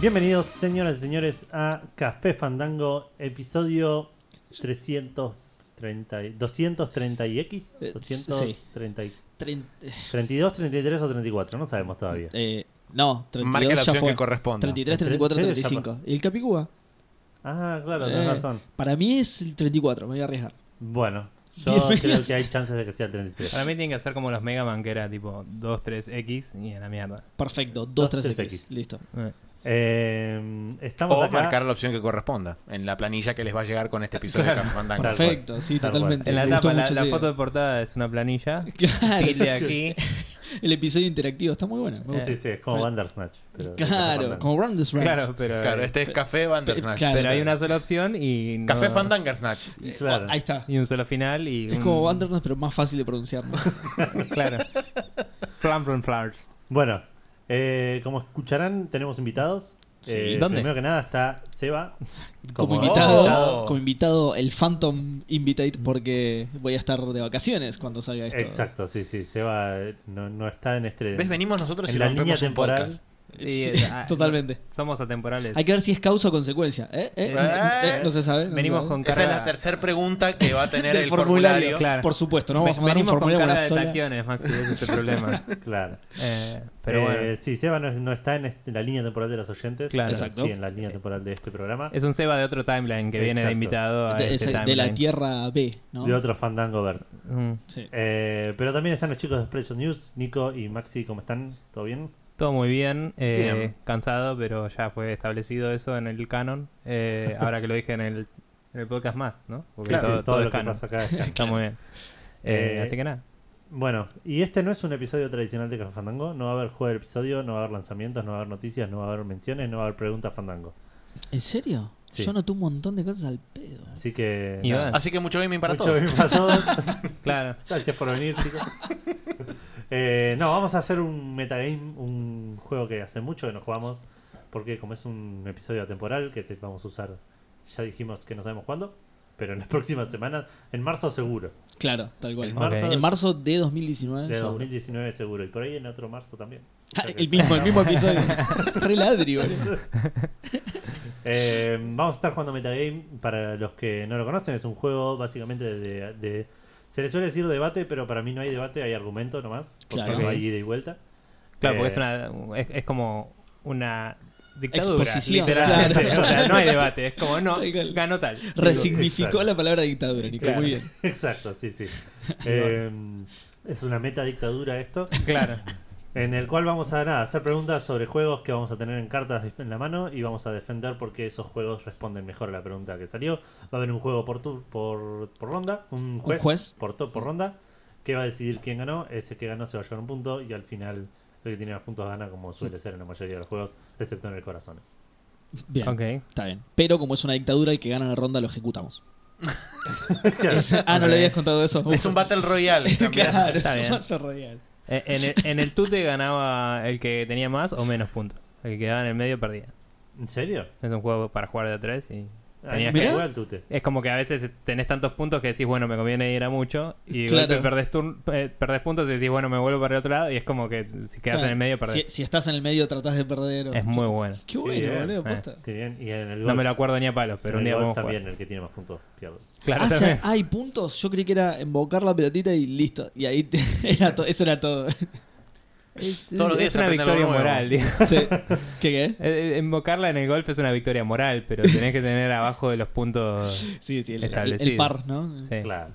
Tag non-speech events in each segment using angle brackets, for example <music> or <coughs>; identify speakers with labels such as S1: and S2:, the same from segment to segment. S1: Bienvenidos, señoras y señores, a Café Fandango, episodio 330, 230 y X,
S2: Eh,
S1: 230, y-
S2: Trein-
S1: 32, 33 o 34, no sabemos todavía.
S2: eh, no, 32
S3: Marque la
S2: ya
S3: opción
S2: fue.
S3: que corresponda.
S2: 33, 34,
S1: Sí, ya
S2: 35. ¿Y el Capicúa?
S1: Ah, claro, tenés
S2: Eh,
S1: razón.
S2: Para mí es el 34, me voy a arriesgar.
S1: Bueno, yo
S2: Bienvenidos.
S1: creo que hay chances de que sea 33.
S4: Para mí tienen que hacer como los Mega Man, que era tipo 2, 3, X y a la mierda.
S2: Perfecto, 2,
S1: Dos,
S2: 3,
S1: tres
S2: x
S1: X.
S2: Listo.
S4: Eh,
S1: Eh, estamos
S3: O
S1: acá.
S3: marcar la opción que corresponda en la planilla que les va a llegar con este episodio
S4: Claro.
S3: de Café Fandango.
S1: Tal
S2: Perfecto, sí,
S1: Tal
S2: totalmente.
S1: cual.
S4: En la
S2: Me gustó
S4: tapa, la,
S2: mucho
S4: la
S2: esa
S4: foto de
S2: idea.
S4: portada es una planilla.
S2: Claro, <laughs>
S4: Tilde aquí.
S2: el episodio interactivo está muy bueno. me gusta.
S1: Sí, sí, es como Bandersnatch. pero de Café
S2: Eh. Claro,
S1: Fandango.
S2: como Run this Ranch.
S4: Claro, pero,
S3: Claro, este es Café Bandersnatch.
S2: Claro.
S4: pero hay una sola opción y. no-
S3: Café Fandangersnatch.
S2: Eh, oh,
S1: claro.
S2: Ahí está.
S4: Y un solo final y.
S2: Es
S4: un-
S2: como Wanderers, pero más fácil de pronunciar.
S1: <laughs>
S2: ¿no?
S4: <laughs> Claro. Flam, flam, flars.
S1: Bueno, eh, como escucharán, tenemos invitados.
S2: Sí.
S1: Eh,
S4: ¿Dónde?
S1: Primero que nada está Seba.
S2: como,
S1: Como-
S2: invitado,
S3: ¡Oh!
S2: como invitado, el Phantom Invitate, porque voy a estar de vacaciones cuando salga esto.
S1: Exacto, sí, sí. Seba eh, no, no está en este.
S3: ¿Ves? Venimos nosotros y
S1: en la línea
S3: rompemos un
S1: temporal.
S3: podcast.
S2: Sí,
S4: Y, ah,
S2: totalmente.
S4: Somos atemporales.
S2: Hay que ver si es causa o consecuencia. ¿Eh? ¿Eh?
S4: Eh,
S2: Eh, No se sabe. no se
S4: Venimos
S2: sabe.
S4: con
S3: Esa es
S4: carga.
S3: la tercera pregunta que va
S1: <laughs>
S3: a tener
S2: Del
S3: el
S2: formulario.
S3: formulario.
S4: Claro.
S2: Por supuesto, no vamos a
S4: Ve-
S2: mandar un
S4: venimos con
S2: formulario a
S4: carga
S2: una
S4: de
S2: sola.
S4: taquiones, Maxi, ese es el problema.
S2: <laughs>
S1: Claro.
S4: Eh, pero
S1: Eh,
S4: bueno.
S1: Sí, Seba no, no está en, este- en la línea temporal de los oyentes.
S4: Claro.
S2: Exacto.
S1: Sí, en la línea temporal de este programa.
S4: Es un Seba de otro timeline que viene de
S1: Exacto.
S4: invitado a
S2: De,
S4: este
S2: esa- de la
S4: timeline.
S2: tierra B, ¿no?
S1: De otro Fandangoverse.
S4: Mm.
S2: Sí.
S1: Eh, pero también están los chicos de Expression News, Nico y Maxi, ¿cómo están? ¿Todo bien?
S4: Todo muy bien, eh,
S3: Bien.
S4: cansado, pero ya fue establecido eso en el canon. Eh, ahora que lo dije en el, en el podcast más, ¿no? Porque
S3: Claro,
S1: Sí,
S4: todo, todo
S1: lo
S4: es
S1: que
S4: canon.
S1: pasa acá. es canon.
S4: <laughs> Está muy bien. Eh,
S1: Eh,
S4: así que nada.
S1: Bueno, y este no es un episodio tradicional de Café Fandango. No va a haber juego del episodio, no va a haber lanzamientos, no va a haber noticias, no va a haber menciones, no va a haber preguntas Fandango.
S2: ¿En serio?
S1: Sí.
S2: Yo noté un montón de cosas al pedo.
S1: Así que.
S4: Y
S1: nada,
S4: va.
S3: Así que mucho gaming para
S1: mucho
S3: todos.
S1: bien para todos.
S4: <laughs> Claro.
S1: Gracias por venir, chicos. Eh, no, vamos a hacer un metagame, un juego que hace mucho que no jugamos. Porque, como es un episodio atemporal que te vamos a usar, ya dijimos que no sabemos cuándo, pero en las <laughs> próximas semanas, en marzo seguro.
S2: Claro, tal cual.
S1: En
S2: En marzo,
S1: marzo-
S2: de 2019.
S1: De
S2: seguro.
S1: 2019 seguro. Y por ahí en otro marzo también.
S2: Ah, el mismo, el mismo
S1: <laughs>
S2: episodio. Re ladri, boludo.
S1: Eh, vamos a estar jugando Metagame. Para los que no lo conocen, es un juego básicamente de. de- se le suele decir debate, pero para mí no hay debate, hay argumento nomás. Porque
S2: Claro.
S1: no hay ida y vuelta.
S4: Claro,
S1: Eh,
S4: porque es, una, es, es como una dictadura,
S2: Exposición,
S4: literalmente.
S2: claro.
S4: O sea, no hay debate, es como no,
S2: Tal cual.
S4: ganó tal.
S2: Resignificó
S1: Exacto.
S2: la palabra dictadura, Nico.
S4: Claro.
S2: Muy bien.
S1: <laughs> Exacto, sí, sí. Eh, es una meta dictadura esto.
S4: Claro.
S1: En el cual vamos a nada, hacer preguntas sobre juegos que vamos a tener en cartas en la mano y vamos a defender porque esos juegos responden mejor a la pregunta que salió. Va a haber un juego por tur- por, por ronda, un juez,
S2: juez.
S1: Por, to- por ronda, que va a decidir quién ganó. Ese que ganó se va a llevar un punto y al final el que tiene más puntos gana, como suele ser en la mayoría de los juegos, excepto en el Corazones.
S2: Bien.
S4: Ok. Eh,
S2: Está bien. Pero como es una dictadura, el que gana la ronda lo ejecutamos. Es- ah, no le habías contado eso.
S3: Es
S2: <laughs>
S3: un Battle
S1: <laughs>
S3: Royale también.
S2: Claro,
S4: Está
S2: es
S4: bien.
S2: un Battle Royale.
S4: Eh, En el, en el tute ganaba el que tenía más o menos puntos. El que quedaba en el medio perdía.
S1: ¿En serio? Ah,
S4: Es un juego para jugar de a tres y
S1: Tenías
S4: tenías
S1: que
S2: mirá.
S1: jugar al tute.
S4: Es como que a veces tenés tantos puntos que decís, bueno, me conviene ir a mucho. Y
S2: Claro.
S4: golpe perdés, turn- eh, perdés puntos y decís, bueno, me vuelvo para el otro lado. Y es como que si quedas en el medio,
S2: si,
S4: perdés.
S2: si estás en el medio, tratás de perder. o-
S4: es muy bueno.
S2: Qué bueno,
S1: bien,
S2: boludo,
S1: eh.
S2: posta.
S1: Qué bien. Y en el golf,
S4: No me lo acuerdo ni a palos, pero
S1: en el
S4: un día
S1: golf
S4: vamos a jugar.
S1: también el que tiene más puntos pierde.
S4: Claro,
S2: Ah, o sea,
S4: <laughs> también.
S2: hay puntos. Yo creí que era embocar la pelotita y listo. Y ahí te- <laughs> era to- eso era todo. <laughs>
S1: <laughs>
S4: Es-
S3: Todos los
S4: es
S3: días se
S4: una
S3: aprende algo nuevo.
S4: victoria moral. digo. <laughs>
S2: Sí. ¿Qué
S4: Eh, eh, Invocarla en el golf es una victoria moral,
S2: <laughs>
S4: pero tenés que tener abajo de los puntos.
S2: qué? Sí, sí, el, el,
S4: Establecido.
S2: el par, ¿no?
S4: Sí.
S1: Claro.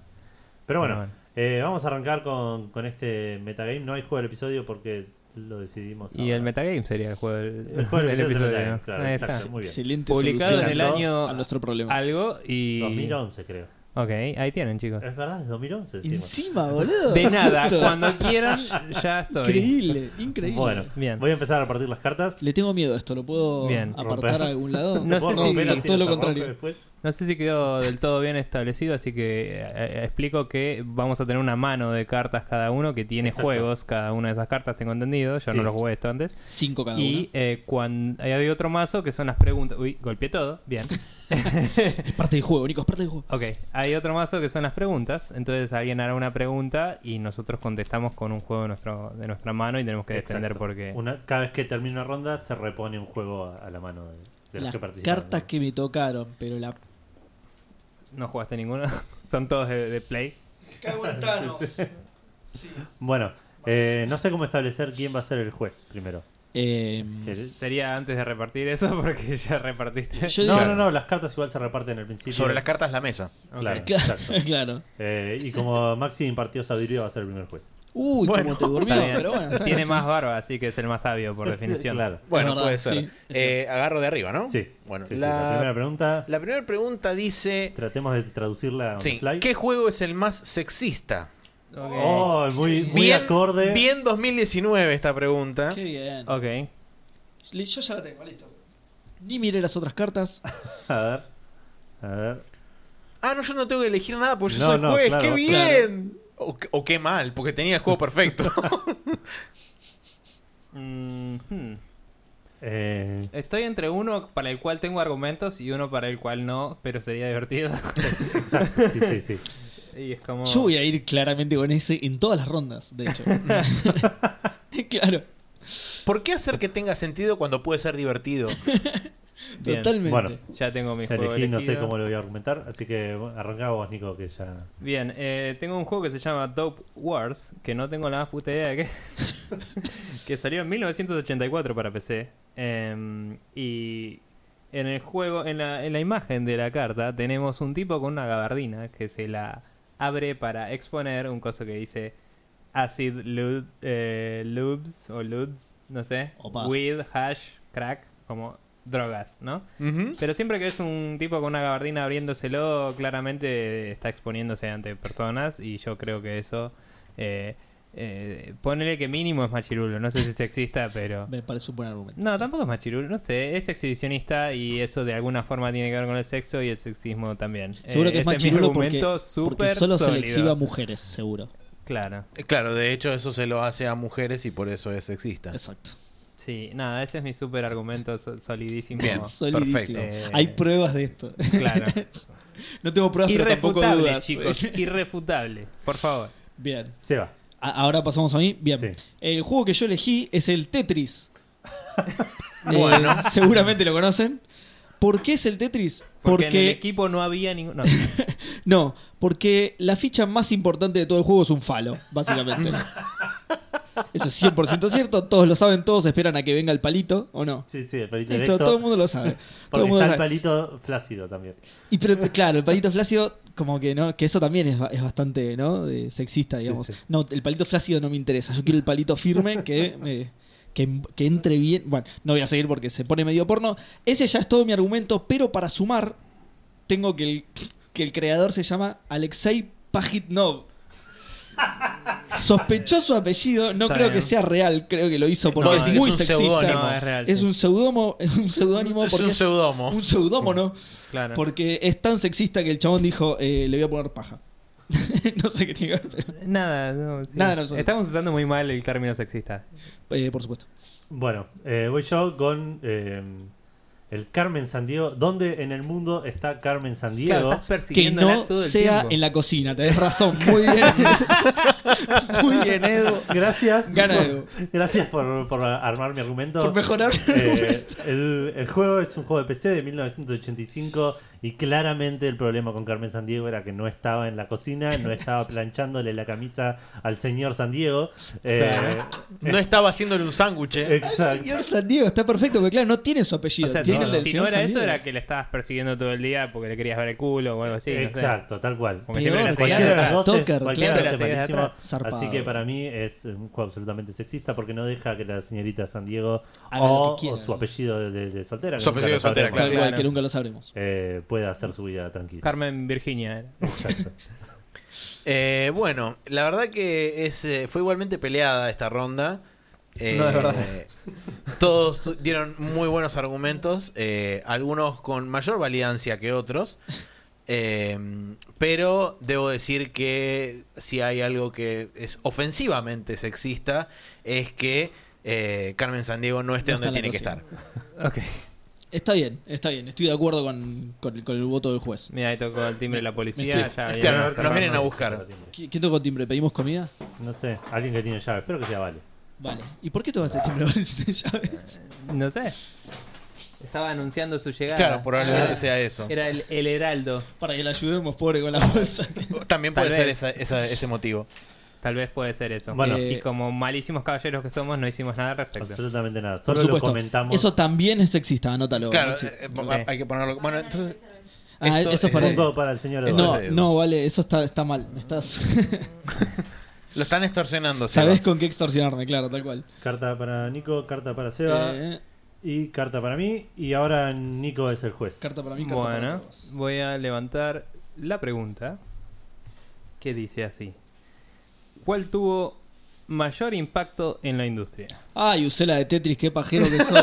S1: Pero bueno,
S4: Bueno,
S1: eh, vamos a arrancar con, con este metagame. No hay juego del episodio porque lo decidimos.
S4: Y
S1: ahora.
S4: el metagame sería <laughs> el juego del
S1: El juego del episodio
S4: del
S1: es el
S4: episodio.
S1: metagame, claro,
S4: Ahí está.
S1: exacto. Muy bien.
S2: Excelente
S4: Publicado
S2: solución
S4: en el
S1: Solucionando
S4: año
S2: a nuestro problema.
S4: algo y.
S1: 2011, creo.
S4: Ok, ahí tienen, chicos.
S1: Es verdad, es 2011. decimos.
S2: Encima,
S4: <laughs>
S2: boludo.
S4: De nada,
S2: Justo.
S4: cuando quieran, ya estoy.
S2: Increíble, increíble.
S1: Bueno,
S4: Bien.
S1: voy a empezar a repartir las cartas.
S2: Le tengo miedo a esto, ¿lo puedo
S4: Bien.
S2: apartar
S1: Romper.
S2: a algún lado?
S4: <laughs> No
S1: ¿Puedo
S4: sé si-
S1: romper
S2: todo
S1: así,
S2: lo
S1: las rompo
S2: contrario.
S1: después?
S4: No sé si quedó del todo bien establecido, así que eh, eh, explico que vamos a tener una mano de cartas cada uno que tiene
S1: Exacto.
S4: juegos, cada una de esas cartas, tengo entendido. Yo
S1: Sí.
S4: no lo jugué esto antes.
S2: Cinco cada
S4: Y eh, cuan- ahí hay otro mazo que son las preguntas. Uy, golpeé todo.
S1: <laughs>
S4: Bien.
S2: uno. Es parte del juego, Nico, es parte del juego.
S4: Ok, hay otro mazo que son las preguntas. Entonces alguien hará una pregunta y nosotros contestamos con un juego de, nuestro, de nuestra mano y tenemos que defender
S1: Exacto.
S4: porque.
S1: Una- cada vez que termina una ronda se repone un juego a, a la mano de, de los
S2: Las
S1: que participan.
S2: cartas
S1: ¿no?
S2: que me tocaron, pero la.
S4: No jugaste ninguno. <laughs> son todos de, de play.
S5: Cago en Thanos.
S1: Bueno, eh, no sé cómo establecer quién va a ser el juez primero.
S2: Eh,
S1: Que-
S4: Sería antes de repartir eso <laughs> porque ya repartiste.
S2: yo
S1: No,
S2: digo-
S1: no, no, las cartas igual se reparten al principio.
S3: Sobre las cartas, la mesa.
S2: <laughs>
S1: Claro,
S2: Claro,
S3: <laughs>
S1: exacto.
S2: claro.
S1: Eh, y como Maxi impartió sabiduría, va a ser el primer juez.
S2: Uy,
S3: Bueno,
S2: cómo te durmió,
S4: Está bien.
S2: pero bueno. está
S4: Tiene
S2: bien.
S4: más barba, así que es el más
S2: <laughs>
S4: sabio por definición.
S1: Claro.
S3: Bueno,
S2: Es verdad,
S3: puede ser.
S2: sí, es
S3: Eh, agarro de arriba, ¿no?
S1: Sí.
S3: Bueno,
S1: Sí, sí, la...
S3: la,
S1: primera pregunta,
S3: la primera pregunta dice:
S1: tratemos de traducirla a un
S3: sí,
S1: fly.
S3: ¿Qué juego es el más sexista?
S4: Ok.
S1: Oh, muy, muy acorde.
S3: bien 2019 esta pregunta.
S2: Qué bien.
S4: Ok.
S5: Li- Yo ya la tengo, listo.
S2: Ni miré las otras cartas.
S4: Ah.
S1: A ver. A ver.
S3: Ah, no, yo no tengo que elegir nada porque yo
S1: No,
S3: soy
S1: no,
S3: juez.
S1: claro,
S3: ¡Qué
S1: vos-
S3: bien! O, o qué mal, porque tenía el
S1: <laughs>
S3: juego perfecto.
S4: Mm, hmm.
S1: Eh,
S4: Estoy entre uno para el cual tengo argumentos y uno para el cual no, pero sería divertido. <laughs>
S1: exacto. Sí, sí, sí.
S2: <laughs>
S4: y es como.
S2: Yo voy a ir claramente con ese en todas las rondas, de
S4: <laughs>
S2: hecho. <laughs> claro,
S3: ¿Por qué hacer que tenga sentido cuando puede ser divertido?
S4: Bien.
S2: totalmente.
S1: Bueno.
S4: Ya tengo mi
S1: Ya
S4: juego
S1: elegí, no sé
S4: elegido.
S1: cómo lo voy a argumentar. Así que bueno, arrancá vos, Nico, que ya.
S4: Bien, eh, tengo un juego que se llama Dope Wars, que no tengo la más puta idea de qué es, <laughs> que salió en 1984 para PC. Em, y en el juego, en la, en la imagen de la carta, tenemos un tipo con una gabardina que se la abre para exponer un coso que dice Acid lube, eh, Lubes o Ludes, no sé,
S2: Opa.
S4: Weed, Hash, Crack, como drogas, ¿no?
S3: Ujú.
S4: Pero siempre que es un tipo con una gabardina abriéndoselo, claramente está exponiéndose ante personas y yo creo que eso... Eh, eh, ponele que mínimo es machirulo, no sé si es sexista, pero...
S2: Me parece un buen argumento.
S4: No, tampoco es machirulo, no sé, es exhibicionista y eso de alguna forma tiene que ver con el sexo y el sexismo también.
S2: Seguro
S4: Eh,
S2: que es
S4: ese
S2: más
S4: mi
S2: chirulo porque,
S4: argumento
S2: porque
S4: súper
S2: solo se
S4: sólido.
S2: le exhibe a mujeres, seguro.
S4: Claro,
S3: Eh, Claro, de hecho, eso se lo hace a mujeres y por eso es sexista.
S2: Exacto.
S4: sí, nada, ese es mi súper argumento so- solidísimo.
S3: Bien.
S2: Solidísimo.
S3: perfecto.
S4: Eh,
S2: Hay pruebas de esto.
S4: Ah, Claro,
S2: <laughs> No tengo pruebas, pero tampoco
S4: irrefutable,
S2: dudas.
S4: chicos, irrefutable, por favor.
S2: <laughs> Bien.
S1: Seba.
S2: A- ahora pasamos a mí. Bien.
S1: Sí.
S2: El juego que yo elegí es el Tetris.
S1: <laughs>
S2: Eh,
S3: Bueno.
S2: seguramente lo conocen. ¿Por qué es el Tetris?
S4: Porque, en el equipo no había
S2: <laughs>
S4: ningún. no.
S2: No, porque la ficha más importante de todo el juego es un falo, básicamente.
S1: <laughs>
S2: Eso es 100% cierto, todos lo saben, todos esperan a que venga el palito, ¿o no?
S1: Sí, sí, el palito
S2: Listo,
S1: directo.
S2: todo el mundo
S1: <laughs>
S2: lo sabe. Todo
S1: porque
S2: el
S1: está
S2: mundo lo
S1: el
S2: sabe.
S1: palito flácido también.
S2: Y pero, claro, el palito flácido, como que no, que eso también es, ba- es bastante, ¿no? De sexista, digamos.
S1: sí.
S2: No, el palito flácido no me interesa, yo quiero el palito firme que, eh, que, que entre bien. Bueno, no voy a seguir porque se pone medio porno. Ese ya es todo mi argumento, pero para sumar, tengo que el, que el creador se llama Alexei Pajitnov. Sospechoso apellido, no
S4: Está
S2: creo
S4: bien.
S2: que sea real, creo que lo hizo porque
S3: No,
S2: es
S3: es
S2: muy
S3: un
S2: sexista.
S3: seudónimo.
S4: No, es real.
S2: es
S4: sí.
S2: un pseudónimo, es un seudónimo
S3: es
S2: porque
S3: un
S2: es
S3: pseudomo.
S2: un seudómono.
S4: Claro.
S2: Porque es tan sexista que el chabón dijo, eh, le voy a poner paja. <laughs> no sé qué tiene que ver,
S4: Nada, no, sí.
S2: Nada, no, absoluto.
S4: Estamos usando muy mal el término sexista.
S2: pero, eh, por supuesto.
S1: Bueno, eh, voy yo con eh, el Carmen Sandiego. ¿Dónde en el mundo está Carmen Sandiego?
S4: Claro, estás
S2: Que
S4: persiguiendo
S2: no
S4: todo el
S2: sea
S4: tiempo.
S2: en la cocina, tenés razón. Muy
S4: <laughs>
S2: bien. Muy bien, Edu.
S1: Gracias.
S2: Gana
S1: por-
S2: Edu.
S1: Gracias por, por armar mi argumento.
S2: Por mejorar.
S1: Eh, el, el juego es un juego de PC de 1985 y claramente el problema con Carmen Sandiego era que no estaba en la cocina, no
S2: <laughs>
S1: estaba planchándole la camisa al señor Sandiego. Eh,
S3: No estaba haciéndole un sándwich. eh.
S1: exacto.
S2: <laughs> Señor San Diego, está perfecto, porque claro, no tiene su
S4: O
S2: apellido.
S4: sea, si
S2: tiene
S4: no,
S2: el del
S4: si
S2: señor
S4: no era
S2: San
S4: eso,
S2: Diego.
S4: era que le estabas persiguiendo todo el día porque le querías ver el culo o algo así. no sé.
S1: Exacto, tal cual.
S4: Como que
S2: Peor,
S4: siempre la seguías
S1: Cualquiera de las
S4: atrás.
S1: dos es-
S2: Stalker,
S1: cualquiera de
S4: claro.
S1: las
S4: Claro, la seguías
S1: malísimo.
S4: atrás.
S2: Zarpado.
S1: Así que para mí es un juego absolutamente sexista porque no deja que la señorita San Diego
S2: Haga lo
S1: o,
S2: que quiera,
S1: o su
S2: ¿no?
S1: apellido de, de- de soltera, que
S3: Su
S1: nunca
S3: apellido
S1: lo
S3: de soltera,
S1: sabremos,
S2: Tal
S4: claro.
S2: cual, que nunca lo sabremos.
S1: eh, pueda hacer su vida tranquila.
S4: Carmen Virginia.
S2: <laughs>
S4: era.
S1: Exacto.
S3: Eh, bueno, la verdad que es, eh, fue igualmente peleada esta ronda. Eh,
S4: No, es verdad.
S3: Todos tu- dieron muy buenos argumentos, eh, algunos con mayor validancia que otros. eh, pero debo decir que si hay algo que es ofensivamente sexista, es que eh, Carmen Sandiego no esté
S2: No está
S3: donde
S2: en la
S3: tiene que
S2: cocina.
S3: estar.
S4: Ok.
S2: Está bien, está bien. Estoy de acuerdo con, con el- con el voto del juez.
S4: Mira, ahí tocó el timbre de la policía.
S2: Sí.
S4: ya viene
S3: Claro,
S4: a
S3: nos
S4: cerrarnos.
S3: vienen a buscar.
S2: ¿Qui- ¿Quién tocó timbre? ¿Pedimos comida?
S1: No sé, alguien que tiene llave. Espero que sea Vale.
S2: Vale. ¿Y por qué tocaste timbre <laughs> ahora si tenés llaves?
S4: No sé. Estaba anunciando su llegada.
S3: Claro, probablemente
S4: Era-
S3: sea eso.
S4: Ah. Era el, el heraldo.
S2: Para que la ayudemos, pobre, con la bolsa.
S3: También puede
S4: Tal
S3: ser
S4: vez.
S3: esa- esa- ese motivo.
S4: Tal vez puede ser eso.
S1: Bueno.
S4: y
S2: Eh,
S4: como malísimos caballeros que somos, no hicimos nada al respecto.
S1: Absolutamente nada.
S2: Por
S1: Solo lo
S2: supuesto.
S1: comentamos.
S2: Eso también es sexista, anótalo.
S3: Claro,
S2: Maxi.
S3: eh, eh, hay que ponerlo. Bueno, entonces.
S2: Ah,
S3: esto
S2: eso es para-
S1: Punto para el señor Eduardo.
S2: No,
S3: Eduardo.
S2: no, vale, eso está, está mal. Me
S3: <laughs>
S2: estás.
S3: Lo están extorsionando,
S2: <laughs>
S3: Seba.
S2: Sabés con qué extorsionarme, claro, tal cual.
S1: Carta para Nico, carta para Seba
S2: Eh,
S1: y carta para mí. Y ahora Nico es el juez.
S2: carta para mí, carta para
S4: Bueno,
S2: todos.
S4: voy a levantar la pregunta que dice así. ¿Cuál tuvo mayor impacto en la industria?
S2: Ay, usé la de Tetris, qué pajero
S1: <laughs>
S2: que soy.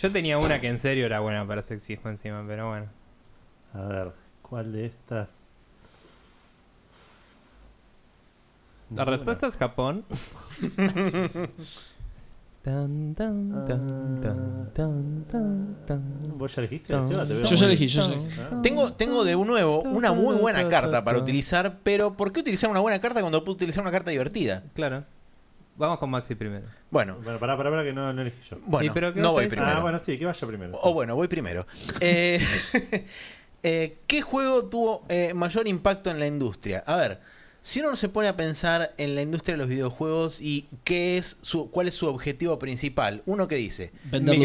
S4: Yo tenía una que en serio era buena para sexismo encima, pero bueno.
S1: A ver, ¿cuál de estas?
S4: La respuesta es Japón. <laughs> Tan, tan, tan, tan, tan, tan, tan.
S1: ¿Vos ya elegiste?
S4: Tan,
S1: Seba? Te veo
S2: Yo ya
S1: muy-
S2: elegí, yo ya elegí.
S1: Ah.
S3: Tengo, tengo de nuevo una muy buena carta para utilizar, pero ¿por qué utilizar una buena carta cuando puedo utilizar una carta divertida?
S4: Claro. Vamos con Maxi primero.
S3: Bueno,
S1: Bueno, pará, pará, pará, que no, no elegí yo.
S3: bueno,
S4: Sí, pero ¿qué
S3: no
S4: vas a
S3: voy
S4: decir?
S3: primero.
S1: Ah, bueno, sí, que vaya primero.
S3: O bueno, voy primero. Eh, <laughs> eh, ¿Qué juego tuvo eh, mayor impacto en la industria? A ver, si uno se pone a pensar en la industria de los videojuegos y qué es su, cuál es su objetivo principal, uno que dice,
S2: Vender loot boxes.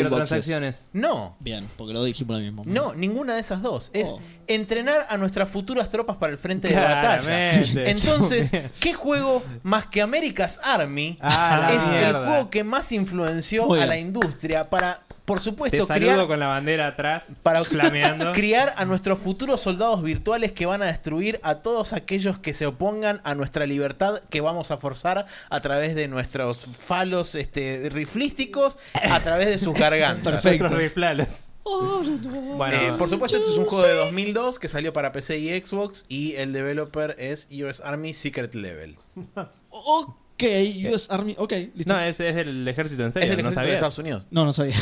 S4: Microtransacciones.
S3: no,
S2: Bien, porque lo dijimos lo mismo.
S3: no, ninguna de esas dos. Es
S2: Oh.
S3: entrenar a nuestras futuras tropas para el frente de batalla.
S4: Claramente.
S3: Entonces, ¿qué juego más que America's Army
S4: Ah, la
S3: es el
S4: mierda.
S3: juego que más influenció
S2: Muy
S3: a
S2: bien.
S3: la industria para, por
S4: Te
S3: supuesto,
S4: saludo
S3: criar,
S4: con la bandera atrás,
S3: para
S4: flameando.
S3: criar a nuestros futuros soldados virtuales que van a destruir a todos aquellos que se opongan a nuestra libertad que vamos a forzar a través de nuestros falos este, riflísticos, a
S2: <laughs>
S3: través de sus gargantas?
S2: Perfecto.
S4: <laughs> Otros riflalos.
S2: Oh, no.
S4: Bueno,
S3: Eh, por supuesto, este es un juego de 2002 que salió para PC y Xbox y el developer es US Army Secret Level.
S2: Ok, US Army. Ok, listo.
S1: eh.
S4: no, ese es el ejército en serio,
S3: Es del ejército
S4: no
S3: de
S4: sabía. <laughs>
S3: Estados Unidos.
S2: No,
S1: <laughs>
S2: no sabía.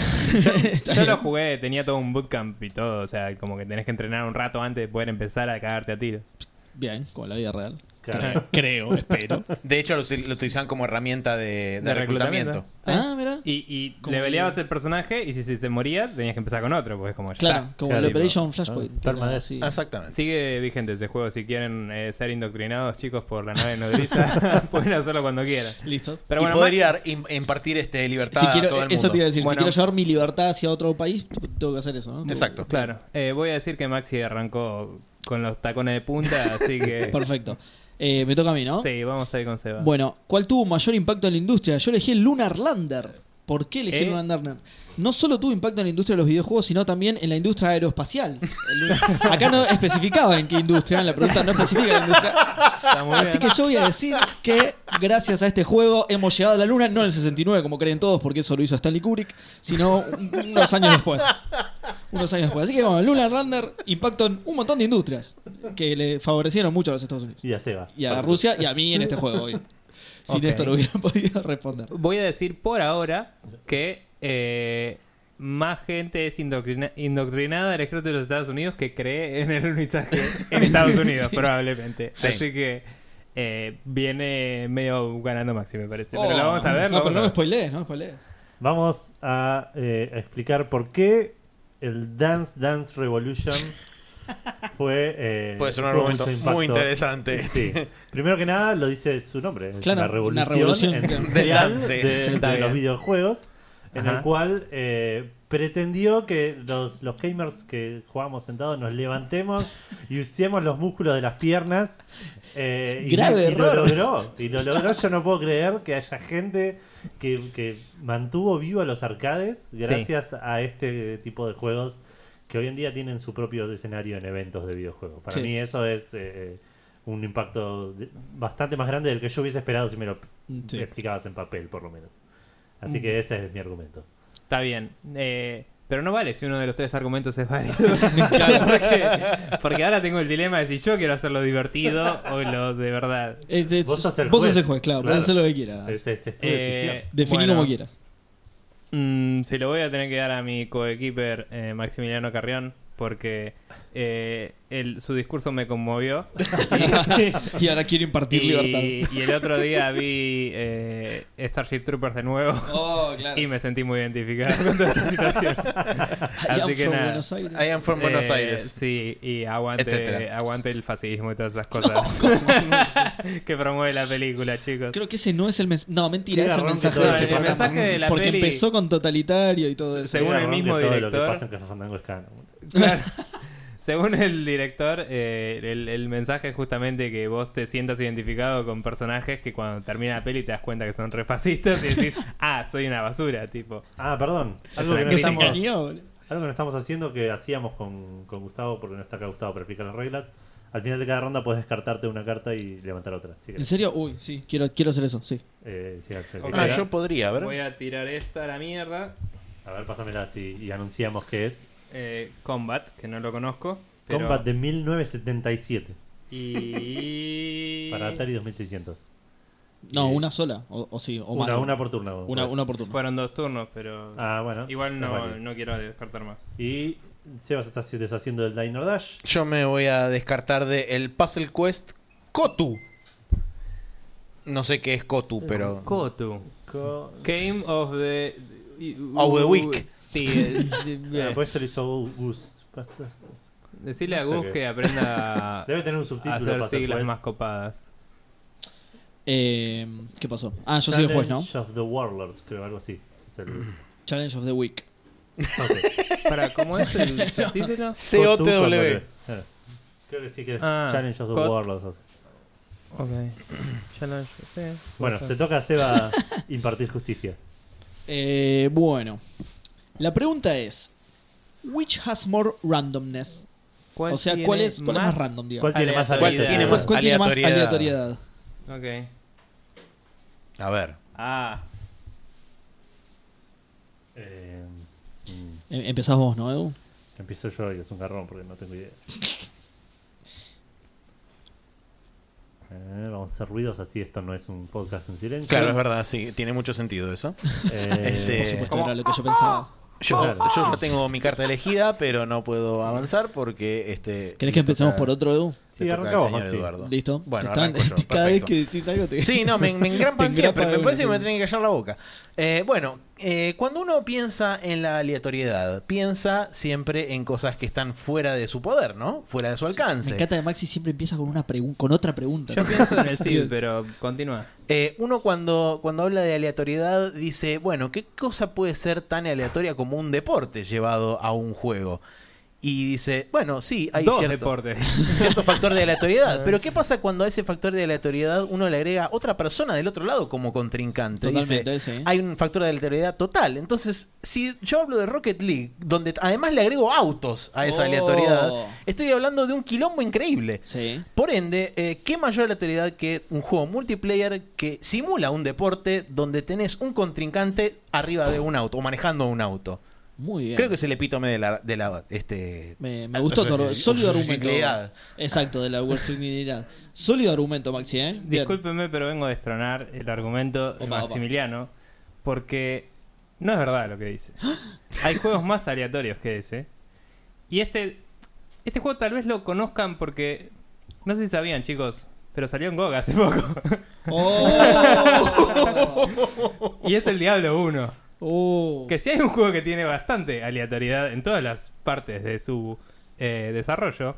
S2: Está
S4: Yo
S2: bien.
S4: lo jugué, tenía todo un bootcamp y todo, o sea, como que tenés que entrenar un rato antes de poder empezar a cagarte a tiro.
S2: Bien, como la vida real.
S1: Claro.
S4: <laughs>
S2: Creo, espero.
S3: <laughs> De hecho, lo, util- lo utilizan como herramienta de, de
S4: De
S3: reclutamiento.
S4: reclutamiento.
S2: Ah, mira.
S4: Y, y
S2: Como
S4: leveleabas el personaje y si se te moría tenías que empezar con otro, pues como ya
S2: Claro,
S4: está.
S2: como
S1: Claro,
S2: el
S1: tipo,
S2: Operation
S1: ah,
S2: Flashpoint.
S1: permadeath.
S2: sí.
S3: Ah, Exactamente.
S4: Sigue vigente ese juego, si quieren eh, ser indoctrinados chicos por la nave nodriza, <laughs> pueden hacerlo cuando quieran.
S2: Listo.
S4: Pero
S3: y
S4: bueno,
S3: poder
S4: Ma-
S3: ir a im- impartir este, libertad
S2: Si quiero-
S3: a todo el
S2: eso
S3: mundo.
S2: te iba a decir,
S4: Bueno.
S2: si quiero llevar mi libertad hacia otro país, tipo, tengo que hacer eso, ¿no?
S3: Exacto.
S4: Claro, eh, voy a decir que Maxi arrancó con los tacones de punta,
S2: <laughs>
S4: así que...
S2: Perfecto. Eh, me toca a mí, ¿no?
S4: Sí, vamos a ir con Seba.
S2: Bueno, ¿cuál tuvo mayor impacto en la industria? Yo elegí el Lunar Lander. ¿Por qué elegí el
S4: ¿Eh?
S2: Lunar Lander? No solo tuvo impacto en la industria de los videojuegos, sino también en la industria aeroespacial. El
S4: <laughs>
S2: lunar- Acá no especificaba en qué industria, en la pregunta no especifica la industria.
S4: Está muy
S2: Así que
S4: bien.
S2: yo voy a decir que gracias a este juego hemos llegado a la luna, no en el 69 como creen todos, porque eso lo hizo Stanley Kubrick, sino un- unos años después. Unos años después. Así que bueno, Lunar Lander impactó en un montón de industrias que le favorecieron mucho a los Estados Unidos.
S1: Y a Seba.
S2: Y a Rusia y a mí en este juego. obvio. Sin
S4: Ok.
S2: esto no hubiera podido responder.
S4: Voy a decir por ahora que eh, más gente es indoctrina- indoctrinada al ejército de los Estados Unidos que cree en el mensaje
S2: <laughs>
S4: en Estados Unidos, probablemente.
S3: Sí.
S4: Así que eh, viene medio ganando Maxi, me parece.
S2: Oh.
S4: pero lo vamos a ver.
S2: No,
S4: lo
S2: pero no me
S4: vamos a ver.
S2: spoilees, no me spoilees.
S1: Vamos a, eh, a explicar por qué el Dance Dance Revolution fue. eh,
S3: Puede ser un
S1: tuvo
S3: argumento
S1: mucho impacto.
S3: muy interesante.
S1: Sí.
S3: <laughs>
S1: Primero que nada, lo dice su nombre. Es
S2: Claro,
S1: una revolución,
S2: una revolución,
S1: en- <laughs>
S2: claro.
S3: Del dance.
S1: de, de
S4: Sí, está bien.
S1: los videojuegos, en
S4: Ajá.
S1: el cual eh, pretendió que los, los gamers que jugamos sentados nos levantemos y usemos los músculos de las piernas. eh, y,
S2: Grave
S1: y lo
S2: error.
S1: logró. Y lo logró. Yo no puedo creer que haya gente que, que mantuvo vivo a los arcades gracias a este tipo de juegos que hoy en día tienen su propio escenario en eventos de videojuegos. Para
S2: Sí.
S1: mí eso es eh, un impacto de- bastante más grande del que yo hubiese esperado si me lo
S2: Sí.
S1: explicabas en papel, por lo menos. Así que ese es mi argumento.
S4: Está bien. eh, pero no vale si uno de los tres argumentos es válido. <laughs> porque, porque ahora tengo el dilema de si yo quiero hacerlo divertido o lo de verdad.
S2: Es- es-
S1: Vos sos el juez.
S2: juez, claro.
S1: Claro.
S2: Podés hacer lo que quieras.
S1: Es, es- es tu
S4: Eh,
S1: decisión.
S2: Definí
S4: bueno.
S2: como quieras.
S4: Mm, se lo voy a tener que dar a mi coequiper eh, Maximiliano Carrión porque eh, el- su discurso me conmovió.
S2: Y ahora quiero impartir libertad.
S4: y, y el otro día vi eh, Starship Troopers de nuevo
S5: Oh, claro.
S4: y me sentí muy identificado con toda esta situación.
S2: I am
S4: Así que
S2: from
S4: nada.
S2: Buenos Aires.
S3: I am from Buenos
S4: Eh,
S3: Aires.
S4: Sí, y aguante,
S3: Etcétera.
S4: aguante el fascismo y todas esas cosas <laughs> que promueve la película, chicos.
S2: Creo que ese no es el mensaje. No, mentira,
S1: Qué
S2: es el
S1: garrón que
S2: mensaje
S1: todo
S2: de
S1: el
S2: este
S1: programa.
S2: programa.
S1: El
S4: mensaje de la
S2: Porque
S4: peli-
S2: empezó con totalitario y todo eso.
S4: según
S1: Ese
S4: el
S1: garrón
S4: mismo
S1: de todo Lo
S4: director.
S1: que pasa en Café Fandango es canon.
S4: Según el director, eh, el, el mensaje es justamente que vos te sientas identificado con personajes que cuando termina la peli te das cuenta que son refascistas y
S3: <laughs>
S4: decís, ah, soy una basura, tipo.
S1: Ah, perdón. Algo
S4: una
S1: que, no
S2: Que se
S1: estamos,
S2: engañó, boludo.
S1: algo que no estamos haciendo que hacíamos con, con Gustavo, porque no está acá Gustavo, pero explica las reglas. Al final de cada ronda puedes descartarte una carta y levantar otra. Así que,
S2: ¿En serio? Uy, sí, quiero, quiero hacer eso, sí.
S1: eh, sí, Axel, que
S4: Ok.
S3: Ah,
S1: quiera.
S3: yo podría, a
S4: Voy
S3: ver.
S4: a tirar esta a la mierda.
S1: A ver, pásamela así y anunciamos que es
S4: Eh, Combat, que no lo conozco. pero-
S1: Combat de 1977 <laughs>
S4: Y...
S1: para Atari 2600.
S2: No,
S1: Eh,
S2: una sola, o, o sí, o más.
S1: Una, una por turno.
S2: Una-
S1: pues.
S2: una por turno.
S4: Fueron dos turnos, pero...
S1: Ah, bueno.
S4: Igual
S1: es
S4: no,
S1: válido.
S4: no quiero descartar más.
S1: Y Sebas está se- deshaciendo del Dino Dash.
S3: Yo me voy a descartar de el Puzzle Quest Kotu. No sé qué es Kotu, pero.
S4: Kotu.
S1: Co-
S4: Game of the...
S3: Of the week.
S4: Sí,
S1: <laughs>
S4: eh,
S1: Ah,
S4: bien.
S1: pues esto lo hizo Gus.
S4: Decirle a
S1: No sé
S4: Gus
S1: qué.
S4: que aprenda a
S1: <laughs> Debe tener un
S4: a
S1: subtítulo
S4: hacer
S1: para pues.
S4: siglas
S1: después.
S4: más copadas.
S2: Eh, ¿Qué pasó? Ah, yo soy el juez, ¿no?
S1: Challenge of the Warlords, creo, algo así. Es
S2: <laughs>
S1: el-
S2: Challenge of the Week.
S1: Ok.
S4: Para, ¿cómo es
S1: <laughs>
S4: el <laughs> subtítulo?
S3: COTW.
S1: Claro. eh. Creo que sí que es
S4: Ah,
S1: Challenge of the
S4: Cot-
S1: Warlords. así.
S4: Ok. Challenge, sí.
S1: Bueno, te toca a
S4: <laughs>
S1: Seba impartir justicia.
S2: Eh, bueno, la pregunta es: ¿Which has more randomness?
S4: ¿Cuál
S2: O sea, ¿cuál es, cuál es más random, digamos?
S1: ¿Cuál tiene más
S4: ¿Cuál
S1: habilidad?
S3: tiene más
S2: ¿Cuál tiene más
S3: aleatoriedad?
S2: aleatoriedad?
S4: Ok.
S3: A ver.
S4: Ah, <laughs>
S1: Eh, mm,
S2: Em- Empezás vos, ¿no, Edu?
S1: empiezo yo y es un garrón porque no tengo idea. Eh, vamos a hacer ruidos así, esto no es un podcast en silencio.
S3: Claro, es verdad, sí, tiene mucho sentido eso.
S4: <laughs>
S1: Eh,
S2: Por
S3: Este,
S2: supuesto,
S4: ¿cómo?
S2: Pues era lo que yo pensaba.
S3: Yo, yo ya tengo mi carta elegida, pero no puedo avanzar porque este.
S2: ¿Querés que
S3: le toca-
S2: empecemos por otro, Edu?
S1: Sí,
S3: le toca al
S1: arrancamos,
S3: señor
S1: Maxi.
S3: Eduardo.
S2: Listo.
S3: Bueno,
S2: Estaban-
S3: arranco
S2: <laughs>
S3: yo.
S2: Cada vez
S3: perfecto.
S2: que decís algo te.
S3: Sí,
S2: <laughs>
S3: no, me, me engrampan
S2: Te engrapa
S3: siempre. Me
S2: de
S3: parece que
S2: una,
S3: me
S2: sí.
S3: tienen que callar la boca. Eh, bueno, eh, cuando uno piensa en la aleatoriedad, piensa siempre en cosas que están fuera de su poder, ¿no? Fuera de su
S2: Me
S3: alcance.
S2: encanta que Maxi siempre empieza con, una pregun- con otra pregunta.
S4: yo
S2: <laughs>
S4: pienso en el Cid, pero continúa.
S3: Eh, uno cuando, cuando habla de aleatoriedad dice, bueno, ¿qué cosa puede ser tan aleatoria como un deporte llevado a un juego? Y dice, bueno, sí, hay
S4: Dos
S3: cierto,
S4: deportes.
S3: cierto factor
S2: <laughs>
S3: de aleatoriedad. Pero ¿qué pasa cuando a ese factor de aleatoriedad uno le agrega otra persona del otro lado como contrincante? Dice,
S2: Totalmente, sí.
S3: hay un factor de aleatoriedad total. Entonces, si yo hablo de Rocket League, donde además le agrego autos a esa
S2: Oh.
S3: aleatoriedad, estoy hablando de un quilombo increíble.
S2: Sí.
S3: Por ende, eh, ¿qué mayor aleatoriedad que un juego multiplayer que simula un deporte donde tenés un contrincante arriba de un auto o manejando un auto?
S2: Muy bien.
S3: Creo que es el epítome de la... De la este,
S2: Me, me gustó tu argu- sólido argumento. Exacto, de la versatilidad. Sólido argumento, Maxi, ¿eh? Bien.
S4: Discúlpeme, pero vengo a destronar el argumento
S2: Opa,
S4: de
S2: opa.
S4: Maximiliano porque no es verdad lo que dice.
S2: ¡Ah!
S4: Hay juegos más aleatorios que ese. Y este este juego tal vez lo conozcan porque no sé si sabían, chicos, pero salió en GOG hace poco. <laughs>
S3: <laughs>
S2: ¡Oh!
S4: y es el Diablo 1.
S2: ¡Oh!
S4: Que si hay un juego que tiene bastante aleatoriedad en todas las partes de su eh, desarrollo,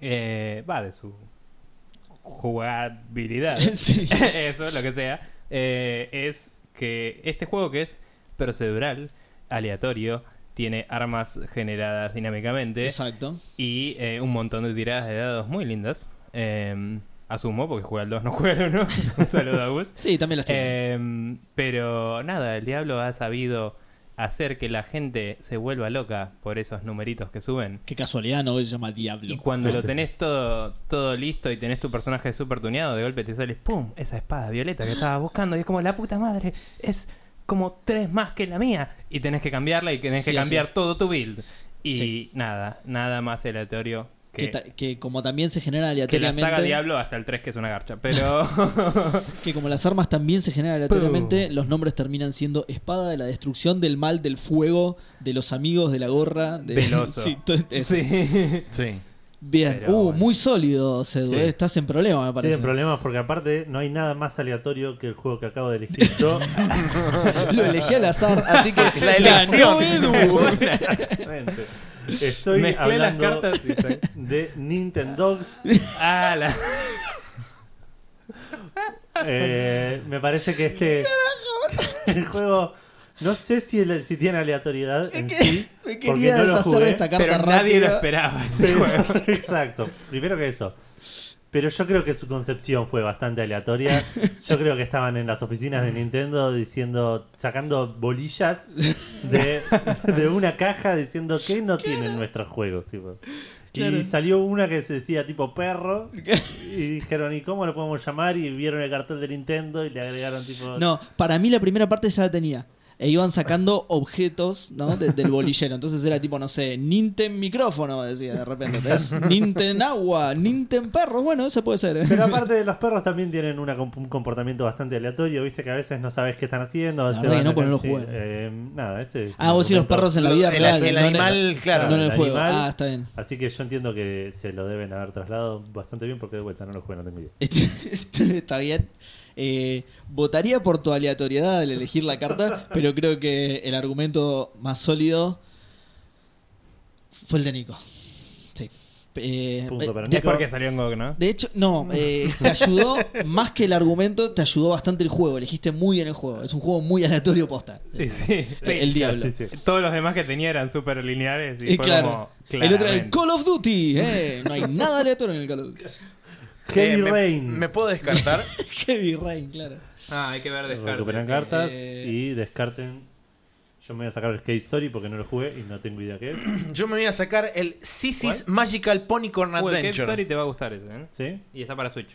S4: eh, va de su jugabilidad,
S2: <laughs> Sí.
S4: <laughs> eso, lo que sea, eh, es que este juego que es procedural, aleatorio, tiene armas generadas
S3: ¿eh?
S4: dinámicamente
S2: Exacto.
S4: y eh, un montón de tiradas de dados muy lindas. eh, asumo, porque juega el 2, no juega el 1. <laughs> un saludo a Gus. Em,
S2: Sí, también las tiene.
S4: Eh, pero nada, el diablo ha sabido hacer que la gente se vuelva loca por esos numeritos que suben.
S2: Qué casualidad, no se llama Diablo.
S4: Y cuando
S1: Sí,
S4: lo
S1: sí.
S4: tenés todo, todo listo y tenés tu personaje súper tuneado, de golpe te sales, ¡pum! Esa espada violeta que estabas buscando. Y es como, la puta madre, es como tres más que la mía. Y tenés que cambiarla y tenés
S2: Sí,
S4: que cambiar
S2: sí.
S4: todo tu build. Y
S2: Sí.
S4: nada, nada más aleatorio
S2: que,
S4: que,
S2: ta- que como también se genera
S4: que la
S2: aleatoriamente.
S4: saga Diablo hasta el 3, que es una garcha. Pero
S2: que como las armas también se generan aleatoriamente, los nombres terminan siendo espada de la destrucción, del mal, del fuego, de los amigos, de la gorra.
S4: <laughs>
S2: De...
S4: Del
S2: <laughs>
S4: oso.
S2: <laughs> Sí, todo eso.
S4: sí.
S3: Sí.
S2: Bien,
S4: Pero
S2: uh,
S4: bueno.
S2: muy sólido, Sedu,
S3: Sí.
S2: eh. estás en problema, me parece.
S1: Tienen
S2: <laughs>
S1: problemas porque aparte no hay nada más aleatorio que el juego que acabo de elegir yo.
S2: <laughs> Lo elegí al azar, así que.
S3: La elección.
S4: <laughs>
S2: Ganó Edu.
S1: Exactamente. Estoy
S4: Mezclé las
S1: hablando
S4: cartas y sac-
S1: de Nintendogs.
S4: Ah, la-
S1: Eh, me parece que este <laughs> el juego no sé si, el- si tiene aleatoriedad en sí.
S2: <laughs> me
S1: Porque
S2: quería
S1: no lo
S2: deshacer
S1: jugué,
S2: de esta carta
S4: Pero
S2: rápida.
S4: nadie lo esperaba ese
S1: pero-
S4: juego.
S1: <laughs> Exacto. Primero que eso. Pero yo creo que su concepción fue bastante aleatoria. Yo creo que estaban en las oficinas de Nintendo diciendo, sacando bolillas de, de una caja diciendo que no tienen nuestros juegos. Tipo.
S2: Claro.
S1: Y salió una que se decía tipo perro. Y dijeron, ¿y cómo lo podemos llamar? Y vieron el cartel de Nintendo y le agregaron tipo...
S2: No, para mí la primera parte ya la tenía. E iban sacando objetos, ¿no? de-
S3: <laughs>
S2: del bolillero. Entonces era tipo, no sé, Ninten micrófono, decía de repente.
S3: <laughs>
S2: ¿entendés? Ninten agua, Ninten perro. Bueno, eso puede ser. ¿eh? <laughs>
S1: Pero aparte de los perros también tienen una comp- un comportamiento bastante aleatorio, viste que a veces no sabes qué están haciendo. a veces
S2: verdad que
S1: van
S2: Ah, no,
S1: a-
S2: porque no lo
S1: sí,
S2: juegan.
S1: eh, nada, ese es
S2: Ah,
S1: un
S2: vos y los
S1: argumento.
S2: perros en la vida
S3: el,
S2: real.
S3: el
S2: no en-
S3: animal, claro.
S2: no en el
S1: el
S2: juego.
S1: animal.
S2: Ah, está bien. <laughs>
S1: Así que yo entiendo que se lo deben haber trasladado bastante bien porque de vuelta no lo juegan, no tengo idea.
S2: Eh,
S1: Punto
S2: eh,
S1: para
S2: te-
S4: Es porque salió en GOG, ¿no?
S2: De hecho, no, eh, te ayudó, más que el argumento, te ayudó bastante el juego. Elegiste muy bien el juego. Es un juego muy aleatorio posta.
S4: Sí, sí. sí.
S2: El diablo.
S1: Sí, sí.
S3: Eh,
S4: Todos los demás que tenía eran súper lineares y
S2: Eh,
S4: fue
S2: claro.
S4: como,
S2: el otro era el
S4: claramente.
S2: Call of Duty. eh, No hay nada aleatorio en el Call of
S4: <laughs>
S2: Duty.
S1: Heavy
S3: Eh, me,
S1: Rain.
S3: me puedo descartar? <coughs>
S2: Heavy Rain, claro.
S4: Ah, hay que ver descartes.
S1: Recuperan
S4: sí.
S1: cartas
S2: Eh.
S1: y descarten. Yo me voy a sacar el Cave Story porque no lo jugué y no tengo idea qué es.
S2: <coughs>
S3: Yo me voy a sacar el Sissy's Magical Ponycorn
S4: Uh, el Cave
S3: Adventure.
S4: Story te va a gustar ese, ¿eh?
S1: ¿Sí?
S4: Y está para Switch.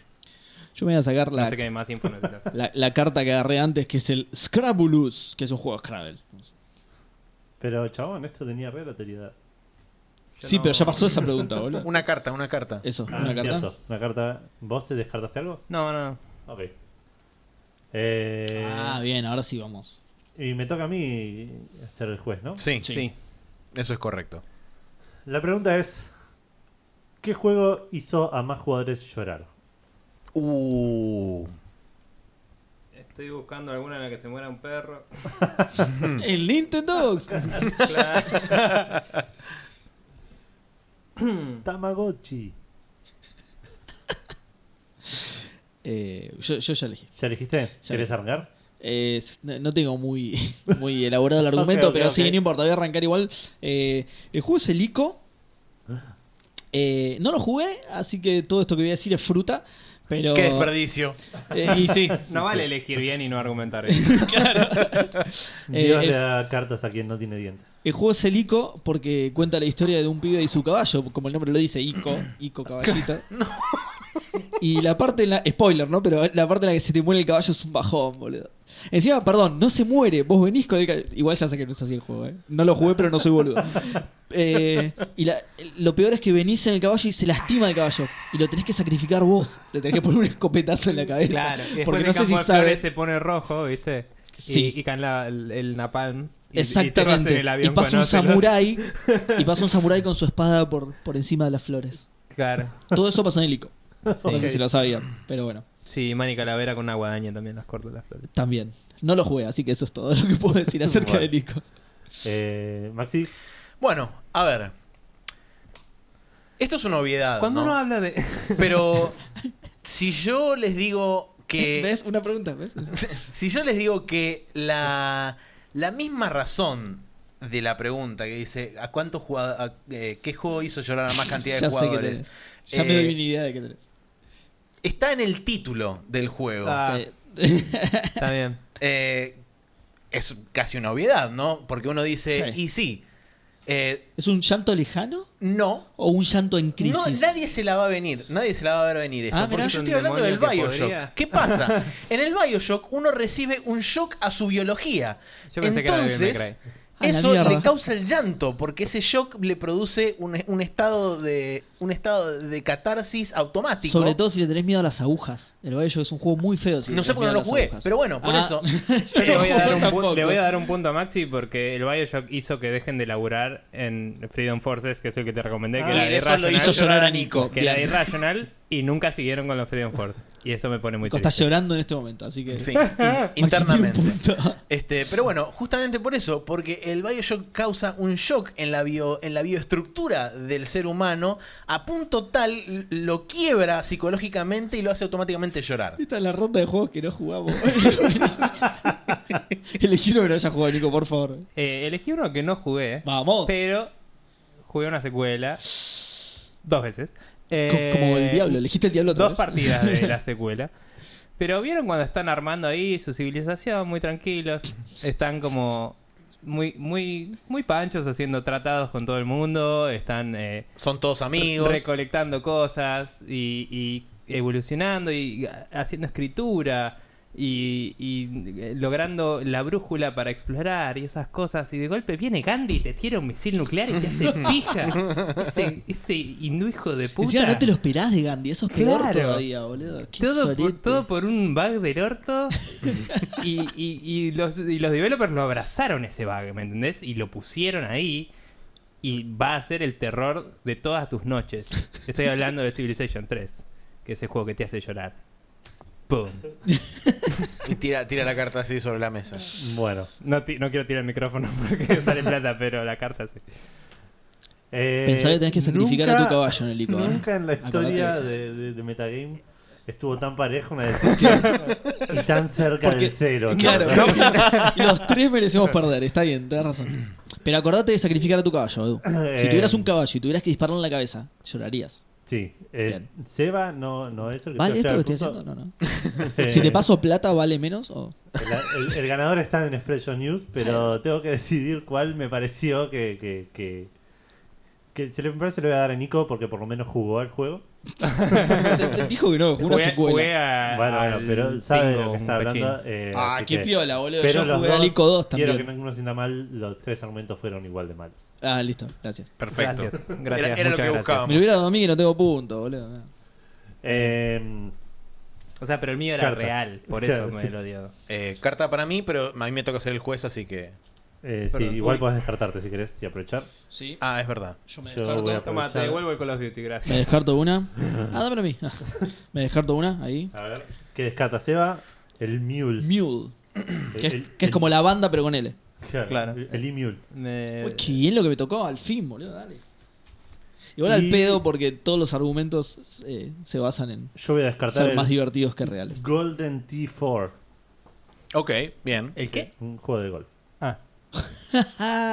S2: Yo me voy a sacar
S4: No
S2: la,
S4: sé qué más info necesitas.
S2: la, la carta que agarré antes, que es el Scrabulous, que es un juego de Scrabble.
S1: Pero chabón, esto tenía re aleatoriedad.
S2: <laughs>
S4: Yo
S2: sí,
S4: no-
S2: pero ya pasó esa pregunta,
S4: <laughs>
S2: boludo.
S3: Una carta, una carta.
S2: Eso,
S1: Ah,
S2: una carta.
S1: cierto. Una carta. ¿Vos te descartaste algo?
S4: No, no.
S1: Ok. Eh,
S2: Ah, bien, ahora sí vamos.
S1: Y me toca a mí ser el juez, ¿no?
S3: Sí,
S4: Sí.
S3: eso es correcto.
S1: La pregunta es: ¿Qué juego hizo a más jugadores llorar?
S3: Uh.
S4: Estoy buscando alguna en la que se muera un <laughs> perro. Mm.
S2: El Nintendo.
S4: <laughs>
S2: Mm.
S1: Tamagotchi.
S2: Eh, yo, yo ya elegí.
S1: ¿Ya elegiste? ¿Querés
S2: elegí.
S1: arrancar?
S2: Eh, s- no no tengo muy, <laughs> muy
S1: <laughs>
S2: elaborado el argumento,
S1: Ok, ok,
S2: pero sí,
S1: ok.
S2: no importa, voy a arrancar igual. Eh, el juego es el ICO.
S1: Ah.
S2: Eh, no lo jugué, así que todo esto que voy a decir es fruta. Pero.
S3: Qué desperdicio.
S2: Eh, y
S3: <laughs>
S2: sí.
S4: No vale elegir bien y no argumentar.
S2: Eh,
S1: Dios
S2: el-
S1: le da cartas a quien no tiene dientes.
S2: El juego es el Ico porque cuenta la historia de un pibe y su caballo, como el nombre lo dice, Ico, Ico
S4: <laughs>
S2: caballito. Y la parte en la. Spoiler, ¿no? Pero la parte en la que se te muere el caballo es un bajón, boludo. Encima, perdón, no se muere, vos venís con el caballo. Igual ya sé que no es así el juego, ¿eh? No lo jugué, pero no soy
S4: <laughs>
S2: boludo. Eh, y la- lo peor es que venís en el caballo y se lastima el caballo. Y lo tenés que sacrificar vos. Le tenés que poner un escopetazo en la <laughs> cabeza.
S4: Claro, y después
S2: porque
S4: el
S2: no sé
S4: campo
S2: si
S4: de
S2: sabe.
S4: flores se pone rojo, ¿viste? Y-
S2: Sí.
S4: Y, caen la- el, el napalm. y- y te vas en
S2: Exactamente.
S4: el
S2: Y,
S4: avión
S2: pasa
S4: con
S2: un
S4: Ocelot.
S2: samurái. Y pasa un samurái con su espada por, por encima de las flores.
S4: <laughs> Claro.
S2: Todo eso pasa en el ICO. No
S1: Ok.
S2: sé si lo sabían, pero bueno,
S4: Sí, Manny Calavera con una guadaña también las corta las flores.
S2: también. No lo jugué, así que eso es todo lo que puedo decir acerca
S1: Bueno.
S2: del ICO.
S1: Eh, Maxi,
S3: Bueno, a ver. Esto es una obviedad.
S4: Cuando
S3: Ah, ¿no?
S4: uno
S3: <laughs>
S4: habla de.
S3: Pero si yo les digo que.
S2: ¿Ves? Una pregunta, ¿ves?
S3: <laughs> Si yo les digo que la, la misma razón de la pregunta que dice ¿a cuántos jugado- a- eh, qué juego hizo llorar a más cantidad de
S2: Ya sé que
S3: jugadores?
S2: tenés. Ya me doy
S3: Eh,
S2: una idea de qué tenés.
S3: Está en el título del juego.
S4: Ah.
S2: Sí. <laughs>
S4: Está bien.
S3: Eh, es casi una obviedad, ¿no? Porque uno dice,
S2: Sí.
S3: y sí, eh,
S2: ¿Es un llanto lejano
S3: no,
S2: o un llanto en
S3: no,
S2: crisis?
S3: nadie se la va a venir, nadie se la va a ver venir esto.
S2: Ah,
S3: porque
S2: mirá.
S3: yo
S4: Es un
S3: estoy hablando del
S4: demonio que
S3: Bioshock.
S4: podría.
S3: ¿Qué
S4: <laughs>
S3: pasa? en el Bioshock uno recibe un shock a su biología.
S4: Yo pensé que era Devil May
S3: Entonces,
S4: Cry.
S2: A Ah, la
S3: eso le
S2: mierda.
S3: causa el llanto, porque ese shock le produce un, un estado de un estado de catarsis automático.
S2: Sobre todo si le tenés miedo a las agujas. El Bioshock es un juego muy feo. Si le
S3: No sé
S2: tenés
S3: por qué no
S2: miedo
S3: lo
S2: a las
S3: jugué,
S2: agujas.
S3: pero bueno, por
S2: Ah, <laughs>
S3: eso.
S4: Yo le voy, a
S3: <laughs>
S4: dar un pu-
S2: Tampoco.
S4: le voy a dar un punto a Maxi porque el Bioshock hizo que dejen de laburar en Freedom Forces, que es el que te recomendé, que
S1: Ah,
S3: y
S4: era de
S3: eso lo
S4: Irrational,
S3: hizo llorar a Nico.
S4: que era de
S2: Bien.
S4: Irrational, y nunca siguieron con los Freedom Force. Y eso me pone muy
S2: Está
S4: triste.
S2: llorando en este momento, así que.
S4: <laughs>
S2: <laughs>
S3: Sí,
S2: Maxi
S3: in-
S2: tiene un
S3: internamente.
S2: punto.
S3: Este, pero bueno, justamente por eso, porque el Bioshock causa un shock en la, bio, en la bioestructura del ser humano, a punto tal l- lo quiebra psicológicamente y lo hace automáticamente llorar.
S2: Esta es la ronda de juegos que no jugamos.
S4: <laughs>
S2: <laughs> Elegí uno que no haya jugado, Nico, por favor.
S4: Eh, elegí uno que no jugué,
S2: Vamos.
S4: pero jugué una secuela dos veces. Eh,
S2: Co- Como el diablo, elegiste el diablo otra
S4: dos
S2: vez. <laughs>
S4: partidas de la secuela. Pero vieron cuando están armando ahí su civilización, muy tranquilos, están como muy muy muy panchos haciendo tratados con todo el mundo, están eh,
S3: Son todos amigos.
S4: recolectando cosas y, y evolucionando y a- haciendo escritura y, y, eh, logrando la brújula para explorar y esas cosas. Y de golpe viene Gandhi y te tira un misil nuclear y
S2: <laughs>
S4: te hace pija. Ese, ese hindú hijo de puta.
S2: Encima no te lo esperás de Gandhi, eso es peor
S4: Claro.
S2: todavía, boludo. Qué
S4: Todo por,
S2: sorete.
S4: todo por un bug
S2: <laughs>
S4: del orto. y, y- y los, y los developers lo abrazaron ese bug, ¿me entendés? Y lo pusieron ahí. Y va a ser el terror de todas tus noches. Estoy hablando de Civilization 3, que es el juego que te hace llorar. ¡Pum!
S3: Y tira, tira la carta así sobre la mesa.
S1: Bueno.
S4: No, ti- no quiero tirar el micrófono <laughs> porque sale plata, pero la carta sí.
S1: Eh,
S2: Pensá que tenés que sacrificar a tu caballo, Nelico, ¿eh?
S1: Nunca en la
S2: Acordate de
S1: historia
S2: eso.
S1: de, de- de Metagame estuvo tan pareja una
S2: <laughs>
S1: decisión y tan cerca
S2: Porque-
S1: del cero. ¿no?
S2: Claro,
S4: <laughs>
S2: no, los tres merecemos perder, está bien, tenés razón. Pero acordate de sacrificar a tu caballo, Edu. Si
S1: Eh,
S2: tuvieras un caballo y tuvieras que dispararle en la cabeza, llorarías.
S1: Sí. eh,
S2: Bien.
S1: Seba no, no es el que se
S2: ¿Vale esto
S1: lleva
S2: que estoy
S1: el
S2: haciendo?
S1: punto.
S2: No, no.
S1: <laughs> Eh,
S2: Si te paso plata, ¿vale menos? O-
S1: El, el- el ganador está en Expression News, pero tengo que decidir cuál me pareció que. que, que que se le me parece que le voy a dar a Nico porque por lo menos jugó al juego.
S2: Te, te dijo que no, jugó una
S4: Jugué, jugué
S2: secuela.
S4: a-
S1: bueno, bueno,
S4: Ah, al
S1: pero sabe de
S4: cinco,
S1: lo que
S4: un
S1: está
S4: cachín.
S1: hablando. eh,
S2: Ah,
S1: así
S2: qué
S1: que-
S2: pilió, boludo.
S1: Pero
S2: Yo
S1: los
S2: jugué al
S1: dos,
S2: ICO 2
S1: quiero que
S2: también.
S1: no uno sienta mal, los tres argumentos fueron igual de malos.
S2: Ah, listo, gracias.
S3: Perfecto.
S4: Gracias,
S3: Era- era
S4: gracias,
S3: lo
S4: muchas
S3: que
S4: gracias.
S2: Me
S3: buscábamos.
S2: lo hubiera dado a mí que no tengo punto, boludo. Ah.
S1: Eh,
S4: O sea, pero el mío era
S1: Carta.
S4: real, por
S1: Claro,
S4: eso me
S1: sí,
S4: lo
S1: sí.
S4: dio.
S3: Eh, carta para mí, pero a mí me toca ser el juez, así que.
S1: eh, sí,
S4: Perdón.
S1: igual
S4: Uy.
S1: podés descartarte si querés y aprovechar.
S5: Sí,
S3: Ah, es verdad.
S5: yo me
S1: yo
S5: descarto.
S1: voy a-
S4: Toma, te
S1: Aprovechar.
S4: devuelvo el Call of Duty,
S2: Me
S4: gracias.
S2: descarto
S1: <laughs>
S2: una. Ah, dámelo a mí. Me descarto una, ahí.
S1: A ver. ¿Qué descarta Seba? El Mule.
S2: Mule, que es,
S1: El-
S2: que es
S1: el-
S2: como la banda, pero con L.
S1: Claro,
S4: Claro.
S1: El el E-Mule.
S4: Me-
S1: Eh,
S2: Uy, qué bien lo que me tocó, al fin, boludo, dale. Igual al
S1: Y-
S2: pedo porque todos los argumentos eh, se basan en
S1: Yo voy a descartar
S2: ser más
S1: el
S2: divertidos que reales.
S1: Golden T4.
S3: Ok, bien.
S4: ¿El qué?
S1: Un juego de golf.
S4: Ah.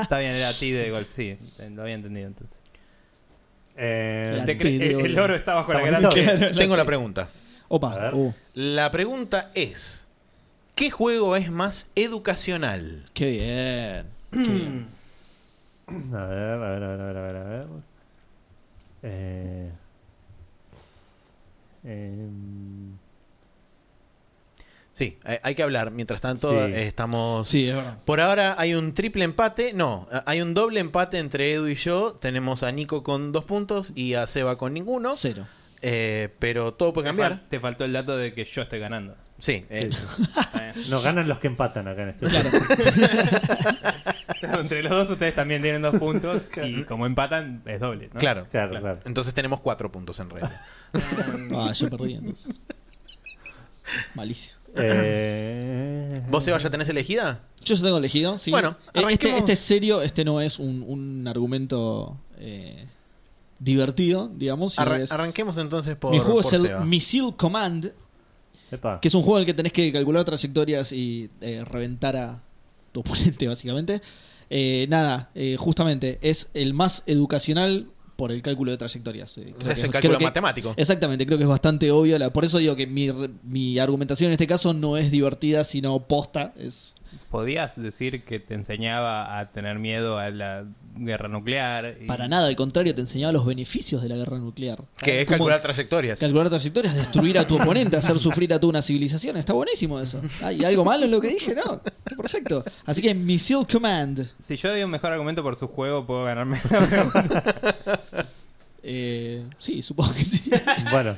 S4: Está bien, era ti de golpe, sí, eh, lo había entendido entonces.
S1: Eh,
S2: La
S4: Se
S2: T
S4: cre-
S2: de
S4: el, el
S2: golpe.
S4: oro está bajo la
S1: Está
S4: gran
S1: bonito.
S2: <laughs>
S4: que-
S3: Tengo la pregunta.
S1: A
S2: Opa,
S1: ver.
S2: uh,
S3: La pregunta es: ¿qué juego es más educacional?
S2: qué bien.
S1: <clears throat>
S4: Mm.
S1: A ver, a ver, a ver, a ver, a ver. a ver. Eh, em,
S3: Sí, hay, hay que hablar. Mientras tanto,
S1: Sí.
S3: eh, estamos.
S2: Sí, es verdad.
S3: Por ahora hay un triple empate. No, eh, hay un doble empate entre Edu y yo. Tenemos a Nico con dos puntos y a Seba con ninguno.
S2: Cero.
S3: Eh, pero todo puede
S4: Te
S3: cambiar.
S4: fal- Te faltó el dato de que yo estoy <laughs> ganando.
S3: Sí, eh,
S4: Está bien.
S1: no, ganan los que empatan acá en este
S2: Claro.
S4: Pero Entre los dos ustedes también tienen dos <laughs> puntos y como empatan es doble, ¿no?
S3: claro.
S1: Claro, claro.
S3: Entonces tenemos cuatro puntos en realidad.
S2: Ah, yo perdí entonces. Malicio.
S1: Eh,
S3: ¿Vos, Seba, ya tenés elegida?
S2: Yo ya tengo elegido, sí.
S3: Bueno,
S2: Eh, este,
S3: arranquemos.
S2: este es serio, este no es un, un argumento eh, divertido, digamos. sino
S3: Arra-
S2: que es-
S3: arranquemos entonces por,
S2: Mi juego
S3: por
S2: es el
S3: Seba.
S2: Missile Command,
S1: <laughs> epa.
S2: que es un juego en el que tenés que calcular trayectorias y eh, reventar a tu oponente, <laughs> básicamente. Eh, nada, eh, justamente, es el más educacional por el cálculo de trayectorias. eh, creo que
S3: Es el
S2: creo
S3: cálculo
S2: que-
S3: matemático.
S2: Exactamente, creo que es bastante obvio. la- por eso digo que mi, re- mi argumentación en este caso no es divertida, sino posta. Es
S4: podías decir que te enseñaba a tener miedo a la guerra nuclear. y-
S2: Para nada, al contrario, te enseñaba los beneficios de la guerra nuclear.
S3: Que es
S2: Como
S3: calcular trayectorias.
S2: Calcular trayectorias, destruir a tu oponente, hacer sufrir a toda una civilización. Está buenísimo eso. ¿Hay algo malo en lo que dije? No. Está perfecto. Así que Missile Command.
S4: Si yo doy un mejor argumento por su juego, puedo ganarme la pregunta.
S2: Eh, sí, supongo
S1: <laughs>
S2: que sí.
S1: Bueno,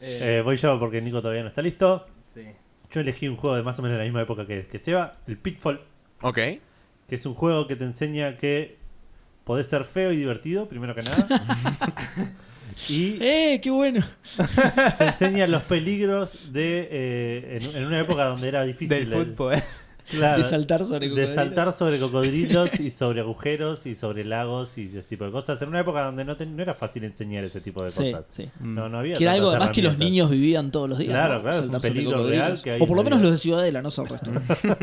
S4: Eh,
S1: eh, voy yo porque Nico todavía no está listo.
S4: <laughs> sí.
S1: Yo elegí un juego de más o menos la misma época que, que Seba, el Pitfall,
S3: Ok.
S1: que es un juego que te enseña que podés ser feo y divertido, primero que nada. y
S2: ¡Eh, qué bueno!
S1: te enseña los peligros de eh, en, en una época donde era difícil
S4: Del
S1: el-
S4: <laughs> fútbol.
S1: claro,
S2: De saltar sobre
S1: de
S2: cocodrilos.
S1: saltar sobre cocodrilos y sobre agujeros y sobre lagos y ese tipo de cosas. En una época donde no, te- no era fácil enseñar ese tipo de
S2: Sí,
S1: cosas.
S2: sí.
S1: No, no había
S2: Que era algo
S1: tantas
S2: además que los
S1: herramientas.
S2: niños vivían todos los días.
S1: Claro,
S2: ¿no?
S1: claro, es un
S2: sobre
S1: peligro
S2: cocodrilos.
S1: real que hay
S2: O por lo
S1: en la
S2: menos
S1: vida.
S2: los de Ciudadela, no son el resto.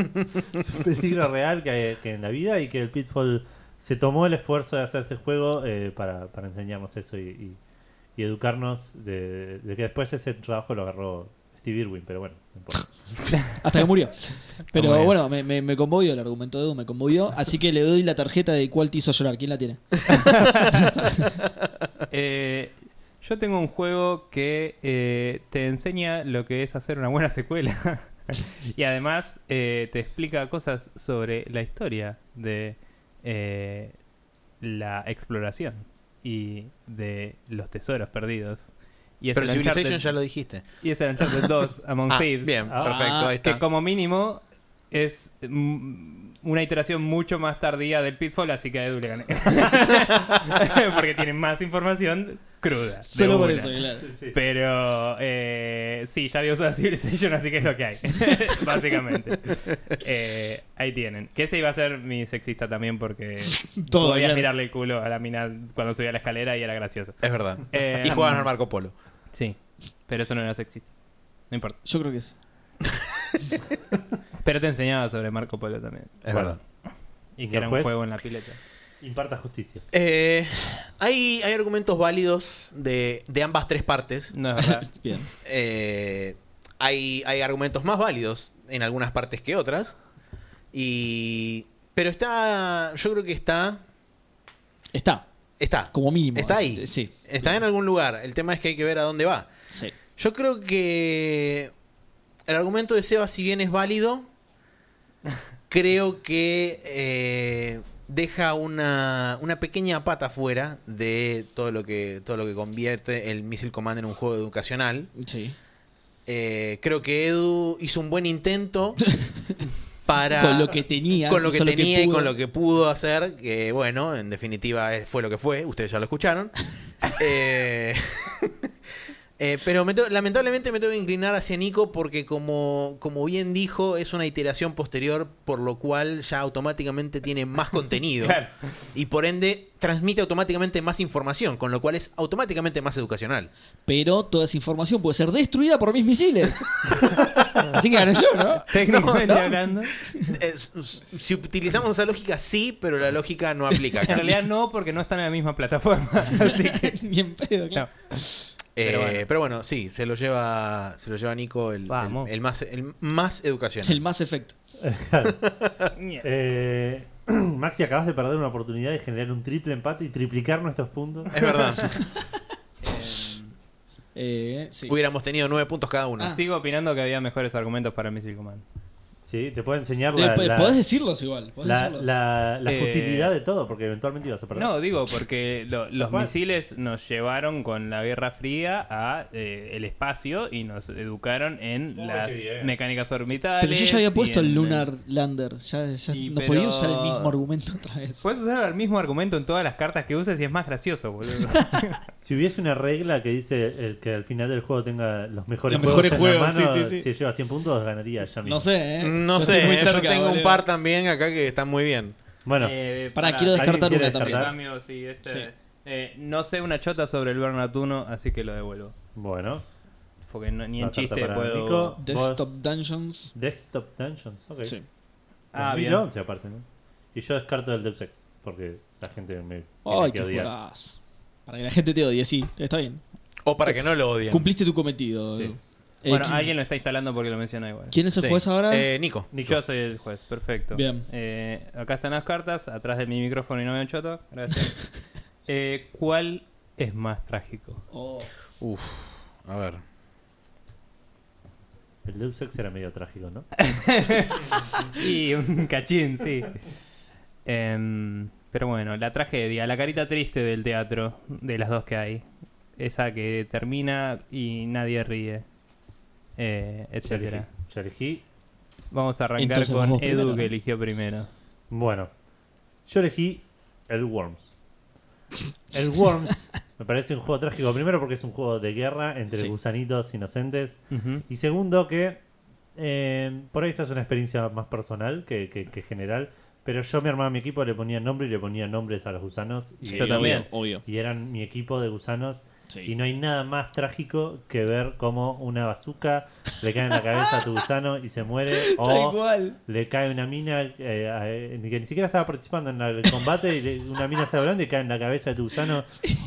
S1: Es un peligro real que, hay- que en la vida y que el Pitfall se tomó el esfuerzo de hacer este juego eh, para, para enseñarnos eso y, y- y educarnos de, de que después ese trabajo lo agarró Steve Irwin, pero bueno, no importa.
S2: Hasta que murió.
S4: Muy
S2: Pero
S4: bien.
S2: bueno, me, me, me conmovió el argumento de Edu, me conmovió. Así que le doy la tarjeta de cuál te hizo llorar. ¿Quién la
S3: <laughs>
S2: tiene?
S4: Eh, yo tengo un juego que eh, te enseña lo que es hacer una buena secuela. <laughs> y además eh, te explica cosas sobre la historia de eh, la exploración y de los tesoros perdidos. Y es
S3: Pero
S4: el
S3: Civilization
S4: Uncharted-
S3: ya lo dijiste.
S4: Y es el Uncharted 2, Among
S3: Ah,
S4: Thieves.
S3: bien,
S1: Ah,
S3: perfecto, ahí
S4: Que
S3: está.
S4: como mínimo es mm, una iteración mucho más tardía del Pitfall, así que a Edu le gané. <laughs> Porque tiene más información cruda. de
S2: Solo por
S4: una.
S2: eso, claro.
S4: Pero eh, sí, ya había usado <laughs> Civilization, así que es lo que hay. <laughs> Básicamente. Eh, ahí tienen. Que ese iba a ser mi sexista también porque
S2: <laughs> Todo,
S4: podías
S2: claro.
S4: mirarle el culo a la mina cuando subía la escalera y era gracioso.
S3: Es verdad.
S4: Eh,
S3: y juegan al Marco Polo.
S4: Sí, pero eso no era sexista. No importa.
S2: Yo creo que sí.
S4: Pero te enseñaba sobre Marco Polo también.
S3: Es
S1: Bueno.
S3: verdad.
S1: Y
S4: Que
S1: que el
S4: era un
S1: juez
S4: juego en la pileta.
S1: imparta justicia.
S3: Eh, hay, hay argumentos válidos de, de ambas tres partes.
S4: <laughs> No es verdad.
S2: <laughs> Bien.
S3: Eh, hay, hay argumentos más válidos en algunas partes que otras. Y. Pero está. Yo creo que está.
S2: Está,
S3: Está.
S2: como mínimo.
S3: Está
S2: Así-
S3: ahí.
S2: Sí,
S3: Está en algún lugar. El tema es que hay que ver a dónde va.
S2: sí.
S3: Yo creo que el argumento de Seba, si bien es válido, creo que eh, deja una, una pequeña pata fuera de todo lo que todo lo que convierte el Missile Command en un juego educacional.
S2: sí.
S3: Eh, creo que Edu hizo un buen intento para
S2: Con lo que tenía.
S3: con lo que
S2: hizo
S3: tenía y
S2: pudo.
S3: con lo que pudo hacer, que bueno, en definitiva eh, fue lo que fue, ustedes ya lo escucharon. Eh, <laughs> eh, pero me tengo- lamentablemente me tengo que inclinar hacia Nico porque como, como bien dijo, es una iteración posterior, por lo cual ya automáticamente tiene más contenido
S4: Claro.
S3: y por ende transmite automáticamente más información, con lo cual es automáticamente más educacional.
S2: Pero toda esa información puede ser destruida por mis misiles.
S3: <laughs>
S2: Así que gané yo, ¿no?
S4: <laughs> Técnicamente hablando.
S3: Es- Eh, si utilizamos esa lógica, sí, pero la lógica no aplica. acá.
S4: En realidad no, porque no están en la misma plataforma. <laughs> Así
S2: <laughs>
S4: que.
S2: Ni en pedo,
S4: No.
S2: claro.
S3: Eh,
S4: Pero
S3: pero,
S4: bueno.
S3: bueno. sí, se lo lleva, se lo lleva Nico el,
S4: Vamos.
S3: el- el más el más educacional.
S2: El más efecto.
S1: Eh, <clears throat> Maxi, acabas de perder una oportunidad de generar un triple empate y triplicar nuestros puntos.
S2: <laughs>
S3: Es verdad.
S2: Eh, sí.
S3: Hubiéramos tenido nueve puntos cada uno.
S2: Ah.
S4: Sigo opinando que había mejores argumentos para Missile Command.
S1: Sí, te puedo enseñar
S2: Te-
S1: la,
S2: po-
S1: la-
S2: podés decirlos igual. podés
S1: la-
S2: decirlos.
S1: la- la
S4: Eh,
S1: futilidad de todo, porque eventualmente ibas a perder.
S4: No, digo, porque lo- los
S1: cual.
S4: misiles nos llevaron con la Guerra Fría a eh, el espacio y nos educaron en
S1: Uy,
S4: las
S1: qué bien.
S4: mecánicas orbitales.
S2: Pero yo ya había
S4: y
S2: puesto
S4: en
S2: el Lunar Lander. Ya, ya
S4: Y
S2: no
S4: pero-
S2: podía usar el mismo argumento otra vez.
S4: Puedes usar el mismo argumento en todas las cartas que uses y es más gracioso, <laughs> boludo.
S1: Si hubiese una regla que dice el que al final del juego tenga los mejores
S2: Los mejores
S1: juegos en la
S2: juegos,
S1: mano,
S2: sí, sí, sí.
S1: si lleva 100 puntos ganaría ya mismo.
S2: No sé, ¿eh?
S3: Mm, No
S2: Yo
S3: sé,
S2: estoy muy
S3: yo
S2: cerca,
S3: tengo un
S2: boludo.
S3: par también acá que están muy bien.
S1: Bueno,
S4: Eh,
S2: Pará,
S4: pará,
S2: quiero
S1: ¿alguien
S2: descartar
S1: quiere
S2: una también.
S1: descartar?
S4: Cambio, sí, este-
S2: Sí.
S4: eh, no sé una chota sobre el Burnout 1, así que lo devuelvo.
S1: bueno.
S4: Porque no- ni en
S1: Una carta
S4: chiste
S1: para
S4: puedo.
S1: Nico.
S2: Desktop
S1: Vos-
S2: Dungeons.
S1: Desktop Dungeons, ok.
S2: Sí.
S4: Ah, bien.
S1: 2011 aparte, ¿no? Y yo descarto el Deus Ex, porque la gente me
S2: Ay,
S1: tiene
S2: qué
S1: que odiar.
S2: juegas. Para que la gente te odie, sí. Está bien.
S3: O para que no lo odien.
S2: Cumpliste tu cometido.
S1: Sí.
S2: Edu. Eh,
S4: Bueno,
S2: ¿qui-
S4: alguien lo está instalando porque lo menciona igual.
S2: ¿Quién es el
S3: Sí.
S2: juez ahora?
S3: Eh, Nico.
S1: Nico.
S4: Yo soy el juez, perfecto.
S2: Bien.
S4: Eh, acá están las cartas, atrás de mi micrófono y no me choto. Gracias.
S2: <laughs>
S4: Eh, ¿Cuál es más trágico?
S2: Oh.
S3: Uf, a ver.
S1: El Deus Ex era medio trágico,
S2: <laughs>
S1: ¿no?
S4: Y un cachín, sí. Em, pero bueno, la tragedia, la carita triste del teatro, de las dos que hay. Esa que termina y nadie ríe. Eh,
S1: Ya elegí.
S4: etcétera.
S1: Ya elegí.
S4: Vamos a arrancar
S2: Entonces,
S4: con Edu
S2: vamos primero,
S4: que
S2: ¿no?
S4: eligió primero.
S1: Bueno, yo elegí el Worms. El
S2: <laughs>
S1: Worms me parece un juego trágico. Primero porque es un juego de guerra entre
S2: Sí.
S1: gusanitos inocentes.
S4: Ujú.
S1: Y segundo que eh, por ahí esta es una experiencia más personal que, que- que general. Pero yo me armaba mi equipo, le ponía nombre y le ponía nombres a los gusanos. Y,
S4: Sí, yo también.
S2: Obvio.
S1: y eran mi equipo de gusanos.
S2: Sí.
S1: Y no hay nada más trágico que ver cómo una bazuca le cae en la cabeza a tu gusano y se muere.
S2: <laughs> Tal
S1: O
S2: cual.
S1: le cae una mina eh, eh, que ni siquiera estaba participando en la- el combate y le- una mina se hablando y cae en la cabeza de tu
S2: <laughs>
S1: gusano.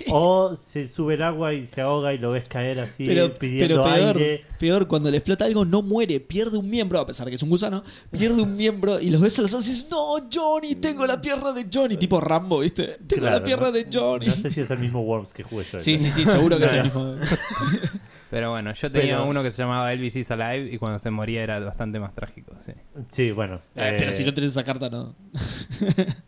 S1: O se sube el agua y se ahoga y lo ves caer así
S2: Pero,
S1: pidiendo
S2: pero peor,
S1: aire.
S2: peor, cuando le explota algo no muere, pierde un miembro, a pesar que es un gusano, pierde un miembro y los ves a los dos y dices, no, Johnny, tengo la pierna de Johnny, tipo Rambo, ¿viste? Tengo
S1: Claro,
S2: la pierna
S1: no-
S2: de Johnny.
S1: No sé si es el mismo Worms que jugué yo.
S2: Sí, sí, sí, seguro que es el
S1: Claro.
S2: mismo.
S4: Pero bueno, yo tenía
S1: Pero-
S4: uno que se llamaba Elvis is Alive y cuando se moría era bastante más trágico. Sí.
S1: Sí, bueno.
S2: Eh,
S1: <laughs>
S2: pero
S1: eh,
S2: si no tenés esa carta, no.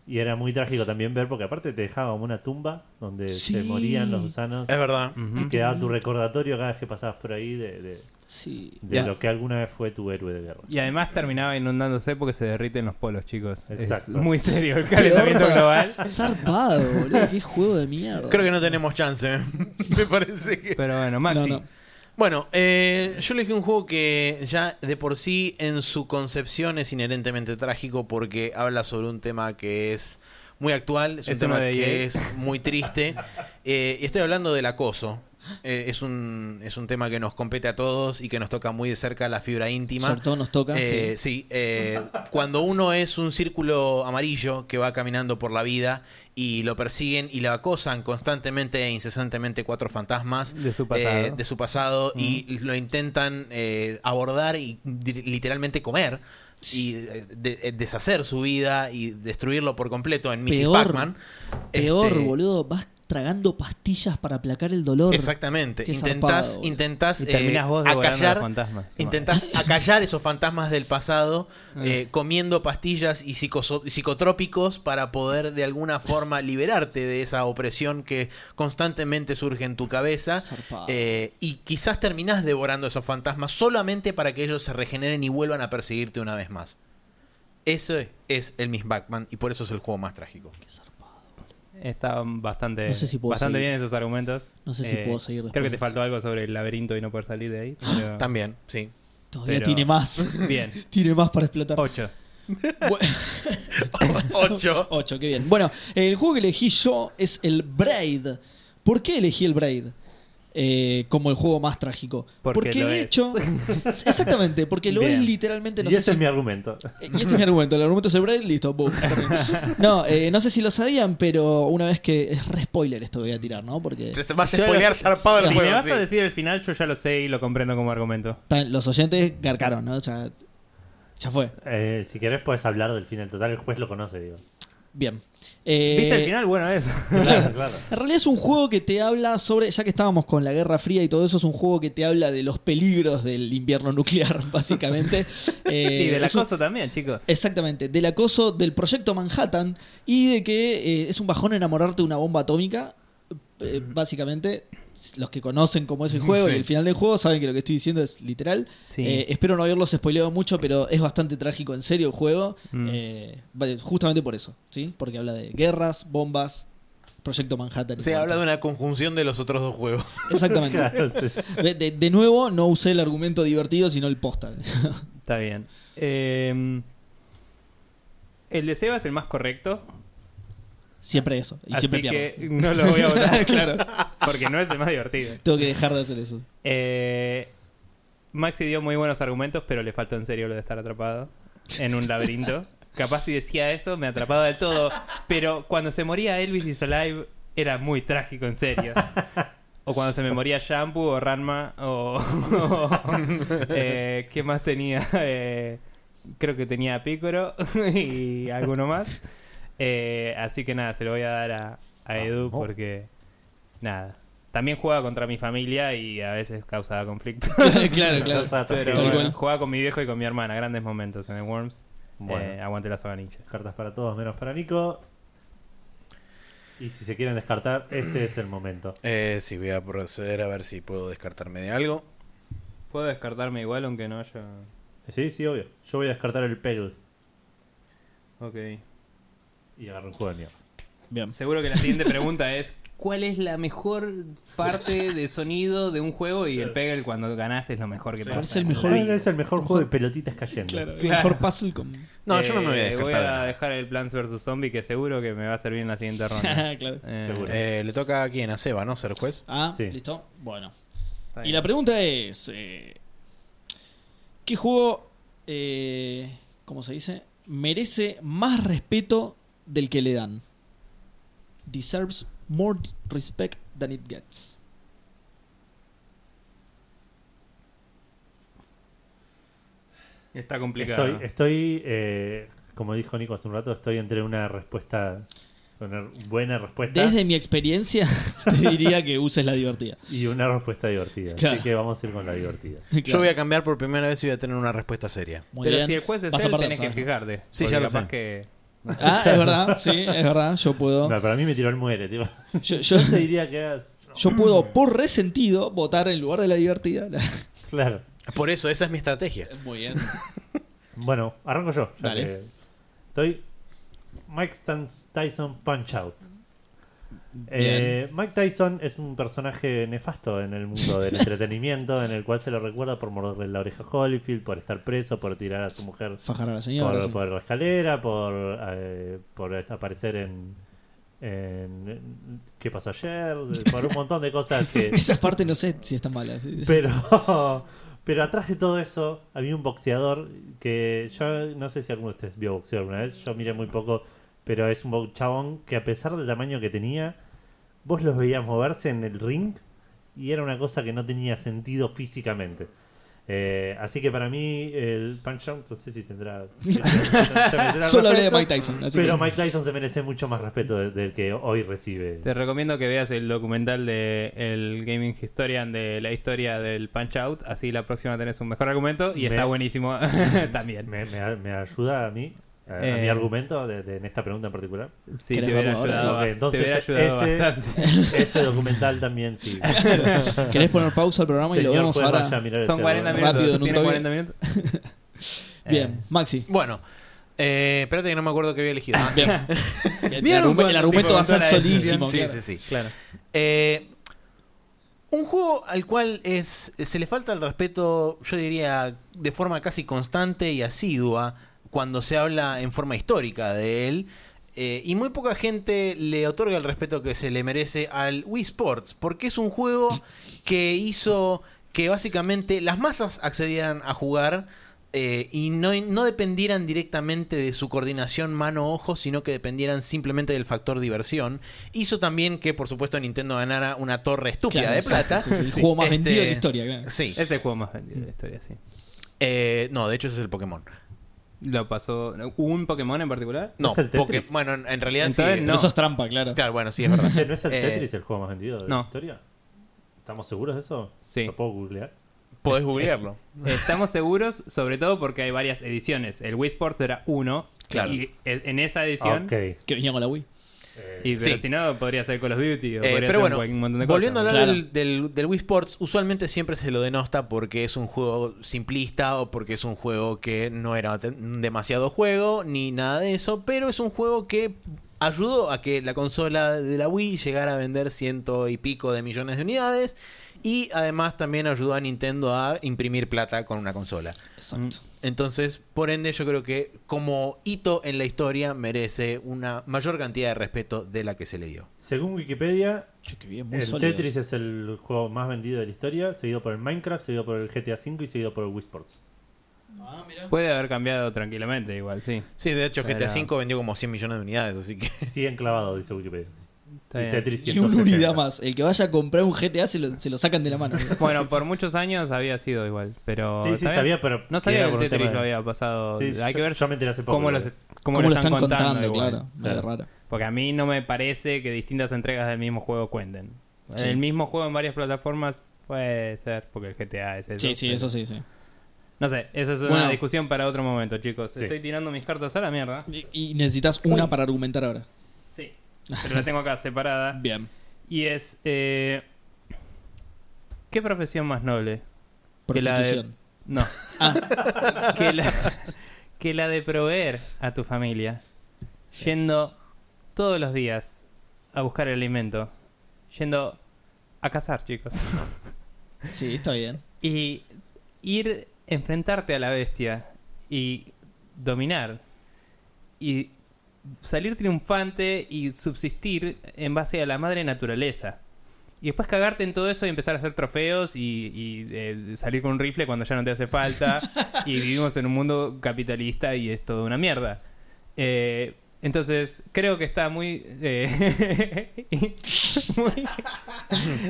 S1: Y era muy trágico también ver, porque aparte te dejaba como una tumba donde se
S2: Sí.
S1: morían los gusanos.
S3: Es verdad.
S2: Mm.
S1: Y quedaba tu recordatorio cada vez que pasabas por ahí de, de-
S2: Sí.
S1: de
S4: Ya.
S1: lo que alguna vez fue tu héroe de guerra.
S4: Y además terminaba inundándose porque se derriten los polos, chicos. Es
S1: Exacto.
S4: muy serio el calentamiento global.
S2: Zarpado, boludo, qué juego de mierda.
S3: Creo que no tenemos chance. <laughs> Me parece que.
S4: Pero bueno, Maxi.
S2: No, no.
S3: Bueno, eh, yo elegí un juego que ya de por sí en su concepción es inherentemente trágico porque habla sobre un tema que es muy actual, es un
S4: Es
S3: tema
S4: uno de
S3: que
S4: EA.
S3: es muy triste. Eh, y estoy hablando del acoso. Eh, es, un, es un tema que nos compete a todos y que nos toca muy de cerca la fibra íntima.
S2: Sobre todo nos toca.
S3: Eh,
S2: sí.
S3: sí, eh, cuando uno es un círculo amarillo que va caminando por la vida y lo persiguen y lo acosan constantemente e incesantemente cuatro fantasmas
S4: De su pasado.
S3: eh, de su pasado y lo intentan eh, abordar y di- literalmente comer y eh, de- eh, deshacer su vida y destruirlo por completo en Mrs.
S2: Peor.
S3: Pac-Man.
S2: Peor,
S3: Este,
S2: boludo, vas tragando pastillas para aplacar el dolor.
S3: Exactamente.
S2: Qué
S3: Intentás,
S2: zarpado, boludo.
S3: intentás
S4: Y
S3: eh,
S4: terminás vos devorando a los
S3: acallar
S4: fantasmas. <laughs>
S3: Intentás acallar esos fantasmas del pasado
S4: Ah.
S3: eh, comiendo pastillas y psicoso- psicotrópicos para poder de alguna forma liberarte de esa opresión que constantemente surge en tu cabeza.
S2: Zarpado.
S3: eh, y quizás terminás devorando esos fantasmas solamente para que ellos se regeneren y vuelvan a perseguirte una vez más. Eso es, es el Miss Backman y por eso es el juego más trágico.
S4: Estaban bastante,
S2: No sé si puedo
S4: bastante
S2: seguir.
S4: bien esos argumentos. Eh,
S2: No sé si puedo seguir
S4: Creo
S2: después
S4: que
S2: de
S4: te
S2: esto. Ah,
S4: faltó algo sobre el laberinto y no poder salir de ahí. pero-
S3: También,
S4: <laughs>
S3: sí. <laughs>
S2: Todavía
S4: pero-
S2: tiene más.
S4: Bien.
S2: Tiene más para explotar.
S4: 8.
S3: Ocho.
S2: 8, qué bien. Bueno, el juego que elegí yo es el Braid. ¿Por qué elegí el Braid? Eh, como el juego más trágico.
S4: Porque lo
S2: de
S4: es. <laughs>
S2: hecho. Exactamente, porque lo
S4: Bien.
S2: es literalmente. este, No
S1: y
S2: sé
S1: ese
S2: si-
S1: es mi argumento.
S2: eh, Y este es mi argumento. El argumento es el Braid, listo. boom, termino.
S4: <laughs>
S2: no, eh, no sé si lo sabían, pero una vez que. Es re spoiler esto que voy a tirar, ¿no? Porque.
S3: Te vas a
S4: Yo-
S3: spoilear zarpado el
S4: Si me
S3: juego.
S4: vas
S3: sí.
S4: a decir el final, yo ya lo sé y lo comprendo como argumento.
S2: tan- Los oyentes garcaron, ¿no? O sea, ya fue.
S1: Eh, si querés puedes hablar del final total, el juez lo conoce, digo.
S2: Bien. Eh,
S4: ¿Viste el final? Bueno, es.
S1: Claro, claro.
S2: En realidad es un juego que te habla sobre, ya que estábamos con la Guerra Fría y todo eso, es un juego que te habla de los peligros del invierno <laughs> nuclear, básicamente. Eh,
S4: <laughs> y del
S2: es un-
S4: acoso también, chicos.
S2: Exactamente, del acoso del proyecto Manhattan y de que eh, es un bajón enamorarte de una bomba atómica. Eh, básicamente, los que conocen cómo es el juego
S4: <laughs>
S3: Sí.
S2: y el final del juego saben que lo que estoy diciendo es literal.
S4: Sí.
S2: Eh, espero no haberlos spoileado mucho, pero es bastante trágico en serio el juego.
S4: Mm.
S2: Eh, vale, justamente por eso, ¿sí? Porque habla de guerras, bombas, proyecto Manhattan. y
S3: Se
S2: cuanto.
S3: habla de una conjunción de los otros dos juegos.
S2: Exactamente.
S3: <laughs>
S1: Claro, sí, sí.
S2: De, de- de nuevo, no usé el argumento divertido, sino el posta. <laughs>
S4: Está bien. Eh, el de Seba es el más correcto.
S2: Siempre eso. Y
S4: así
S2: siempre pierdo.
S4: que no lo voy a
S2: <laughs>
S4: votar.
S2: Claro.
S4: Porque no es el más divertido.
S2: Tengo que dejar de hacer eso.
S4: Eh, Maxi dio muy buenos argumentos, pero le faltó en serio lo de estar atrapado en un laberinto. Capaz si decía eso, me atrapaba del todo. Pero cuando se moría Elvis is Alive, era muy trágico, en serio. O cuando se me moría Shampoo o Ranma o... <laughs> eh, ¿Qué más tenía? Eh, creo que tenía a Picoro <laughs> y alguno más. Eh, así que nada, se lo voy a dar a, a Edu
S1: Vamos.
S4: porque... Nada. También jugaba contra mi familia y a veces causaba conflictos.
S2: <laughs> claro, claro.
S1: Cartas para
S4: <laughs> Pero
S2: Tal
S1: todos.
S4: bueno,
S2: cual.
S4: jugaba con mi viejo y con mi hermana. Grandes momentos en el Worms.
S1: Bueno.
S4: Eh, aguante la soga ninja.
S1: Cartas para todos, menos para Nico. Y si se quieren descartar, este es el momento.
S3: Eh, sí, voy a proceder a ver si puedo descartarme de algo.
S4: Puedo descartarme igual aunque no haya...
S1: Sí, sí, obvio. Yo voy a descartar el Peggle
S4: Ok.
S1: y agarro un juego de mierda.
S2: Bien.
S4: Seguro que la siguiente pregunta es ¿cuál es la mejor parte de sonido de un juego? Y el Pegel cuando ganás es lo mejor que
S3: Sí.
S4: pasa.
S2: Parece el mejor.
S1: Ah, Es el mejor juego de pelotitas cayendo.
S2: Claro, el
S4: Claro.
S2: mejor puzzle con.
S3: No, yo no me voy a
S4: Eh,
S3: descartar.
S4: Voy
S3: de
S4: a
S3: nada.
S4: dejar el Plants vs Zombie que seguro que me va a servir en la siguiente ronda.
S2: <laughs> claro.
S4: Eh,
S1: Seguro.
S3: Eh, le toca a quién, a Seba, ¿no? Ser juez.
S2: Ah,
S1: Sí.
S2: listo. Bueno. Y
S4: está bien.
S2: la pregunta es: eh, ¿Qué juego, eh, ¿cómo se dice? Merece más respeto del que le dan? Deserves more respect than it gets.
S4: Está complicado.
S1: Estoy, estoy eh, como dijo Nico hace un rato, estoy entre una respuesta, una buena respuesta
S2: Desde mi experiencia, <laughs> te diría que uses la divertida.
S1: y una respuesta divertida.
S2: Claro.
S1: Así que vamos a ir con la divertida.
S3: Yo voy a cambiar por primera vez y voy a tener una respuesta seria.
S2: Muy
S4: Pero
S2: bien.
S4: si el juez es
S2: Vas a
S4: él,
S2: perder,
S4: tenés que
S2: ¿sabes?
S4: fijarte.
S3: Sí,
S4: Porque
S3: ya lo
S4: capaz
S3: sé.
S4: que-
S2: Ah, es
S4: <laughs>
S2: verdad, sí, es verdad. Yo puedo.
S1: No, para mí me tiró el muere, tío.
S2: Yo,
S1: <laughs>
S2: yo-
S1: Yo te diría que hagas.
S2: yo puedo, por resentido, votar en lugar de la divertida. la-
S1: Claro.
S3: Por eso, esa es mi estrategia.
S2: Muy bien.
S1: Bueno, arranco yo. ya
S2: Dale.
S1: que Estoy. Mike Stans- Tyson Punch Out. Eh, Mike Tyson es un personaje nefasto en el mundo del entretenimiento, en el cual se lo recuerda por morderle la oreja a Holyfield, por estar preso, por tirar a su mujer
S2: Fajar a la señora.
S1: por,
S2: sí.
S1: por la escalera, por, eh, por aparecer en, en- en ¿Qué pasó ayer? Por un montón de cosas
S2: <laughs>
S1: que...
S2: Esa parte no sé si está mala. sí.
S1: Pero, <laughs> pero atrás de todo eso había un boxeador que yo no sé si alguno de ustedes vio boxeo alguna vez, yo miré muy poco, pero es un bo- chabón que a pesar del tamaño que tenía, vos los veías moverse en el ring y era una cosa que no tenía sentido físicamente. Eh, así que para mí el Punch Out, no sé si
S2: <laughs>
S1: tendrá... se merecerá
S2: Solo hablé de
S1: respeto,
S2: Mike Tyson. Así
S1: Pero
S2: que-
S1: Mike Tyson se merece mucho más respeto de- del que hoy recibe.
S4: Te recomiendo que veas el documental de el Gaming Historian de la historia del Punch Out, así la próxima tenés un mejor argumento y
S1: Me-
S4: está buenísimo <laughs> también.
S1: Eh, ¿Me, me- me ayuda a mí? A, a
S4: Eh.
S1: mi argumento de- de- en esta pregunta en
S2: <laughs>
S1: particular.
S4: Sí, te
S2: ¿Querés verlo
S4: hubiera
S2: ahora?
S4: ayudado,
S1: Ok,
S4: ba-
S1: entonces,
S4: te hubiera ayudado
S1: ese-
S4: bastante.
S1: Ese Este documental también,
S2: <laughs>
S1: sí.
S2: ¿Querés poner pausa al programa y lo
S1: Señor,
S2: vemos
S1: pues,
S2: ahora?
S1: vaya a mirar el
S4: Son 40
S1: celular.
S4: minutos.
S2: Rápido, en un
S4: ¿Tiene
S2: toque.
S4: 40 minutos?
S2: Bien, Maxi.
S3: Bueno, eh, espérate que no me acuerdo qué había elegido. <laughs> Ah, sí.
S4: <laughs>
S2: Bien. El,
S4: ¿Vieron
S2: argumento- el
S4: cuando
S2: argumento
S4: tipo
S2: va a ser
S4: toda la
S2: solísimo.
S3: Sí,
S2: claro.
S3: sí, sí.
S4: Claro.
S3: Eh, un juego al cual es, se le falta el respeto, yo diría, de forma casi constante y asidua cuando se habla en forma histórica de él. eh, y muy poca gente le otorga el respeto que se le merece al Wii Sports, porque es un juego que hizo que básicamente las masas accedieran a jugar eh, y no, no dependieran directamente de su coordinación mano-ojo, sino que dependieran simplemente del factor diversión. Hizo también que, por supuesto, Nintendo ganara una torre estúpida
S2: Claro,
S3: de
S2: exacto,
S3: plata.
S2: sí, sí, el juego más
S3: Este,
S2: vendido de la historia, claro.
S3: Sí.
S4: Es el juego más vendido de la historia, sí.
S3: Eh, no, de hecho ese es el Pokémon.
S4: Lo pasó. ¿Hubo un Pokémon en particular?
S3: No,
S1: ¿Es el Tetris?
S3: Poké- bueno, en, en realidad
S4: Entonces,
S3: sí. eh,
S2: Pero
S4: No.
S2: eso es trampa, claro.
S3: Claro, bueno, sí, es verdad.
S1: Che, ¿No es el
S3: Eh,
S1: Tetris el juego más vendido de
S4: no.
S1: la historia? ¿Estamos seguros de eso?
S4: Sí.
S1: ¿Lo puedo googlear?
S3: Podés googlearlo.
S4: Estamos seguros, sobre todo porque hay varias ediciones. El Wii Sports era uno.
S3: Claro.
S4: Y e- en esa edición.
S1: Ok. Eh,
S2: Que venía con la Wii.
S4: Y, pero
S3: Sí.
S4: si no, podría ser Call of Duty. O
S3: Eh,
S4: podría
S3: pero
S4: ser
S3: bueno,
S4: un montón de
S3: volviendo a
S4: cosas.
S3: hablar
S2: Claro.
S3: del, del- del Wii Sports, usualmente siempre se lo denosta porque es un juego simplista o porque es un juego que no era te- demasiado juego ni nada de eso, pero es un juego que ayudó a que la consola de la Wii llegara a vender ciento y pico de millones de unidades y además también ayudó a Nintendo a imprimir plata con una consola.
S2: Exacto.
S3: Entonces, por ende, yo creo que como hito en la historia merece una mayor cantidad de respeto de la que se le dio.
S1: Según Wikipedia,
S2: Che, qué bien, muy
S1: el
S2: sólido.
S1: Tetris es el juego más vendido de la historia, seguido por el Minecraft, seguido por el GTA V y seguido por el Wii Sports.
S4: Puede haber cambiado tranquilamente, igual, sí.
S3: Sí, de hecho GTA
S4: Era-
S3: V vendió como 100 millones de unidades, así que...
S1: Sí, enclavado, dice Wikipedia.
S4: Está
S1: Y
S4: bien.
S1: Tetris
S2: Y una
S1: 170.
S2: unidad más. El que vaya a comprar un GTA se lo, se lo sacan de la mano.
S4: Bueno, por muchos años había sido igual, pero...
S1: Sí, sí,
S4: Oh, ¿está bien?
S1: sabía, pero.
S4: No sabía
S1: era
S4: que el
S1: por un
S4: Tetris
S1: tema
S4: lo
S1: de-
S4: había pasado.
S1: Sí,
S4: Hay
S1: yo-
S4: que ver
S1: yo me enteré hace poco,
S4: cómo,
S1: pero-
S4: los- cómo lo están, contando, igual.
S2: claro. medio
S1: Claro.
S2: raro.
S4: Porque a mí no me parece que distintas entregas del mismo juego cuenten.
S2: Sí.
S4: El mismo juego en varias plataformas puede ser, porque el GTA es eso.
S2: Sí, sí,
S4: pero-
S2: eso sí, sí.
S4: No sé, eso es
S2: Bueno.
S4: una discusión para otro momento, chicos.
S1: Sí.
S4: Estoy tirando mis cartas a la mierda.
S2: Y, y necesitas una para argumentar ahora.
S4: Sí. Pero la tengo acá separada.
S2: Bien.
S4: Y es... eh, ¿Qué profesión más noble? Que la de-
S2: Prostitución.
S4: No. <laughs> que, la, que la de proveer a tu familia. Yendo todos los días a buscar el alimento. Yendo a cazar, chicos.
S2: Sí, está bien.
S4: Y ir, enfrentarte a la bestia y dominar. Y salir triunfante y subsistir en base a la madre naturaleza. Y después cagarte en todo eso y empezar a hacer trofeos y, y, eh, salir con un rifle cuando ya no te hace falta. y vivimos en un mundo capitalista y es toda una mierda. Eh, entonces, creo que está muy... eh, <laughs> muy-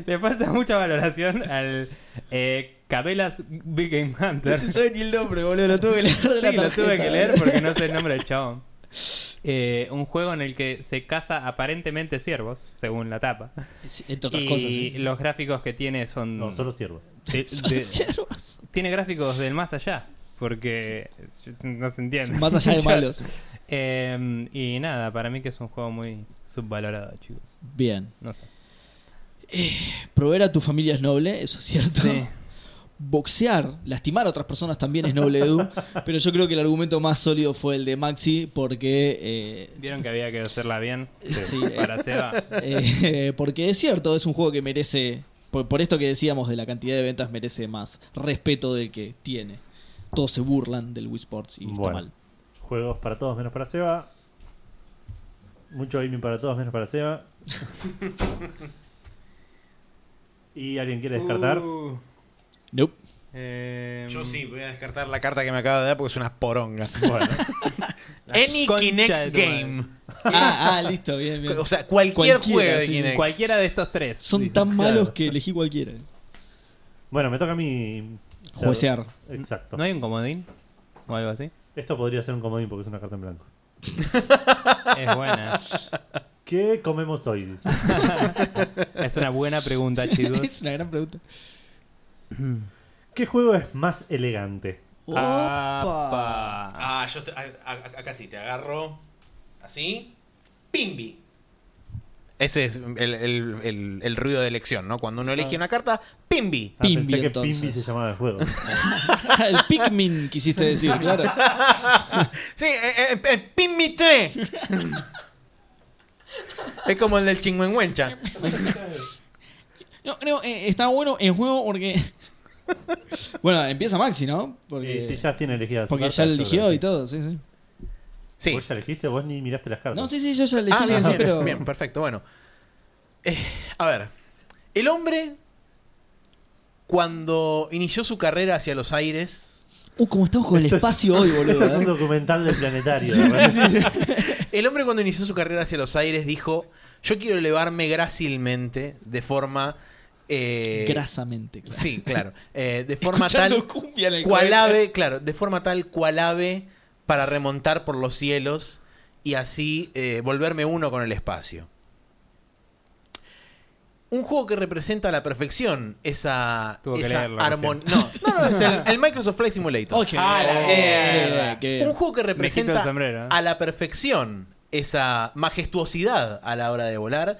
S4: le falta mucha valoración al eh, Cabela's Big Game Hunter.
S2: No se sabe ni el nombre, boludo. Lo tuve que leer de
S4: Sí,
S2: la
S4: lo
S2: tarjeta. ¿eh?
S4: tuve que leer porque no sé el nombre del chabón. Eh, un juego en el que se caza aparentemente ciervos, según la tapa.
S2: <laughs> Sí, Entre otras
S4: y
S2: cosas, ¿eh? <laughs> sí.
S4: los gráficos que tiene son...
S1: No, solo siervos.
S4: <laughs> de-
S2: Son
S4: de-
S2: siervos.
S4: tiene gráficos del más allá, porque no se entiende.
S2: Más
S4: <laughs>
S2: allá de malos.
S4: Eh, y nada, para mí que es un juego muy subvalorado, chicos.
S2: Bien.
S4: No
S2: <laughs>
S4: sé.
S2: Proveer a tu familia es noble, eso es cierto.
S4: Sí.
S2: <laughs> Boxear, lastimar a otras personas también es noble, Edu. pero yo creo que el argumento más sólido fue el de Maxi porque... eh, <laughs>
S4: Vieron que había que hacerla bien
S2: sí, eh,
S4: para Seba.
S2: Eh, porque es cierto, es un juego que merece, por, por esto que decíamos de la cantidad de ventas, merece más respeto del que tiene. Todos se burlan del Wii Sports y está
S1: Bueno.
S2: mal.
S1: Juegos para todos menos para Seba. Mucho gaming para todos menos para Seba. ¿Y alguien quiere <laughs> descartar?
S4: Uh,
S2: Nope.
S4: eh,
S3: Yo sí, voy a descartar la carta que me acaba de dar porque es una poronga.
S1: Bueno,
S3: Any
S4: concha de
S3: Kinect
S4: tu madre.
S3: Game.
S2: Ah, ah, listo, bien, bien.
S3: O sea, cualquier
S2: Cualquiera,
S3: juego de
S2: sí.
S3: Kinect.
S4: Cualquiera de estos tres.
S2: Son
S4: dice.
S2: tan
S1: claro.
S2: malos que elegí cualquiera.
S1: bueno, me toca a mí. ser-
S2: Juecear.
S1: Exacto.
S4: ¿No hay un comodín? ¿O algo así?
S1: Esto podría ser un comodín porque es una carta en blanco.
S4: Es buena.
S1: ¿Qué comemos hoy? Dice.
S4: Es una buena pregunta, chicos.
S2: <laughs> Es una gran pregunta.
S1: ¿Qué juego es más elegante?
S4: Ah,
S2: Opa.
S4: Apa.
S3: Ah, yo te- a- a- acá sí, te agarro así. Pimbi. Ese es el, el- el- el ruido de elección, ¿no? Cuando uno elige una carta, Pimbi.
S1: Ah,
S2: Pimbi,
S1: pensé que
S2: entonces.
S1: Pimbi se llamaba el juego.
S2: <laughs> El Pikmin quisiste decir, claro.
S3: Sí, eh, eh, eh, Pimbi 3. es como el del chingüengüencha.
S2: No, no, eh, está bueno el juego porque. <laughs> Bueno, empieza Maxi, ¿no?
S1: Porque
S2: Porque,
S1: si ya tiene elegida su
S2: porque
S1: carta,
S2: ya lo
S1: yo
S2: eligió
S1: creo
S2: y
S1: que-
S2: todo, sí, sí.
S3: Sí.
S1: ¿Vos ya elegiste? ¿Vos ni miraste las cartas?
S2: No, sí, sí, yo ya elegí,
S3: Ah, bien,
S2: sí,
S3: bien,
S2: pero.
S3: bien, perfecto. Bueno, Eh, a ver, el hombre cuando inició su carrera hacia los aires,
S2: Uh, como estamos con el
S1: Esto es-
S2: espacio hoy,
S1: Esto es
S2: boludo.
S1: un
S2: ¿eh?
S1: documental del planetario.
S2: Sí,
S1: ¿verdad?
S2: sí, sí.
S3: el hombre cuando inició su carrera hacia los aires dijo, yo quiero elevarme grácilmente de forma... <laughs> eh,
S2: Grasamente, claro.
S3: Sí, claro. eh, de forma
S2: Escuchando
S3: tal
S2: cumbia en el
S3: cual
S2: cohete.
S3: ave, claro, de forma tal cual ave para remontar por los cielos y así eh, volverme uno con el espacio. Un juego que representa a la perfección esa,
S4: Tuvo que leerlo
S3: armonía.
S4: recién.
S3: No, no, no, es
S4: <laughs>
S3: el, el Microsoft Flight Simulator.
S2: Ok.
S4: Ah, la
S2: Eh,
S4: mierda.
S2: qué bien.
S3: Un juego que
S4: Me quito el
S3: representa
S4: sombrero, ¿eh?
S3: a la perfección esa majestuosidad a la hora de volar,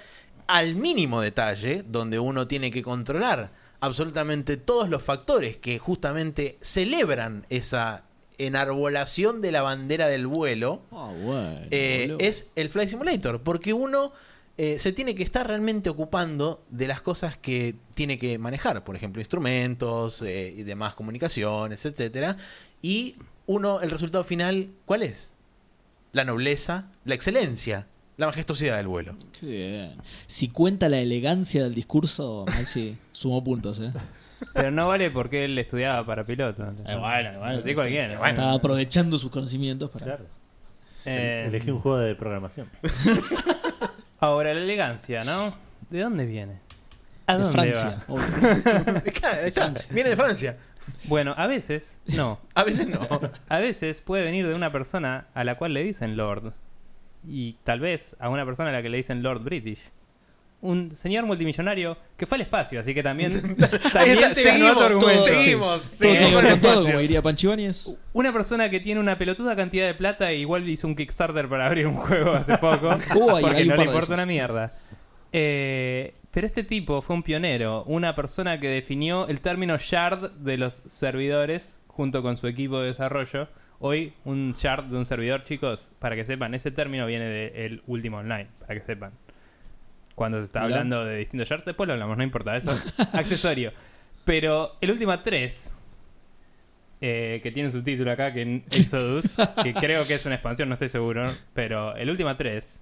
S3: al mínimo detalle, donde uno tiene que controlar absolutamente todos los factores que justamente celebran esa enarbolación de la bandera del vuelo,
S2: Ah, bueno,
S3: eh,
S2: boludo.
S3: es el Flight Simulator, porque uno eh, se tiene que estar realmente ocupando de las cosas que tiene que manejar, por ejemplo, instrumentos eh, y demás comunicaciones, etcétera, y uno el resultado final, ¿cuál es? La nobleza, la excelencia, la majestuosidad del vuelo.
S2: Qué bien. Si cuenta la elegancia del discurso, Maxi, sumo puntos, ¿eh?
S4: Pero no vale porque él estudiaba para piloto.
S2: bueno, bueno.
S4: Sí, cualquiera. eh, bueno.
S2: Estaba aprovechando sus conocimientos para.
S1: Claro.
S4: Eh,
S1: Elegí un juego de programación.
S4: Ahora, la elegancia, ¿no? ¿De dónde viene? ¿A
S2: de
S4: dónde
S2: Francia.
S4: va?
S2: obvio.
S3: Claro, ahí está. Viene de Francia.
S4: Bueno, a veces, no.
S3: A veces no.
S4: A veces puede venir de una persona a la cual le dicen Lord. Y tal vez a una persona a la que le dicen Lord British. Un señor multimillonario que fue al espacio, así
S3: <laughs>
S4: que también,
S3: Ahí está,
S4: también te ganó tu
S3: seguimos,
S4: argumento.
S3: seguimos,
S2: Todo
S3: seguimos
S2: tiene
S3: con
S2: que
S3: el
S2: ver con todo,
S3: espacio.
S2: como diría Panchibáñez.
S4: Una persona que tiene una pelotuda cantidad de plata y igual hizo un Kickstarter para abrir un juego hace poco.
S2: <laughs> Uh, hay-
S4: porque
S2: hay un
S4: no
S2: par
S4: le
S2: de
S4: importa
S2: esos.
S4: una mierda. Eh, pero este tipo fue un pionero, una persona que definió el término shard de los servidores junto con su equipo de desarrollo. Hoy un shard de un servidor, chicos, para que sepan, ese término viene del último online, para que sepan. Cuando se está
S2: Mirá.
S4: hablando de distintos shards, después lo hablamos, no importa, eso <laughs> es accesorio. Pero el último 3, eh, que tiene su título acá, que en Exodus, que creo que es una expansión, no estoy seguro, pero el Ultima 3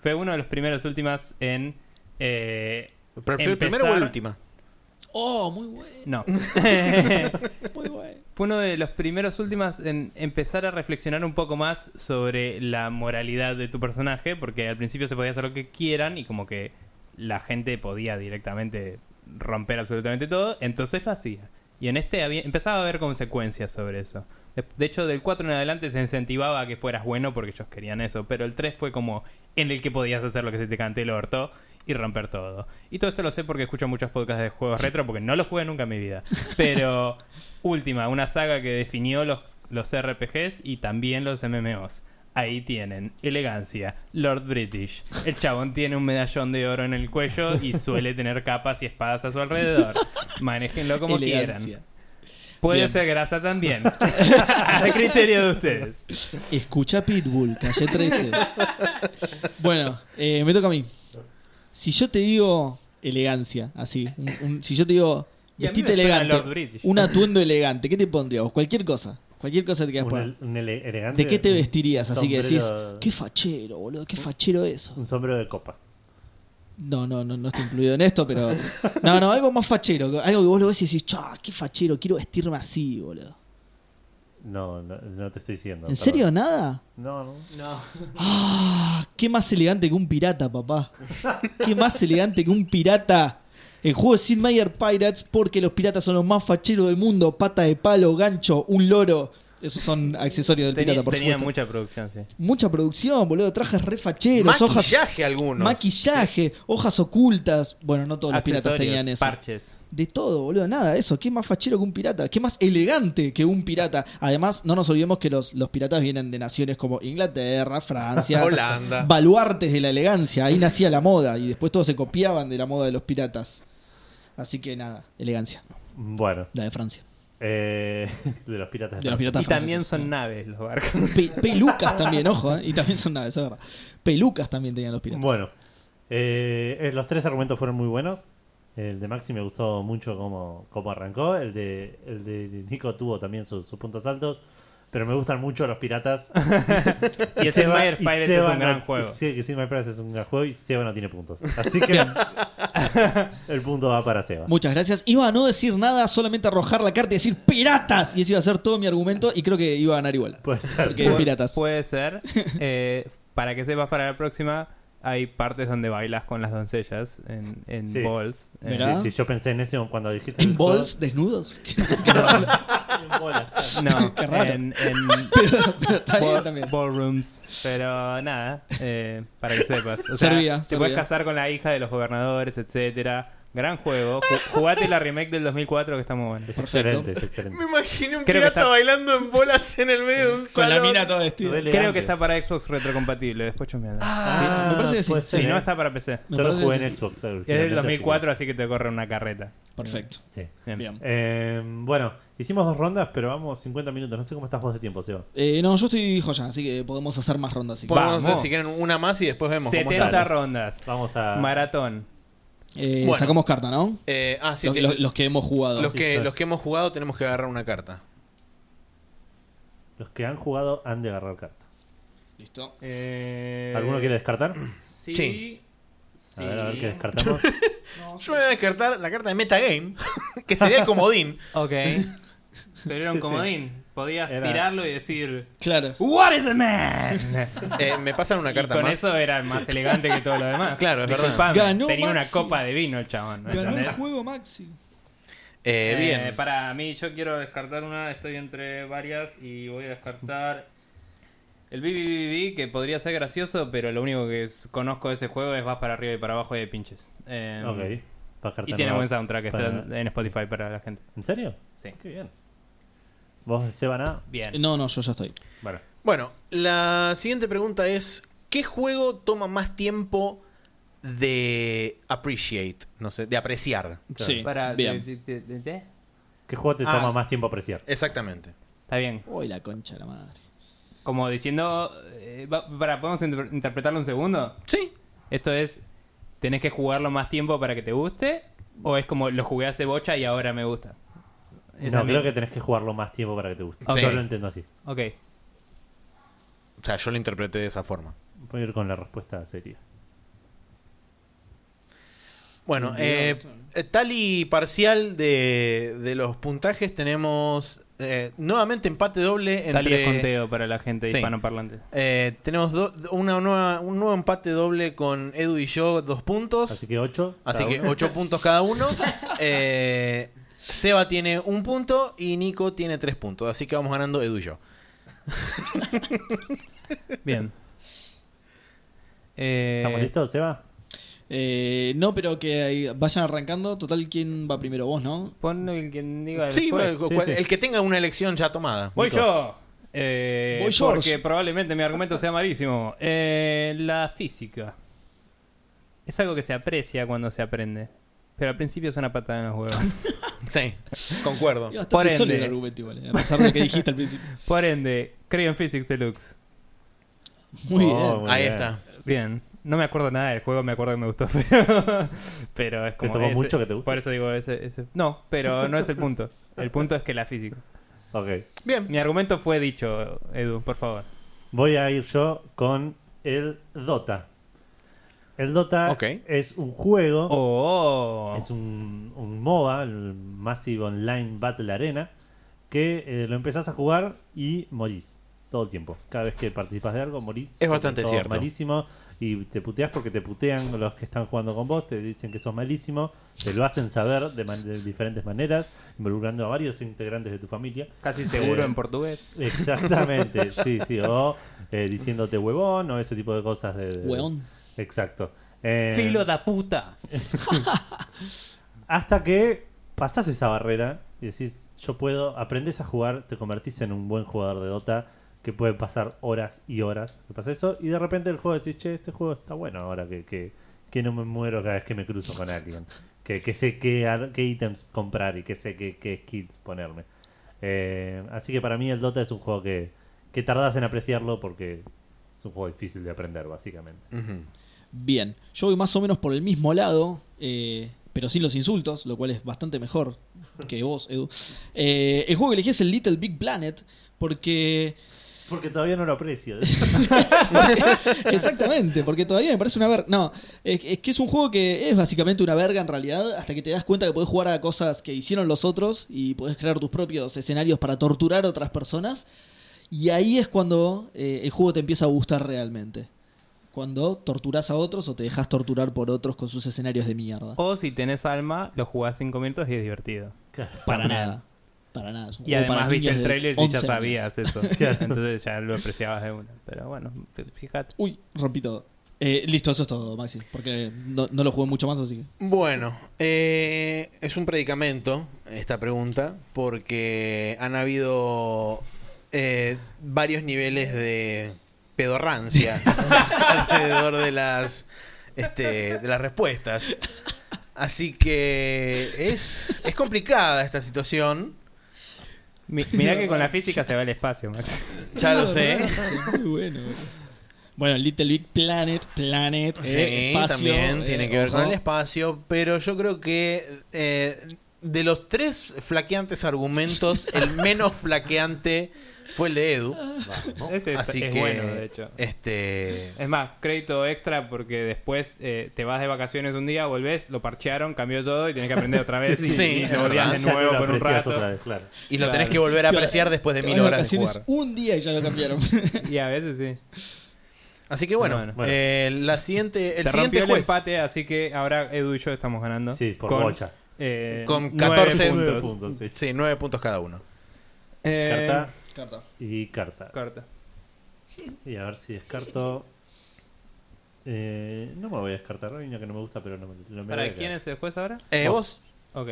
S4: fue uno de los primeros últimas en... eh,
S3: Pero fue el primero o el
S4: Empezar-
S3: último.
S2: Oh, muy bueno,
S4: no.
S2: muy bueno.
S4: fue uno de los primeros últimas en empezar a reflexionar un poco más sobre la moralidad de tu personaje, porque al principio se podía hacer lo que quieran y como que la gente podía directamente romper absolutamente todo, entonces lo hacía. Y en este había, empezaba a haber consecuencias sobre eso. De, de hecho, del 4 en adelante se incentivaba a que fueras bueno porque ellos querían eso, pero el 3 fue como en el que podías hacer lo que se te cante el orto y romper todo. Y todo esto lo sé porque escucho muchos podcasts de juegos retro porque no los jugué nunca en mi vida. Pero última, una saga que definió los, los RPGs y también los MMOs. Ahí tienen, elegancia, Lord British. El chabón tiene un medallón de oro en el cuello
S2: <laughs>
S4: y suele tener capas y espadas a su alrededor. Manéjenlo como quieran.
S2: Elegancia.
S4: Puede
S2: Bien.
S4: ser
S2: <laughs>
S4: grasa también. A criterio de ustedes.
S2: Escucha Pitbull, calle 13. bueno, eh, me toca a mí. Si yo te digo elegancia, así, un- un- si yo te digo
S4: Y a mí
S2: vestite
S4: me suena Lord
S2: elegante,
S4: British.
S2: un atuendo elegante, ¿qué te pondrías? vos? Cualquier cosa, cualquier cosa te quieras
S1: Un,
S2: poner.
S1: ele- un ele- elegante.
S2: ¿De qué te
S1: un
S2: vestirías? Así que decís,
S1: sombrero-
S2: qué fachero, boludo, qué fachero eso.
S1: Un sombrero de copa.
S2: No, no, no, no estoy incluido en esto, pero. No, no, algo más fachero, algo que vos lo ves y decís, chá, qué fachero, quiero vestirme así, boludo.
S1: No, no, no te estoy diciendo.
S2: ¿En
S1: perdón.
S2: serio? ¿Nada?
S1: No, no.
S5: No.
S2: Ah, qué más elegante que un pirata, papá. Qué más elegante que un pirata. El juego es Sid Meier Pirates porque los piratas son los más facheros del mundo. Pata de palo, gancho, un loro. Esos son accesorios del
S4: Tenía,
S2: pirata, por
S4: tenía
S2: supuesto.
S4: mucha producción, sí.
S2: Mucha producción, boludo. Trajes re facheros, hojas,
S3: Maquillaje algunos.
S2: maquillaje, hojas ocultas. Bueno, no todos los piratas
S4: Accesorios,
S2: tenían eso.
S4: parches.
S2: De todo, boludo, nada, eso. ¿Qué más fachero que un pirata? ¿Qué más elegante que un pirata? Además, no nos olvidemos que los, los piratas vienen de naciones como Inglaterra, Francia,
S3: <laughs> Holanda.
S2: baluartes de la elegancia. Ahí nacía la moda y después todos se copiaban de la moda de los piratas. Así que nada, elegancia.
S1: Bueno,
S2: La de Francia.
S1: eh, <laughs> de los piratas.
S2: De
S1: Francia.
S2: los piratas
S4: Y también
S2: franceses.
S4: son naves los barcos.
S2: Pe- pelucas también, ojo, ¿eh? Y también son nada, eso es verdad. Pelucas también tenían los piratas.
S1: Bueno, eh, eh, los tres argumentos fueron muy buenos. El de Maxi me gustó mucho cómo, cómo arrancó. El de, el de Nico tuvo también sus, sus puntos altos. Pero me gustan mucho los
S4: <laughs>
S1: piratas.
S4: Y ese
S1: Seba-
S4: Mayer
S1: y
S4: Pirates es
S1: Seba
S4: un
S1: no-
S4: gran juego.
S1: Sí, que sí, My Pirates es un gran juego y Seba no tiene puntos.
S2: <laughs>
S1: Así que <laughs> el punto va para Seba.
S2: Muchas gracias. Iba a no decir nada, solamente arrojar la carta y decir piratas. Y ese iba a ser todo mi argumento y creo que iba a ganar igual.
S1: Puede ser.
S2: Porque es piratas. <laughs>
S4: Puede ser. Eh, para que sepas, para la próxima hay partes donde bailas con las doncellas en, en
S1: Sí.
S4: balls. Eh,
S2: Mirá.
S1: Sí, sí, yo pensé en ese cuando dijiste.
S2: ¿En balls desnudos? <laughs>
S1: En bolas.
S4: No,
S2: Qué raro.
S4: en, en
S2: Pero <laughs> está bien
S4: ball-
S2: también.
S4: ballrooms. Pero nada, eh, para que sepas. O sea,
S2: Servía,
S4: te
S2: servía.
S4: puedes casar con la hija de los gobernadores, etcétera. Gran juego. Ju- Jugate la remake del 2004 que está muy buena.
S1: Es
S2: Perfecto.
S1: excelente, es excelente.
S3: Me imaginé un
S4: Creo que
S3: pirata
S4: está-
S3: bailando en bolas en el medio de un
S2: Con
S3: salón.
S2: la mina toda vestida.
S1: Re
S4: Creo que
S1: elegante.
S4: está para Xbox retrocompatible. Después chumeala.
S2: Ah, me parece que sí.
S1: puede
S4: si
S1: ser,
S4: no,
S1: ¿eh?
S4: está para PC.
S2: Me
S1: Yo lo
S2: parece
S1: jugué
S2: que
S1: en
S2: sí.
S1: Xbox.
S4: Es del 2004, así que te corre una carreta.
S2: Perfecto.
S1: Sí.
S4: Bien.
S2: Bien.
S1: Eh, bueno, hicimos dos rondas, pero vamos 50 minutos. No sé cómo estás vos de tiempo, Seba.
S2: Eh, no, yo estoy joya, así que podemos hacer más rondas. si
S3: Podemos hacer,
S4: Vamos.
S3: si quieren una más y después vemos cómo
S4: 70
S3: estamos.
S4: rondas.
S1: Vamos a.
S4: Maratón.
S2: querés. Eh,
S3: Bueno.
S2: Sacamos carta, ¿no?
S3: Eh, ah, sí,
S2: los,
S3: te-
S2: los- los que hemos jugado.
S3: los
S1: sí,
S3: que,
S1: claro.
S3: los que hemos jugado tenemos que agarrar una carta.
S1: Los que han jugado han de agarrar carta.
S2: Listo.
S4: Eh,
S1: ¿Alguno quiere descartar?
S4: Sí.
S3: Sí.
S1: A ver, a ver qué descartamos.
S4: <laughs>
S3: <laughs> Yo me voy a descartar la carta de Metagame, que sería el comodín.
S4: Ok. <laughs> Pero era un comodín. Podías
S1: Era-
S4: tirarlo y decir.
S2: Claro.
S4: What <laughs> is a man?
S3: Eh, me pasan una
S4: Y
S3: carta
S4: con
S3: más.
S4: eso era más elegante que todo lo
S3: <laughs>
S4: demás.
S3: Claro, es verdad.
S4: Disculpame,
S2: Ganó
S4: tenía una
S2: Maxi.
S4: copa de vino el chabón. ¿no?
S2: Ganó el
S4: ¿Entendés?
S2: juego Maxi.
S3: Eh, bien.
S4: Eh, para mí, yo quiero descartar una. Estoy entre varias y voy a descartar. El BBBB, que podría ser gracioso, pero lo único que es- conozco de ese juego es vas para arriba y para abajo y de pinches. Eh,
S1: Ok. Para
S4: Y
S1: carta
S4: tiene
S1: nueva.
S4: buen soundtrack, está
S1: Para-
S4: en- en Spotify para la gente.
S1: ¿En serio?
S4: Sí.
S1: Qué bien. ¿Vos, Sebana?
S4: Bien.
S2: Eh, No, no, yo ya estoy.
S1: Bueno.
S3: Bueno, la siguiente pregunta es: ¿qué juego toma más tiempo de appreciate? No sé, de apreciar.
S1: Claro.
S2: Sí.
S4: Para-
S2: bien.
S4: de- de- de- de-
S1: ¿Qué juego te
S4: Ah.
S1: toma más tiempo apreciar?
S3: Exactamente.
S4: Está bien.
S2: Uy, la concha de la madre.
S4: Como diciendo. eh, va- para, ¿Podemos inter- interpretarlo un segundo?
S3: Sí.
S4: Esto es. ¿Tenés que jugarlo más tiempo para que te guste? ¿O es como lo jugué hace bocha y ahora me gusta? Esa
S1: No,
S4: es
S1: creo
S4: mi-
S1: que tenés que jugarlo más tiempo para que te guste.
S3: Sí.
S1: Yo lo entiendo así.
S4: Ok.
S3: O sea, yo lo interpreté de esa forma.
S1: Voy a ir con la respuesta seria.
S3: Bueno, eh, tal y parcial de, de los puntajes tenemos eh, nuevamente empate doble
S4: Tal y es
S3: entre...
S4: conteo para la gente
S3: Sí.
S4: hispanoparlante.
S3: eh, tenemos do- una nueva, un nuevo empate doble con Edu y yo, dos puntos.
S1: Así que 8.
S3: Así que 8 puntos
S1: <laughs>
S3: cada uno. Eh, Seba tiene un punto y Nico tiene 3 puntos. Así que vamos ganando Edu y yo.
S4: Bien. Eh,
S1: <laughs> ¿Estamos listos, Seba?
S2: Eh, no, pero que ahí vayan arrancando. Total, ¿quién va primero? Vos, ¿no?
S4: Ponlo el quien diga
S3: Sí,
S4: después.
S3: cu-
S1: sí,
S3: cu-
S1: sí.
S3: el que tenga una elección ya tomada.
S4: Voy
S1: Nico.
S4: yo. Eh,
S2: Voy yo.
S4: porque probablemente mi argumento sea malísimo. Eh, la física. Es algo que se aprecia cuando se aprende. Pero al principio es una patada en los
S2: <laughs>
S4: huevos.
S3: Sí, concuerdo.
S2: Iba
S4: Por
S2: bastante
S4: ende.
S2: sólido el argumento igual, eh, a pesar de lo que dijiste al principio.
S4: <laughs> Por ende, creo en Physics Deluxe.
S2: Muy
S1: Oh,
S2: bien.
S1: muy
S3: Ahí
S1: bien.
S3: está.
S4: Bien. No me acuerdo nada del juego, me acuerdo que me gustó, <laughs> pero, pero es como...
S1: tomó
S4: ese-
S1: mucho que te guste?
S4: Por eso digo ese, ese- No, pero no es el punto. El punto es que la física.
S1: Ok.
S3: Bien.
S4: Mi argumento fue dicho, Edu, por favor.
S1: Voy a ir yo con el Dota. El Dota
S3: Ok.
S1: es un juego.
S4: Oh,
S1: Es un, un MOBA, el Massive Online Battle Arena, que eh, lo empezás a jugar y morís todo el tiempo. Cada vez que participas de algo, morís. porque
S3: bastante
S1: sos
S3: cierto.
S1: malísimo y te puteas porque te putean los que están jugando con vos, te dicen que sos malísimo, te lo hacen saber de, man- de diferentes maneras, involucrando a varios integrantes de tu familia.
S4: casi seguro
S1: Eh,
S4: en portugués.
S3: <laughs>
S1: Exactamente, sí, sí. O eh, diciéndote huevón o ese tipo de cosas. De, de-
S2: Hueón.
S1: Exacto. Eh,
S4: Filo da puta.
S1: Hasta que pasás esa barrera y decís, yo puedo, aprendes a jugar, te convertís en un buen jugador de Dota, que puede pasar horas y horas, que pasa eso, y de repente el juego decís, che, este juego está bueno ahora que, que, que no me muero cada vez que me cruzo con alguien, que, que sé qué, ar- qué ítems comprar y que sé qué, qué skills ponerme. Eh, así que para mí el Dota es un juego que, que tardás en apreciarlo porque es un juego difícil de aprender, básicamente.
S3: Ujú.
S2: Bien. Yo voy más o menos por el mismo lado, eh, pero sin los insultos, lo cual es bastante mejor que vos, Edu. Eh, el juego que elegí es el Little Big Planet, porque
S1: Porque todavía no lo <laughs> aprecio.
S2: Exactamente, porque todavía me parece una verga. No, es, es que es un juego que es básicamente una verga en realidad, hasta que te das cuenta que podés jugar a cosas que hicieron los otros y podés crear tus propios escenarios para torturar a otras personas. Y ahí es cuando eh, el juego te empieza a gustar realmente. Cuando torturás a otros o te dejas torturar por otros con sus escenarios de mierda.
S4: O si tenés alma, lo jugás 5 minutos y es divertido.
S2: Para nada. Para nada. es un
S4: Y
S2: juego
S4: además
S2: para
S4: viste
S2: niños
S4: el
S2: de
S4: trailer y ya
S2: 11 años.
S4: sabías eso.
S3: <laughs>
S4: Entonces ya lo apreciabas de una. Pero bueno, f- fíjate.
S2: Uy, rompí todo. Eh, listo, eso es todo, Maxi. Porque no, no lo jugué mucho más, así que.
S3: Bueno, eh, es un predicamento esta pregunta porque han habido eh, varios niveles de pedorrancia <laughs> alrededor de las, este, de las respuestas. Así que es, es complicada esta situación, <laughs>
S4: Mi- mirá que con
S3: eh,
S4: la física se va el espacio, Max.
S3: ya lo sé.
S2: <laughs> Muy bueno. Bueno, Little Big Planet, Planet, eh,
S3: Sí,
S2: espacio,
S3: también
S2: eh,
S3: tiene que ver con
S2: ojo.
S3: el espacio, pero yo creo que eh, de los tres flaqueantes argumentos, el
S4: <laughs>
S3: menos flaqueante fue el de Edu.
S1: Vamos.
S4: Ese es-
S3: Así
S4: es
S3: que,
S4: bueno, de hecho.
S3: este,
S4: Es más, crédito extra porque después eh, te vas de vacaciones un día, volvés, lo parchearon, cambió todo y tenés que aprender
S3: <laughs>
S4: otra vez. y,
S3: Sí,
S4: y
S3: es
S4: te volvías
S3: verdad.
S4: de
S1: Ya no
S4: nuevo
S1: lo
S4: por un
S1: apreciás
S4: rato.
S1: otra vez, claro.
S3: y lo
S4: Claro.
S3: tenés que volver a apreciar después de
S2: Te
S3: mil
S2: vas
S3: horas de
S2: vacaciones
S3: jugar.
S2: un día y ya lo
S3: <laughs>
S2: cambiaron.
S4: Y a veces sí.
S3: Así que bueno,
S4: Bueno.
S1: Bueno.
S3: eh, la siguiente, el
S4: Se
S3: siguiente
S4: rompió el
S3: juez.
S4: empate, así que ahora Edu y yo estamos ganando.
S1: Sí, por
S4: con,
S1: bocha.
S4: eh,
S3: Con
S4: nueve
S3: 14
S1: Nueve
S4: puntos.
S1: puntos, sí.
S3: Sí, nueve puntos cada uno.
S4: Eh,
S1: Carta
S2: Carta.
S1: y carta.
S4: Carta.
S1: Y a ver si descarto. Eh, no me voy a descartar. Hay una que no me gusta, pero no me, no me voy
S4: ¿Para
S1: a
S4: quién es el juez ahora?
S3: Eh, vos.
S4: Ok.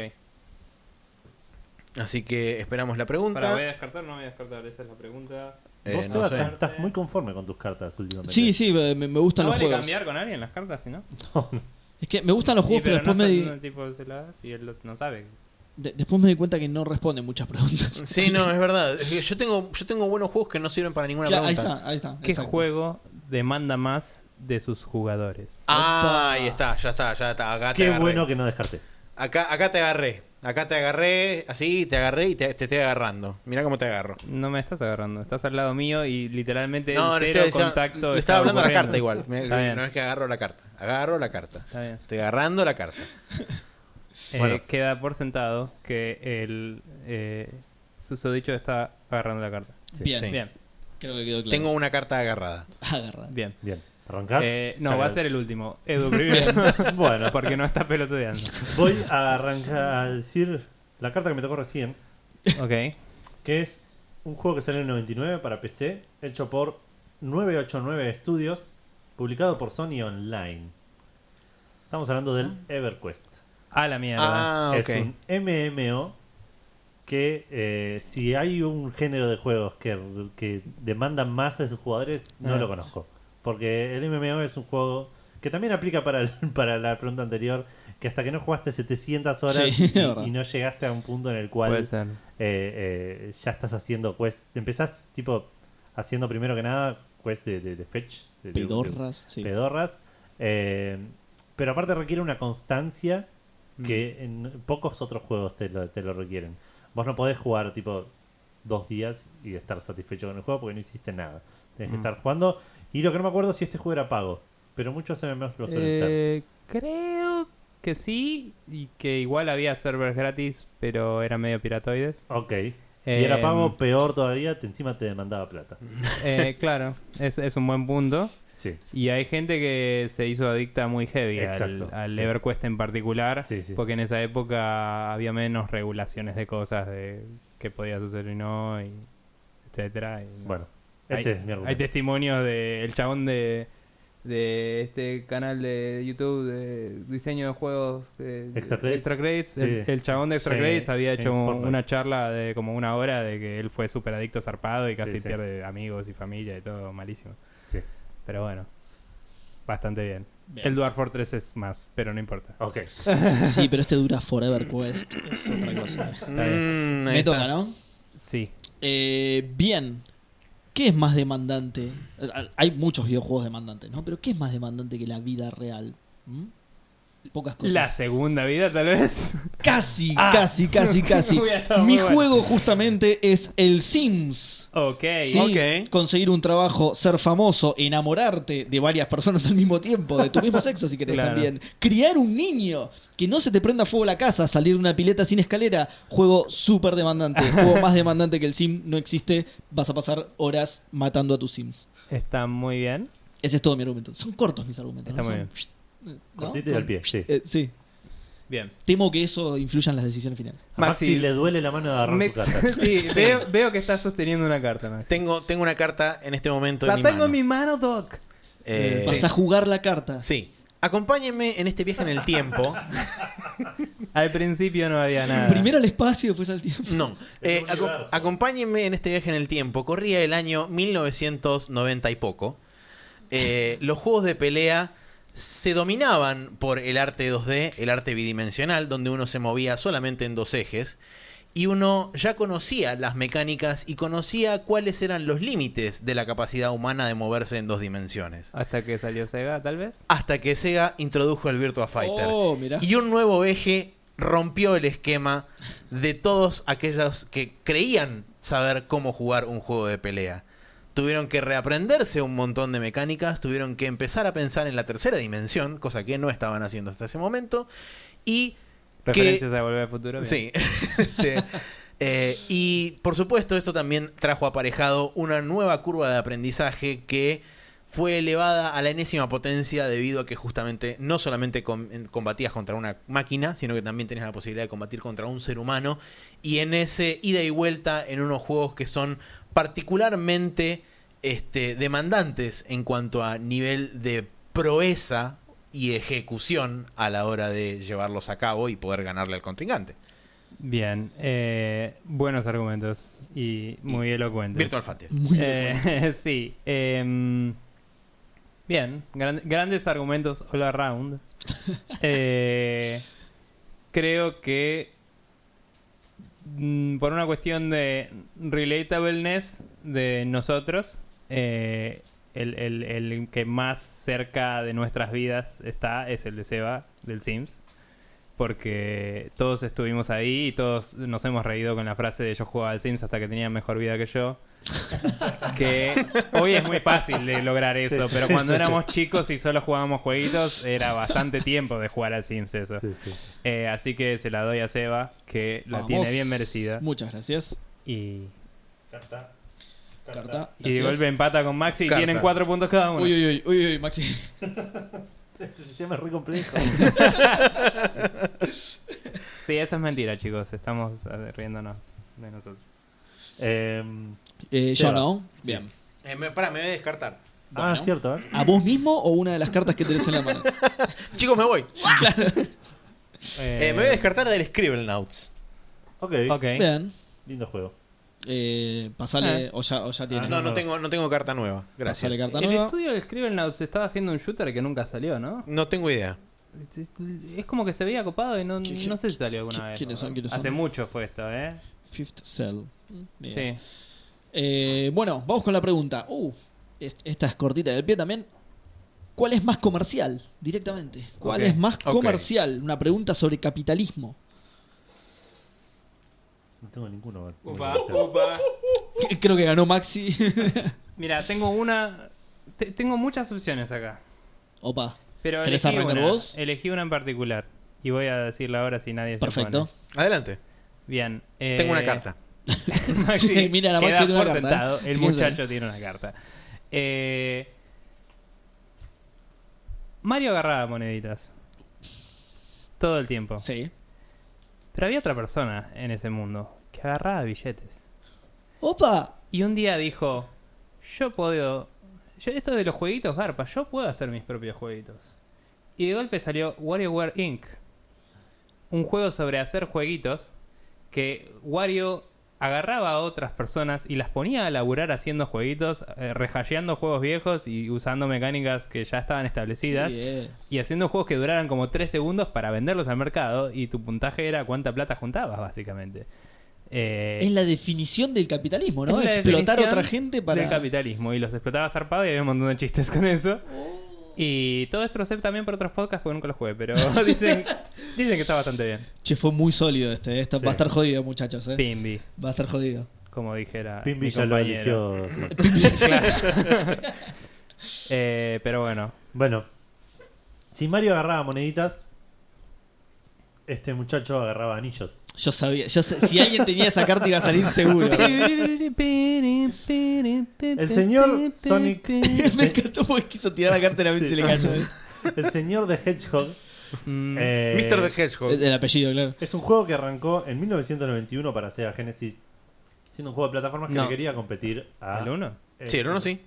S3: Así que esperamos la
S4: ¿Para voy a
S3: pregunta.
S4: descartar o no voy a descartar? Esa es la pregunta.
S1: quedar.
S3: Eh,
S1: Vos,
S3: no
S1: Seba,
S3: sé.
S1: estás- estás muy conforme con tus cartas últimamente. <laughs>
S2: Sí, sí, me, me gustan
S4: ¿No
S2: los
S4: vale
S2: juegos.
S4: cambiar con alguien las cartas, si no?
S3: Ah,
S1: No, no.
S2: Es que me gustan los
S4: Sí,
S2: juegos, pero,
S4: no
S2: después, me
S4: sabe-
S2: di,
S4: el tipo se la da si él lo- no sabe.
S2: de- después me di cuenta que no responde muchas
S3: <laughs>
S2: preguntas.
S3: Sí, no, es verdad. Es que Yo tengo, yo tengo buenos juegos que no sirven para ninguna
S2: Ya, ahí
S3: pregunta.
S2: está, ahí está.
S4: ¿Qué
S2: exacto.
S4: juego demanda más de sus jugadores?
S3: Ah, ahí está, ya está, ya está. Acá te
S1: Qué
S3: agarré.
S1: bueno que no descarté.
S3: Acá, acá te agarré. Acá te agarré, así, te agarré y te, te estoy agarrando. Mirá cómo te agarro.
S4: No me estás agarrando, estás al lado mío y literalmente
S3: No, le
S4: cero
S3: estoy diciendo-
S4: contacto.
S3: le
S4: está
S3: estaba hablando a la
S4: ocurriendo.
S3: carta igual. Me-
S4: Está bien,
S3: No es que agarro la carta. Agarro la carta.
S4: está bien.
S3: Estoy agarrando la carta.
S4: Eh,
S1: Bueno.
S4: Queda por sentado que el eh, susodicho está agarrando la carta.
S2: Bien,
S3: Sí.
S4: Bien,
S2: creo que quedó claro.
S3: Tengo una carta agarrada.
S2: Agarra.
S4: bien.
S1: Bien. ¿Arrancás?
S4: Eh,
S1: Ya
S4: no, va a
S1: que-
S4: ser el último.
S1: <laughs>
S4: Edu primero.
S1: Bueno,
S4: <laughs> porque no
S1: <laughs>
S4: está pelotudeando.
S1: voy a arrancar a decir la carta que me tocó recién,
S4: Ok.
S1: que es un juego que salió en el 99 para PC, hecho por 989 Studios, publicado por Sony Online. Estamos hablando del EverQuest.
S4: A la mierda.
S3: Ah, ok.
S1: Es un MMO que eh, si hay un género de juegos que, que demandan más de sus jugadores, no
S4: Ah.
S1: lo conozco. Porque el MMO es un juego que también aplica para, el- <laughs> para la pregunta anterior, que hasta que no jugaste 700 horas
S2: Sí, es
S1: y,
S2: verdad.
S1: y no llegaste a un punto en el cual
S4: Puede ser.
S1: eh, eh, ya estás haciendo quest. Empezás tipo haciendo primero que nada quest de, de, de fetch. de- de- de-
S2: Pedorras, sí.
S1: pedorras. eh, pero aparte requiere una constancia
S4: Mm.
S1: que en pocos otros juegos te lo, te lo requieren. Vos no podés jugar tipo dos días y estar satisfecho con el juego porque no hiciste nada. Tenés que
S4: Mm.
S1: estar jugando. Y lo que no me acuerdo es si este juego era pago. Pero muchos MMOs lo suelen ser.
S4: Eh, creo que sí. Y que igual había servers gratis, pero eran
S1: <laughs>
S4: medio piratoides.
S1: Ok. Si
S4: eh,
S1: era pago, peor todavía, te encima te demandaba plata.
S4: Eh, claro, es, es un buen punto.
S1: Sí,
S4: Y hay gente que se hizo adicta muy heavy al,
S1: Exacto,
S4: al
S1: sí.
S4: EverQuest en particular,
S1: Sí, sí.
S4: porque en esa época había menos regulaciones de cosas de qué podías hacer y no, y etcétera. y-
S1: bueno. Ese
S4: hay,
S1: es mi
S4: hay
S1: argumento.
S4: testimonios del chabón de, de este canal de YouTube de diseño de juegos eh,
S1: Extra Credits.
S4: Credits.
S1: Sí.
S4: El, el chabón de Extra
S1: James-
S4: Credits había hecho
S1: James
S4: un-
S1: Portnoy.
S4: una charla de como una hora de que él fue súper adicto zarpado y casi
S1: sí.
S4: pierde amigos y familia y todo, malísimo.
S1: Sí.
S4: Pero bueno, bastante bien.
S2: Bien.
S4: El Dwarf Fortress es más, pero no importa.
S1: Ok.
S2: Sí, pero este dura Forever Quest. Es otra cosa.
S3: Mm, ahí
S2: Me
S3: está.
S2: toca, ¿no?
S4: Sí.
S2: Eh, bien. ¿Qué es más demandante? Ah, Hay muchos videojuegos demandantes, ¿no? Pero ¿qué es más demandante que la vida real? ¿Mm? Pocas cosas.
S4: La segunda vida, tal vez. <laughs>
S2: Casi,
S4: Ah.
S2: casi, casi,
S4: <laughs>
S2: casi.
S4: Hubiera estado
S2: Mi
S4: muy bueno.
S2: juego justamente es el Sims.
S4: ok.
S2: Sí,
S3: Ok.
S2: conseguir un trabajo, ser famoso, enamorarte de varias personas al mismo tiempo, de tu mismo sexo si querés
S4: <laughs> Claro.
S2: también, criar un niño, que no se te prenda fuego la casa, salir de una pileta sin escalera, juego súper
S4: <laughs>
S2: demandante, juego más demandante que el sim, no existe, vas a pasar horas matando a tus sims.
S4: Está muy bien.
S2: Ese es todo mi argumento. Son cortos mis argumentos.
S4: Está
S2: ¿no?
S4: muy
S2: Son- ¿no?
S1: Cortito y al pie, sí.
S2: Eh, sí,
S4: Bien.
S2: temo que eso influya en las decisiones finales.
S1: A Maxi,
S4: Maxi-
S1: le duele la mano de agarrar
S4: Mex-
S1: su carta.
S4: <laughs> sí, Veo, veo que estás sosteniendo una carta, Max.
S3: Tengo, tengo una carta en este momento
S4: la
S3: en mi
S4: tengo
S3: mano.
S4: en mi mano, Doc.
S3: Eh,
S2: Vas
S3: sí.
S2: a jugar la carta.
S3: Sí. Acompáñenme en este viaje en el tiempo.
S4: Al principio no había nada.
S2: Primero al espacio, después al tiempo.
S3: No.
S1: Es
S3: Eh,
S1: un
S3: aco-
S1: universo.
S3: acompáñenme en este viaje en el tiempo. Corría el año 1990 y poco. Eh, los juegos de pelea se dominaban por el arte 2D, el arte bidimensional, donde uno se movía solamente en dos ejes. Y uno ya conocía las mecánicas y conocía cuáles eran los límites de la capacidad humana de moverse en dos dimensiones.
S4: Hasta que salió Sega, tal vez.
S3: Hasta que Sega introdujo el Virtua Fighter
S2: Oh, mirá.
S3: y un nuevo eje rompió el esquema de todos aquellos que creían saber cómo jugar un juego de pelea. Tuvieron que reaprenderse un montón de mecánicas, tuvieron que empezar a pensar en la tercera dimensión, cosa que no estaban haciendo hasta ese momento, y
S4: Referencias a Volver al Futuro. bien.
S3: Sí. <laughs> Este, eh, y por supuesto, esto también trajo aparejado una nueva curva de aprendizaje que fue elevada a la enésima potencia debido a que justamente no solamente com- combatías contra una máquina, sino que también tenías la posibilidad de combatir contra un ser humano. Y en ese ida y vuelta en unos juegos que son particularmente este, demandantes en cuanto a nivel de proeza y ejecución a la hora de llevarlos a cabo y poder ganarle al contrincante.
S4: Bien. eh, buenos argumentos y muy elocuentes.
S3: Virtual Fighter.
S2: Muy
S4: Eh, <laughs> sí. em, bien, gran- grandes argumentos all around. Eh, creo que mm, por una cuestión de relatableness de nosotros, eh, el, el- el que más cerca de nuestras vidas está es el de Seba, del Sims. Porque todos estuvimos ahí y todos nos hemos reído con la frase de yo jugaba al Sims hasta que tenía mejor vida que yo que hoy es muy fácil de lograr eso, pero cuando éramos chicos y solo jugábamos jueguitos, era bastante tiempo de jugar al Sims eso.
S1: Sí, sí.
S4: Eh, así que se la doy a Seba, que la
S2: Vamos.
S4: tiene bien merecida.
S2: Muchas gracias.
S4: Y,
S1: Carta.
S2: Carta.
S4: y de golpe
S2: Gracias.
S4: empata con Maxi y
S3: Carta.
S4: tienen cuatro puntos cada uno.
S2: Uy, uy, uy, uy, uy, Maxi.
S1: Este sistema es re
S4: <laughs>
S1: complejo.
S4: Sí, eso es mentira, chicos. Estamos eh, riéndonos de nosotros.
S1: Em,
S2: Eh, yo
S1: Seba.
S2: no. Bien.
S3: Eh, me, pará, me voy a descartar.
S1: ah,
S2: Bueno.
S1: cierto, ¿eh?
S2: ¿A vos mismo o una de las cartas que tenés en la <laughs> mano?
S3: Chicos, me voy.
S4: Eh,
S3: Eh, me voy a descartar del Scribble Notes.
S1: Ok.
S4: ok.
S2: Bien.
S1: Lindo juego.
S2: Eh, pasale,
S4: Eh.
S2: o ya, o ya tiene.
S3: Ah, No, no tengo, no tengo carta nueva.
S2: Pasale
S3: Gracias.
S2: carta
S4: El
S2: nueva.
S4: estudio de Scribblenauts estaba haciendo un shooter que nunca salió, ¿no?
S3: No tengo idea.
S4: Es como que se veía copado y no,
S2: ¿Qui- qui-
S4: no sé si salió alguna
S2: qui-
S4: vez.
S2: quiénes son, quiénes son?
S4: Hace mucho fue esto, ¿eh?
S2: Fifth Cell. Bien.
S4: Sí.
S2: Eh, bueno, vamos con la pregunta. Uh, es- esta es cortita del pie también. ¿Cuál es más comercial? Directamente. ¿Cuál
S4: Ok,
S2: es más
S3: ok.
S2: comercial? Una pregunta sobre capitalismo. <laughs>
S1: No tengo ninguno. ¿eh?
S4: Upa, upa.
S2: Creo que ganó Maxi. <laughs>
S4: Mira, tengo una. te- tengo muchas opciones acá.
S2: Opa.
S4: Pero
S2: ¿Querés
S4: elegí
S2: arrancar
S4: una,
S2: vos?
S4: Elegí una en particular. Y voy a decirla ahora si nadie se
S2: Perfecto.
S4: opone.
S3: Adelante.
S4: Bien. eh,
S3: Tengo una
S4: <laughs>
S3: carta.
S4: Maxi,
S2: Sí, mira, la
S4: queda
S2: Maxi tiene una
S4: por
S2: carta,
S4: sentado,
S2: ¿eh?
S4: El
S2: Fíjense.
S4: muchacho tiene una carta. Eh, Mario agarraba moneditas. Todo el tiempo.
S2: Sí.
S4: Pero había otra persona en ese mundo que agarraba billetes.
S2: Opa.
S4: Y un día dijo, yo puedo... Yo, esto de los jueguitos, Garpa, yo puedo hacer mis propios jueguitos. Y de golpe salió WarioWare Inc. Un juego sobre hacer jueguitos que Wario agarraba a otras personas y las ponía a laburar haciendo jueguitos, eh, rehasheando juegos viejos y usando mecánicas que ya estaban establecidas
S2: Bien.
S4: y haciendo juegos que duraran como 3 segundos para venderlos al mercado y tu puntaje era cuánta plata juntabas básicamente. Eh,
S2: Es la definición del capitalismo, ¿no?
S4: es la
S2: Explotar a
S4: definición
S2: otra gente para.
S4: del capitalismo y los explotaba zarpado y había un montón de chistes con eso. Oh. Y todo esto lo sé también por otros podcasts porque nunca lo jugué, pero <laughs> dicen, dicen que está bastante bien.
S2: Che, fue muy sólido este. eh. Esta
S1: Sí.
S2: Va a estar jodido, muchachos. eh.
S4: Pimbi,
S2: Va a estar jodido.
S4: como dijera
S1: Pimbi
S4: mi
S1: ya lo
S4: compañero.
S1: eligió.
S4: Claro. Eh, pero bueno,
S1: Bueno, si Mario agarraba moneditas, este muchacho agarraba anillos.
S2: Yo sabía. Yo sé- si alguien tenía esa carta iba a salir
S4: <laughs>
S2: seguro.
S4: El
S1: señor Sonic-
S2: <laughs> Me encantó porque quiso tirar la carta y la vez se le cayó. eh.
S4: <laughs>
S1: El señor de Hedgehog.
S4: Mm,
S1: eh,
S3: Mr. The Hedgehog.
S2: El apellido, claro.
S1: Es un juego que arrancó en 1991 para Sega Genesis, siendo un juego de plataformas que
S4: No.
S1: le quería competir a.
S4: ¿El 1?
S1: eh,
S3: Sí, el 1 sí.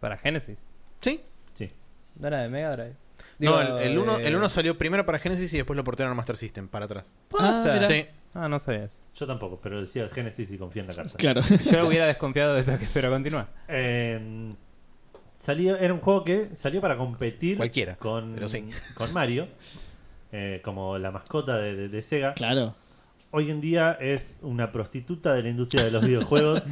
S4: Para Genesis.
S3: Sí.
S1: Sí.
S4: No era de Mega Drive.
S3: No,
S4: Digo,
S3: el- el 1
S4: eh,
S3: el uno salió primero para Genesis y después lo portaron a Master System, para atrás.
S4: posta.
S2: mira.
S3: Sí.
S4: Ah, no sabías.
S1: Yo tampoco, pero decía el Genesis y confía en la carta.
S2: Claro.
S4: Yo hubiera desconfiado de esto, <laughs> que- pero continúa.
S1: Eh, salió, era un juego que salió para competir
S3: Cualquiera,
S1: con,
S3: pero sí.
S1: con Mario, eh, como la mascota de, de- de Sega.
S2: <laughs> Claro.
S1: hoy en día es una prostituta de la industria de los
S4: <laughs>
S1: videojuegos,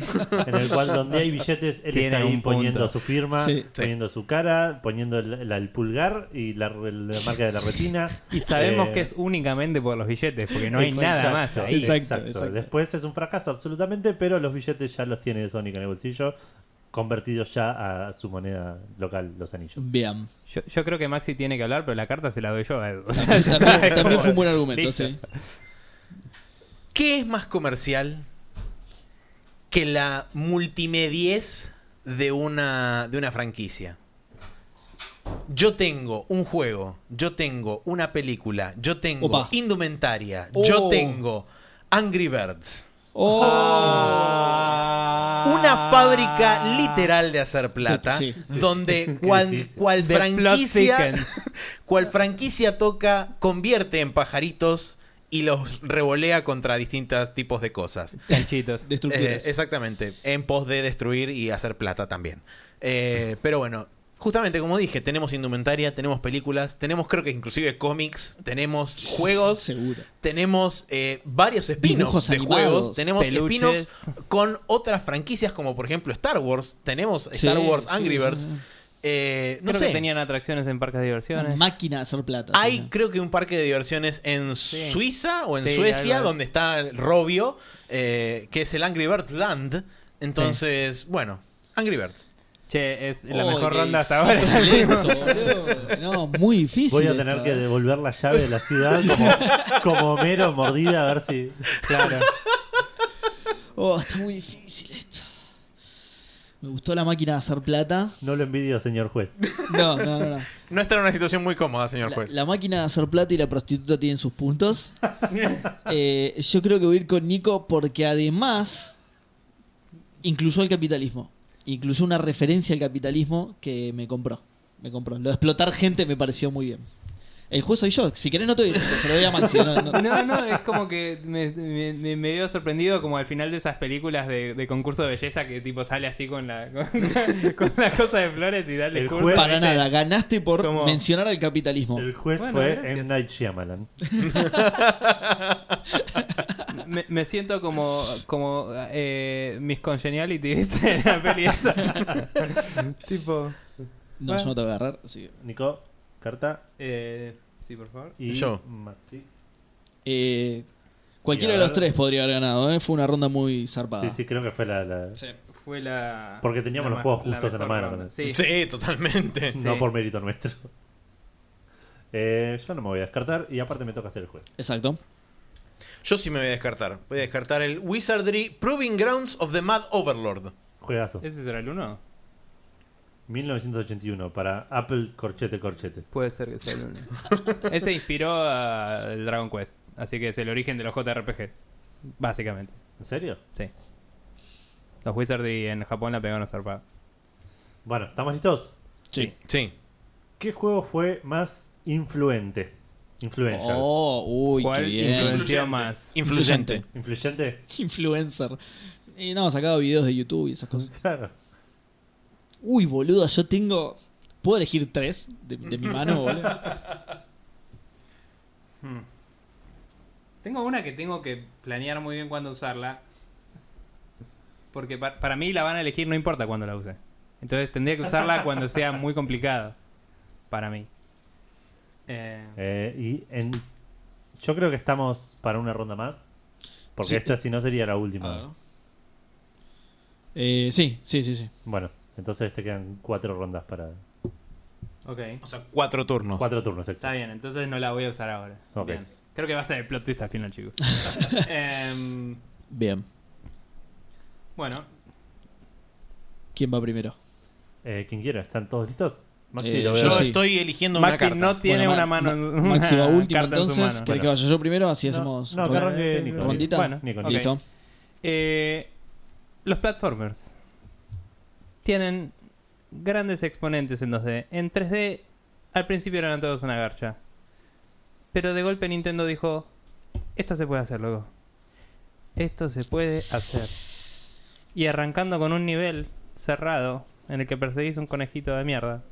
S1: en el cual donde hay billetes, él
S4: Tiene
S1: está ahí
S4: un punto.
S1: poniendo su firma,
S2: Sí.
S1: poniendo su cara, poniendo el, la- el pulgar y la, re- la marca de la retina.
S4: Y sabemos
S1: Eh,
S4: que es únicamente por los billetes, porque no hay
S1: Exacto,
S4: nada más ahí.
S2: Exacto, exacto.
S1: Después es un fracaso, absolutamente, pero los billetes ya los tiene Sonic en el bolsillo, convertidos ya a su moneda local, los anillos.
S2: Bien.
S4: Yo, yo creo que Maxi tiene que hablar, pero la carta se la doy yo a Edu. <laughs>
S2: También, también- también fue un buen argumento,
S4: Listo. Ah.
S2: sí.
S3: ¿Qué es más comercial que la multimediez de una, de una franquicia? Yo tengo un juego, yo tengo una película, yo tengo
S2: Opa.
S3: indumentaria,
S2: Oh.
S3: yo tengo Angry Birds.
S2: Oh.
S3: Una fábrica literal de hacer plata,
S2: Ah. Sí. <laughs>
S3: donde cual,
S1: difícil.
S3: cual
S4: The plot
S3: franquicia,
S4: thickens.
S3: <laughs> cual franquicia toca, convierte en pajaritos y los revolea contra distintos tipos de cosas.
S4: Chanchitos.
S2: Destructivas.
S3: Eh, exactamente, en pos de destruir y hacer plata también. Eh, pero bueno, justamente como dije, tenemos indumentaria, tenemos películas, tenemos creo que inclusive cómics, tenemos juegos,
S2: Seguro.
S3: tenemos eh, varios
S2: Dibujos
S3: spin-offs de
S2: animados,
S3: juegos, tenemos
S4: peluches.
S3: spin-offs con otras franquicias como por ejemplo Star Wars, tenemos Star
S2: Sí,
S3: Wars
S2: sí,
S3: Angry
S2: sí,
S3: Birds,
S2: sí.
S3: eh, no
S4: Creo
S3: sé.
S4: que tenían atracciones en parques de diversiones.
S2: Máquina de hacer plata.
S3: Hay
S2: sí.
S3: creo que un parque de diversiones en
S4: Sí.
S3: Suiza o en
S4: Sí,
S3: Suecia,
S4: algo de-
S3: donde está el Robio, eh, que es el Angry Birds Land. Entonces, bueno, Angry Birds.
S4: Che, es la
S2: Oh,
S4: mejor
S2: qué
S4: ronda hasta ahora.
S2: difícil esto, boludo. No, muy difícil.
S1: Voy a tener
S2: esto,
S1: que
S2: eh.
S1: devolver la llave de la ciudad
S4: <laughs>
S1: como, como mero mordida, a ver si. Claro.
S2: Oh, está muy difícil esto. Me gustó la máquina de hacer plata.
S1: No lo envidio, señor juez.
S2: No,
S1: <laughs>
S2: no, no. no.
S3: No está en una situación muy cómoda, señor
S2: La,
S3: juez.
S2: la máquina de hacer plata y la prostituta tienen sus
S4: <laughs>
S2: puntos. Eh, yo creo que voy a ir con Nico porque además incluyó el capitalismo. Incluyó una referencia al capitalismo que me compró. Me compró. Lo de explotar gente me pareció muy bien. El juez soy yo. Si querés no te doy, se lo doy a Maxi. No, no.
S4: <laughs> No, no, es como que me, me, me- me veo sorprendido como al final de esas películas de, de concurso de belleza que tipo sale así con la, con, <laughs> con la cosa de flores y dale
S1: El
S4: curso.
S1: juez-
S2: Para nada, ganaste por
S4: Pues, este, Como-
S2: mencionar al capitalismo.
S1: El juez
S4: Bueno,
S1: fue
S4: gracias.
S1: M. Night Shyamalan.
S4: Me, me siento como, como eh, mis congeniality, ¿viste? La peli esa. tipo...
S2: No, yo no te voy a agarrar. así que-
S1: Nico, carta
S4: Eh, sí, por favor.
S1: y.
S3: Yo.
S1: Maxi.
S2: Eh, cualquiera de los tres podría haber ganado. ¿eh? Fue una ronda muy zarpada.
S1: Sí, sí, creo que fue la. la-
S4: Fue la...
S1: Porque teníamos
S4: la
S1: los
S4: ma-
S1: juegos justos en la
S4: mejor
S1: mano,
S4: ronda.
S1: ¿no?
S4: Sí.
S3: Sí, totalmente.
S4: Sí.
S1: No por mérito nuestro. Eh, yo no me voy a descartar y aparte me toca ser el juez.
S2: Exacto.
S3: Yo sí me voy a descartar. Voy a descartar el Wizardry Proving Grounds of the Mad Overlord.
S1: Juegazo.
S4: ¿Ese será el uno?
S1: 1981 para Apple Corchete Corchete.
S4: Puede ser que sea
S2: <laughs>
S4: el uno. Ese inspiró al Dragon Quest. Así que es el origen de los JRPGs. Básicamente.
S1: ¿En serio?
S4: Sí. Los Wizardy en Japón la pegaron zarpada.
S1: Bueno, ¿estamos listos?
S2: Sí.
S3: Sí.
S1: ¿Qué juego fue más influente? Influential.
S2: Oh, uy, qué
S4: ¿Cuál
S2: bien.
S4: influenció más?
S3: Influyente.
S1: ¿Influyente?
S2: <laughs>
S1: <laughs>
S2: Influencer. Y no, sacado videos de YouTube y esas cosas.
S1: Claro.
S2: Uy, boludo, yo tengo. ¿Puedo elegir tres de, de mi mano,
S4: <laughs>
S2: boludo?
S4: Tengo una que tengo que planear muy bien cuándo usarla. Porque pa- para mí la van a elegir no importa cuándo la use. Entonces tendría que usarla cuando sea muy complicado. Para mí. Eh,
S1: Eh, y en... yo creo que estamos para una ronda más. Porque
S2: Sí.
S1: esta si no sería la última.
S2: Eh, sí, sí, sí, sí.
S1: Bueno, entonces te quedan cuatro rondas para...
S2: Ah.
S4: ok.
S3: O sea, cuatro turnos.
S1: Cuatro turnos,
S4: Está
S1: exacto.
S4: bien, entonces no la voy a usar ahora.
S1: Ok.
S4: Bien. Creo que va a ser el plot twist al
S1: <laughs>
S4: final, chicos. Em,
S2: Bien.
S4: bueno,
S2: ¿Quién va primero?
S1: Eh, Quien quiera, ¿están todos listos? Maxi,
S2: Eh,
S1: lo veo.
S3: Yo
S2: sí.
S3: estoy eligiendo una
S4: Maxi
S3: carta.
S4: no tiene
S2: Bueno,
S4: <laughs> una
S2: Ma-
S4: mano. en-
S2: Ma- Maxi va
S4: una
S2: último,
S4: carta en su
S2: entonces.
S4: mano.
S2: ¿Querés
S1: Bueno.
S2: que vaya yo primero? Así
S1: No,
S2: hacemos.
S1: no,
S2: ronda.
S1: que arranque Nico.
S2: ¿Rondita?
S4: Bueno,
S1: Nico,
S4: ok.
S2: Listo.
S4: Eh, los platformers tienen grandes exponentes en 2D. En 3D, al principio eran todos una garcha. Pero de golpe Nintendo dijo: Esto se puede hacer, loco. Esto se puede hacer. Y arrancando con un nivel cerrado en el que perseguís un conejito de mierda,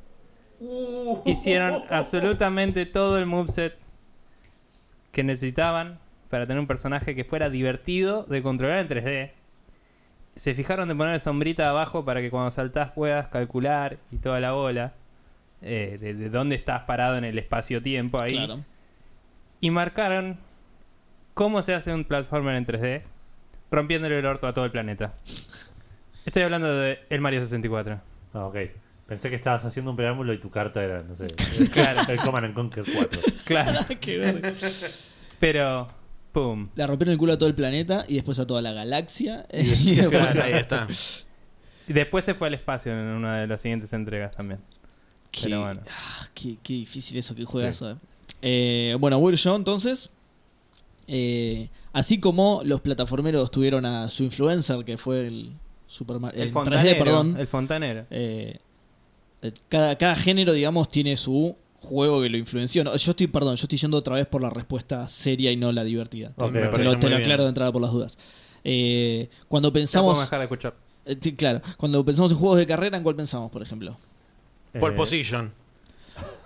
S4: hicieron absolutamente todo el moveset que necesitaban para tener un personaje que fuera divertido de controlar en 3D. Se fijaron de poner sombrita abajo para que cuando saltás puedas calcular y toda la bola eh, de, de dónde estás parado en el espacio-tiempo ahí.
S2: Claro.
S4: Y marcaron cómo se hace un platformer en 3D, rompiéndole el orto a todo el planeta. Estoy hablando de el Mario 64.
S1: Ah, ok. Pensé que estabas haciendo un preámbulo y tu carta era, no
S4: <laughs>
S1: sé,
S4: Claro.
S1: el Command and Conquer
S2: <laughs>
S1: 4.
S4: Claro.
S2: Qué verga.
S4: Pero, ¡pum!
S2: La rompieron el culo a todo el planeta y después a toda la galaxia. <laughs> Y después-
S4: Claro.
S3: Ahí está.
S4: Y Después se fue al espacio en una de las siguientes entregas también.
S2: qué,
S4: Pero bueno.
S2: ah, qué- qué difícil eso, qué juegazo. eh. Eh, bueno, voy yo entonces. Eh, así como los plataformeros tuvieron a su influencer, que fue el Super Mar- el 3D, perdón.
S4: El fontanero.
S2: Eh, eh, cada, cada género, digamos, tiene su juego que lo influenció. No, yo estoy, perdón, yo estoy yendo otra vez por la respuesta seria y no la divertida.
S1: Ok,
S3: Me
S1: ok.
S2: Te
S3: parece
S2: lo, te
S3: muy
S2: lo
S3: bien.
S2: aclaro de entrada por las dudas. Eh, cuando
S4: No podemos
S2: pensamos,
S4: dejar de escuchar.
S2: eh, sí, claro, cuando pensamos en juegos de carrera, ¿en cuál pensamos, por ejemplo?
S3: Pole
S1: Eh,
S3: position.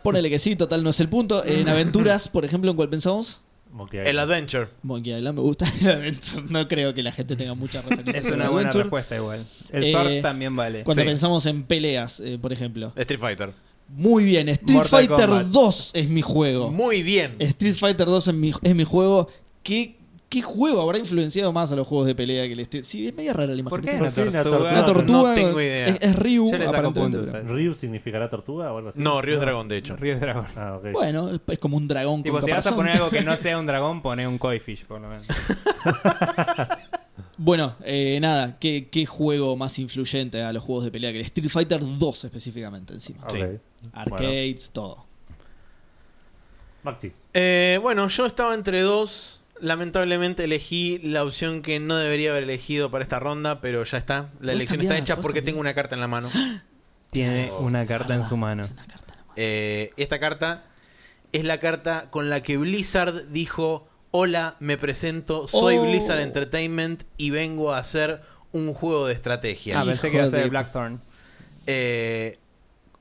S2: Ponele que sí, total no es el punto. En aventuras, por ejemplo, ¿en cuál pensamos?
S1: Monkey
S3: El
S1: Island.
S3: adventure.
S2: Monkey Island me gusta. el adventure. no creo que la gente tenga mucha referencia.
S4: Es una buena
S2: Adventure.
S4: respuesta igual. El
S2: Eh,
S4: Zork también vale.
S2: Cuando
S3: Sí.
S2: pensamos en peleas, eh, por ejemplo.
S3: Street Fighter.
S2: Muy bien, Street
S4: Mortal
S2: Fighter
S4: Kombat.
S2: 2 es mi juego.
S3: Muy bien.
S2: Street Fighter 2 es mi, es mi juego. ¿Qué, ¿Qué juego habrá influenciado más a los juegos de pelea que el Street Sí, es media rara la imagen.
S4: ¿Por qué
S2: ¿viste?
S4: una
S1: ¿Por qué una
S4: tortuga?
S1: tortuga?
S2: Una tortuga.
S3: No tengo idea.
S2: Es, es Ryu,
S4: Yo le saco
S2: aparentemente,
S4: puntos,
S2: pero-
S4: ¿sabes?
S1: ¿Ryu significará tortuga o algo así?
S3: No, Río es Dragón, de hecho.
S4: Río de dragón.
S1: Ah, ok.
S2: Bueno, es- es como un dragón
S4: Tipo,
S2: con
S4: si vas a
S2: caparazón.
S4: poner algo que no sea un dragón, pone un koi fish, por lo menos.
S2: Bueno, eh, nada, ¿qué, ¿qué juego más influyente a los juegos de pelea que el Street Fighter 2 específicamente encima?
S1: Ok.
S3: Sí.
S2: Arcades, todo.
S1: Maxi.
S3: Eh, bueno, yo estaba entre dos. Lamentablemente elegí la opción que no debería haber elegido para esta ronda, pero ya está. La
S2: Puedes
S3: elección
S2: cambiar,
S3: está hecha
S2: puedes
S3: porque
S2: cambiar.
S3: tengo una carta en la mano.
S4: Tiene una carta en su mano.
S2: Es una carta nomás.
S3: Eh, esta carta es la carta con la que Blizzard dijo: Hola, me presento, soy
S2: Oh.
S3: Blizzard Entertainment y vengo a hacer un juego de estrategia.
S4: Ah, pensé que iba a ser
S2: Hijo de-
S4: el Blackthorn.
S3: eh,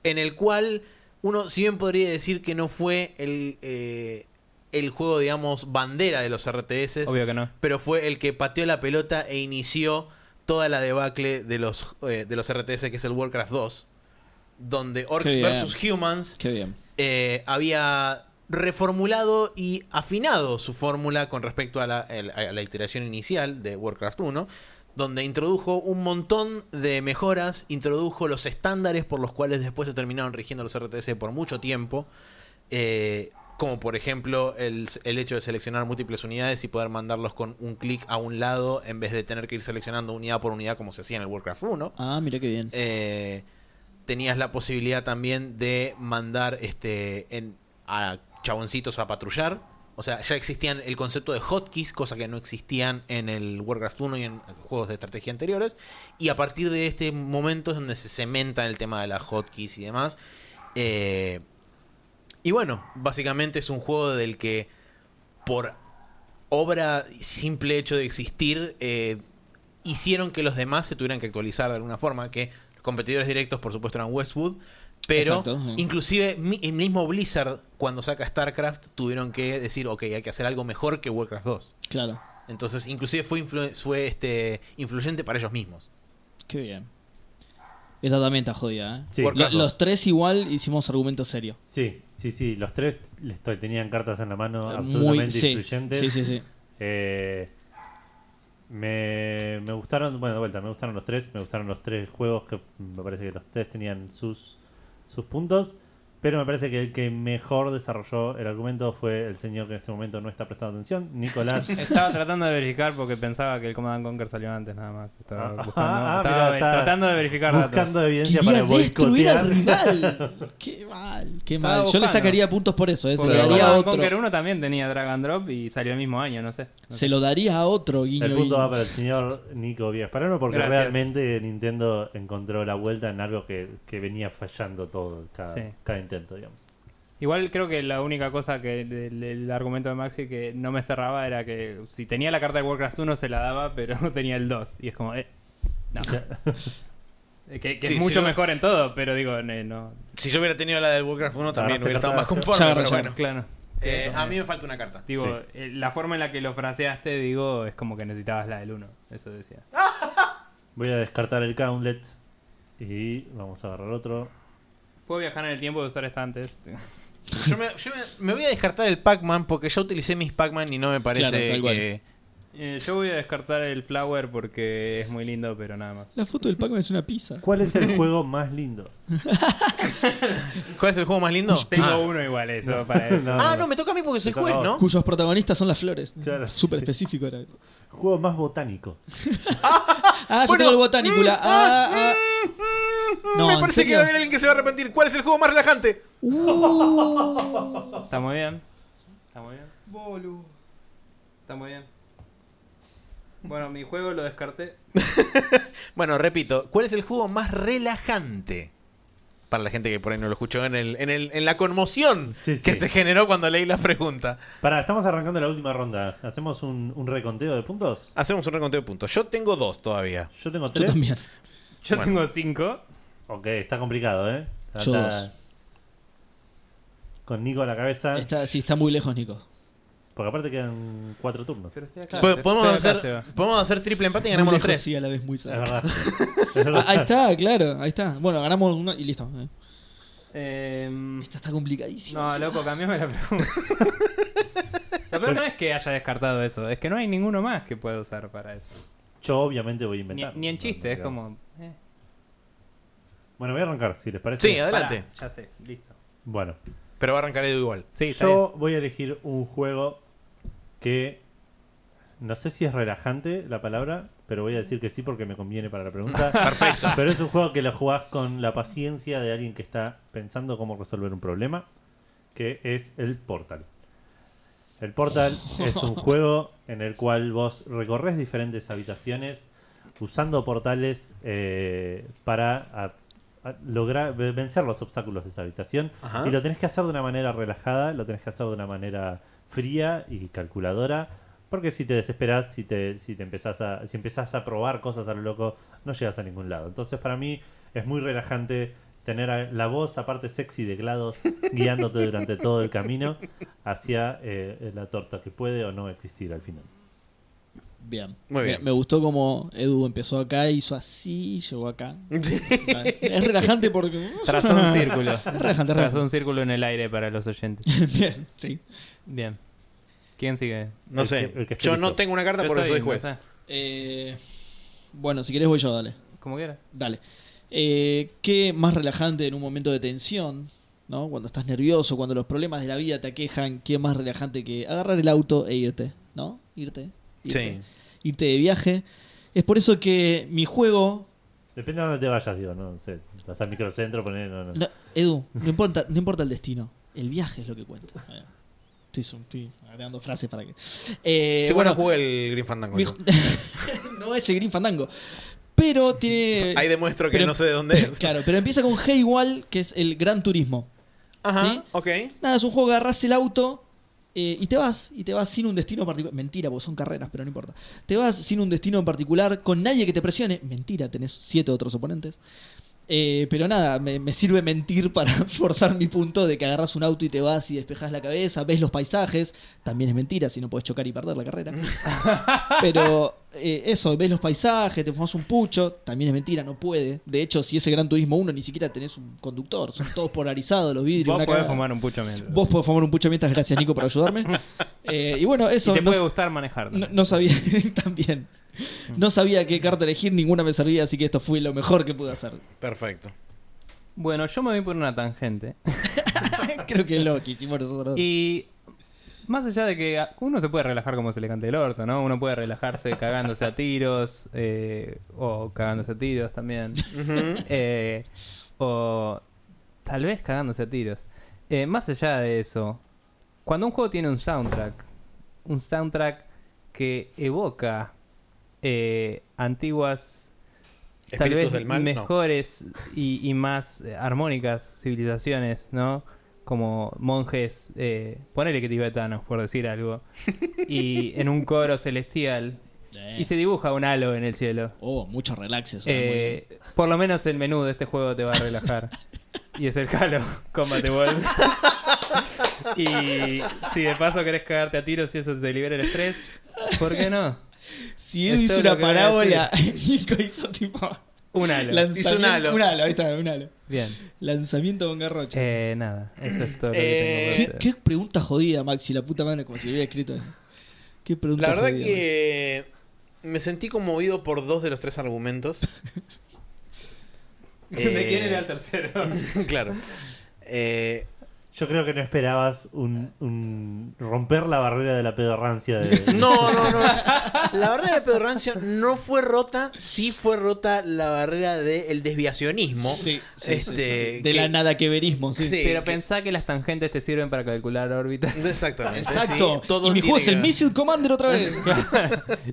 S3: en el cual uno, si bien podría decir que no fue el, eh, el juego, digamos, bandera de los RTS,
S4: Obvio que no.
S3: pero fue el que pateó la pelota e inició toda la debacle de los, eh, de los RTS, que es el Warcraft 2, donde Orcs
S2: Qué bien.
S3: vs. Humans
S2: Qué bien.
S3: eh, había reformulado y afinado su fórmula con respecto a la, el- a la iteración inicial de Warcraft 1, donde introdujo un montón de mejoras, introdujo los estándares por los cuales después se terminaron rigiendo los RTS por mucho tiempo, eh, como por ejemplo el, el hecho de seleccionar múltiples unidades y poder mandarlos con un clic a un lado en vez de tener que ir seleccionando unidad por unidad como se hacía en el Warcraft 1.
S2: Ah, mira qué bien.
S3: Eh, tenías la posibilidad también de mandar este en- a chaboncitos a patrullar. O sea, ya existían el concepto de hotkeys, cosa que no existían en el Warcraft 1 y en juegos de estrategia anteriores. Y a partir de este momento es donde se cementa el tema de las hotkeys y demás. Eh, y bueno, básicamente es un juego del que por obra y simple hecho de existir eh, hicieron que los demás se tuvieran que actualizar de alguna forma, que los competidores directos por supuesto eran Westwood, pero
S2: Exacto, sí.
S3: inclusive mi- el mismo Blizzard cuando saca StarCraft tuvieron que decir, ok, hay que hacer algo mejor que Warcraft 2.
S2: Claro,
S3: Entonces inclusive fue, influ- fue, este, influyente para ellos mismos.
S2: qué bien. Esta también está jodida, ¿eh?
S1: Sí.
S3: Warcraft
S2: Lo-
S3: 2.
S2: los tres igual hicimos argumento serio.
S1: Sí, sí, sí. Los tres les to- tenían cartas en la mano absolutamente
S2: Muy sí.
S1: influyentes.
S2: Sí, sí, sí.
S1: Eh, me, me gustaron, bueno, de vuelta, me gustaron los tres. Me gustaron los tres juegos que me parece que los tres tenían sus, sus puntos. Pero me parece que el que mejor desarrolló el argumento fue el señor que en este momento no está prestando atención, Nicolás.
S4: <laughs> Estaba tratando de verificar porque pensaba que el Command and Conquer salió antes, nada más. Estaba,
S1: Ah,
S4: buscando,
S1: ah,
S4: estaba
S1: mirá,
S4: ve-
S1: está
S4: tratando de verificar
S1: Buscando
S4: datos.
S1: evidencia
S2: Quería
S1: para
S2: destruir
S1: boicotear.
S2: al rival. Qué mal, qué
S4: Estaba
S2: mal. Yo le
S4: buscando.
S2: sacaría puntos por eso, ¿eh? se
S4: Porque
S2: lo
S4: el
S2: daría
S4: Command
S2: a
S4: and Conquer
S2: otro.
S4: 1 también tenía Drag and Drop y salió el mismo año, no sé. No sé.
S2: Se lo daría a otro, guiño.
S1: El punto
S2: guiño.
S1: va para el señor Nico Viesparano porque
S4: Gracias.
S1: realmente Nintendo encontró la vuelta en algo que, que venía fallando todo, cada,
S4: Sí.
S1: cada intento, digamos.
S2: <laughs>
S4: Igual creo que la única cosa que del, del argumento de Maxi que no me cerraba era que si tenía la carta de Warcraft 1 se la daba, <laughs> pero no tenía el 2. Y es como, eh, no. Eh, que que
S3: Sí, sí,
S4: es mucho
S3: no.
S4: mejor en todo, pero digo, eh, no.
S3: Si yo hubiera tenido la del Warcraft 1 también
S1: Agarraste
S3: hubiera
S1: la
S3: estado más
S1: frase.
S3: conforme,
S2: Ya,
S3: pero
S2: ya.
S3: bueno.
S4: Claro.
S3: Eh,
S4: Entonces,
S3: a mí me falta una carta.
S4: Digo,
S1: Sí.
S4: eh, la forma en la que lo fraseaste, digo, es como que necesitabas la del 1. Eso decía.
S1: Voy a descartar el Gauntlet. Y vamos a agarrar otro.
S4: Puedo viajar en el tiempo de usar esta antes.
S3: Yo me, yo me- me voy a descartar el Pac-Man porque ya utilicé mis Pac-Man y no me parece
S2: Claro, tal cual.
S3: que.
S4: Eh, yo voy a descartar el flower porque es muy lindo, pero nada más.
S2: La foto del Pac-Man es una pizza.
S1: ¿Cuál es el
S2: <laughs>
S1: juego más lindo?
S3: ¿Cuál es el juego más lindo?
S4: Tengo
S3: ah.
S4: uno igual, eso para eso.
S1: no.
S3: <laughs> Ah, no, me toca a mí porque soy
S1: Te toca
S3: juez,
S1: a
S3: ¿no?
S2: Cuyos protagonistas son las flores.
S1: Claro,
S2: Súper
S1: sí.
S2: específico era.
S1: Juego más botánico.
S2: Ah, yo tengo el botánicula.
S1: eh,
S2: ah, ah.
S3: Mm,
S2: No,
S3: me
S2: ¿en
S3: parece que
S2: serio?
S3: va a haber alguien que se va a arrepentir. ¿Cuál es el juego más relajante?
S4: Está muy bien. Está muy bien.
S5: Bolu.
S4: Está muy bien. Bueno, mi juego lo descarté.
S3: Bueno, repito, ¿cuál es el juego más relajante? Para la gente que por ahí no lo escuchó en, el, en, el, en la conmoción
S1: Sí,
S3: que
S1: sí.
S3: se generó cuando leí la pregunta.
S1: Pará, estamos arrancando la última ronda. ¿Hacemos un, un reconteo de puntos?
S3: Hacemos un reconteo de puntos. Yo tengo dos todavía.
S1: Yo tengo
S2: Yo
S1: tres.
S2: también.
S4: Yo
S3: Bueno.
S4: tengo cinco.
S1: Ok, está complicado, ¿eh? Está-
S2: Yo
S1: está-
S2: dos.
S1: Con Nico a la cabeza.
S2: Está, sí, está muy lejos, Nico.
S1: Porque aparte quedan cuatro turnos.
S4: Pero estoy acá.
S3: Po- podemos,
S4: Estoy acá,
S3: hacer,
S4: Seba.
S3: podemos hacer triple empate y
S2: Muy
S3: ganamos los
S2: lejos,
S3: tres.
S2: Sí, a la vez muy
S1: Es
S2: cerca.
S1: verdad. Es verdad.
S2: Ah, <laughs> ahí está, claro, ahí está. Bueno, ganamos uno y listo. eh.
S1: Mm.
S4: Em,
S2: Esta está complicadísima.
S4: No,
S2: sí.
S4: loco, cambiame la pregunta. Lo peor no es que haya descartado eso, es que no hay ninguno más que pueda usar para eso.
S1: Yo obviamente voy a
S4: Ni,
S1: inventar.
S4: ni en
S1: No,
S4: chiste,
S1: no
S4: es
S1: creo.
S4: como. eh,
S1: Bueno, voy a arrancar, si les parece.
S3: Sí, adelante.
S4: pará, ya sé, listo.
S1: Bueno,
S3: Pero va a arrancar Edu igual.
S4: Sí, está
S1: yo voy a elegir un juego que no sé si es relajante la palabra, pero voy a decir que sí porque me conviene para la
S4: <laughs>
S1: pregunta. Perfecto. Pero es un juego que lo jugás con la paciencia de alguien que está pensando cómo resolver un problema, que es el Portal. El Portal es un juego en el cual vos recorres diferentes habitaciones usando portales eh, para a- a lograr vencer los obstáculos de esa habitación
S3: Ajá.
S1: y lo tenés que hacer de una manera relajada, lo tenés que hacer de una manera fría y calculadora, porque si te desesperás, si te, si te empezás a, si empezás a probar cosas a lo loco, no llegas a ningún lado. Entonces para mí es muy relajante tener a- la voz aparte sexy de GLaDOS guiándote durante todo el camino hacia eh, la torta que puede o no existir al final.
S2: Bien.
S3: Muy bien.
S2: Me, me gustó como Edu empezó acá, hizo así, y llegó acá.
S3: <laughs>
S2: es relajante porque.
S4: Trazó un círculo.
S2: relajante,
S4: Trazó un círculo en el aire para los oyentes.
S2: <laughs> bien, sí.
S4: Bien. ¿Quién sigue?
S3: No
S1: El
S3: sé.
S1: que- el que esté
S3: Yo
S1: listo.
S3: no tengo una carta
S4: Yo
S3: porque
S4: estoy,
S3: soy juez.
S4: no sé,
S2: Eh, bueno, si querés voy yo, dale.
S4: como quieras.
S2: Dale. Eh, ¿Qué más relajante en un momento de tensión? ¿No? Cuando estás nervioso, cuando los problemas de la vida te aquejan, ¿qué más relajante que agarrar el auto e irte? ¿No? Irte. irte
S4: Eh,
S3: Sí.
S2: irte de viaje. Es por eso que mi juego.
S1: Depende de dónde te vayas, digo, no sé, vas al microcentro, poner, no, no.
S2: no, Edu, no importa, no importa el destino. El viaje es lo que cuenta. Eh, Estoy, son- estoy agregando frases para que. Eh,
S3: Yo
S2: bueno,
S3: bueno, jugué el Green Fandango.
S2: mi
S3: yo.
S2: ju- <laughs> no es el Green Fandango. Pero
S4: eh,
S2: tiene.
S3: Ahí demuestro que
S2: pero-
S3: no sé de dónde
S4: <laughs>
S2: <laughs>
S3: es.
S2: Claro, pero empieza con G igual, que es el Gran Turismo.
S3: Ajá,
S2: ¿Sí?
S3: ok.
S2: Nada, es un juego que agarras el auto eh, y te vas. Y te vas sin un destino particular. Mentira, porque son carreras, pero no importa. Te vas sin un destino en particular, con nadie que te presione. Mentira, tenés siete otros oponentes. Eh, pero nada, me, me sirve mentir para <laughs> forzar mi punto de que agarras un auto y te vas y despejas la cabeza, ves los paisajes. También es mentira si no podés chocar y perder la
S4: <laughs>
S2: carrera. Pero eh, eso, ves los paisajes, te fumas un pucho, también es mentira, no puede. De hecho, si ese Gran Turismo 1 ni siquiera tenés un conductor, son todos polarizados los vidrios.
S4: Vos
S2: una
S4: podés
S2: cagada.
S4: fumar un pucho mientras.
S2: Vos podés fumar un pucho mientras, gracias Nico por ayudarme. Eh, y bueno,
S4: y
S2: eso
S4: te
S2: no,
S4: puede gustar
S2: no-
S4: manejar. también.
S2: no sabía <laughs> también. No sabía qué carta elegir, ninguna me servía, así que esto fue lo mejor que pude
S3: <laughs>
S2: hacer.
S3: Perfecto.
S4: Bueno, yo me voy por una tangente.
S2: Creo que es lo que hicimos nosotros.
S4: Y más allá de que a- uno se puede relajar como se le cante el orto, ¿no? Uno puede relajarse <laughs> cagándose a tiros, eh, o cagándose a tiros también,
S3: Ujú.
S4: eh, o tal vez cagándose a tiros. Eh, más allá de eso, cuando un juego tiene un soundtrack, un soundtrack que evoca eh, antiguas, tal
S3: Espíritus
S4: vez
S3: del mal. no.
S4: mejores y, y más eh, armónicas civilizaciones, ¿no? Como monjes, eh, ponele que tibetanos, por
S3: <laughs>
S4: decir algo, y en un coro celestial,
S2: Eh,
S4: y se dibuja un halo en el cielo.
S2: Oh, mucho relax eso. era muy bien.
S4: Eh, por lo menos el menú de este juego te va a relajar. y es el Halo Combat Evolved. Y si de paso querés cagarte a tiros y eso te libera el estrés, ¿por qué no?
S2: Si
S4: Es
S2: Edu hizo
S4: todo lo
S2: una
S4: que voy a
S2: parábola, <laughs> Nico hizo tipo.
S4: Un halo.
S2: lanzamiento-
S3: Hizo un halo.
S2: Un halo, ahí está, un halo.
S4: Bien.
S2: Lanzamiento con garrocha.
S4: Eh, nada, eso es todo lo
S3: Eh,
S4: que
S2: ¿Qué,
S4: tengo para
S2: qué pregunta jodida, Maxi, la puta madre, como si lo hubiera escrito. Qué pregunta
S3: La verdad
S2: jodida,
S3: que me sentí conmovido por dos de los tres argumentos.
S4: hacer. <laughs> ¿De
S3: Eh,
S4: quién era el tercero?
S3: <laughs> claro. Eh,
S1: Yo creo que no esperabas un, un- romper la barrera de la pedorrancia de.
S3: no, no, no. La barrera de Pedro Rancio no fue rota, sí fue rota la barrera del desviacionismo.
S2: Sí, sí, sí, sí, sí.
S3: Este,
S2: De la
S3: que-
S2: nada que verismo, sí.
S3: Sí,
S4: Pero
S3: que-
S4: pensá que las tangentes te sirven para calcular
S3: <laughs>
S4: órbitas.
S3: Exactamente.
S2: Exacto.
S3: sí, todo
S2: y mi
S3: tiene
S2: juego es
S3: que
S2: el
S3: ver.
S2: Missile Commander otra vez.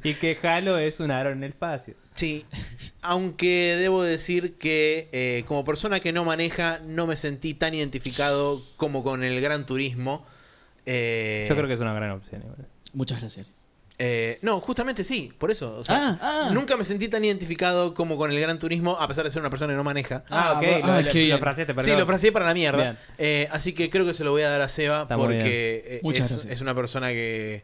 S4: y que Halo es un aro en el espacio.
S3: Sí, aunque debo decir que eh, como persona que no maneja, no me sentí tan identificado como con el gran turismo. Eh,
S4: Yo creo que es una gran opción. igual.
S2: <laughs> Muchas gracias.
S3: eh, no, justamente sí, por eso. o sea,
S2: Ah, ah.
S3: Nunca me sentí tan identificado como con el gran turismo, a pesar de ser una persona que no maneja.
S2: Ah,
S4: Ah, ok,
S2: bueno,
S4: lo,
S2: ah,
S4: lo-
S2: qué
S4: lo
S2: bien.
S4: fraseaste,
S3: Sí,
S4: perdón.
S3: lo fraseé para la mierda.
S4: Bien.
S3: Eh, así que creo que se lo voy a dar a Seba
S4: Está muy bien.
S3: porque eh,
S2: Muchas
S3: es,
S2: gracias.
S3: es una persona que,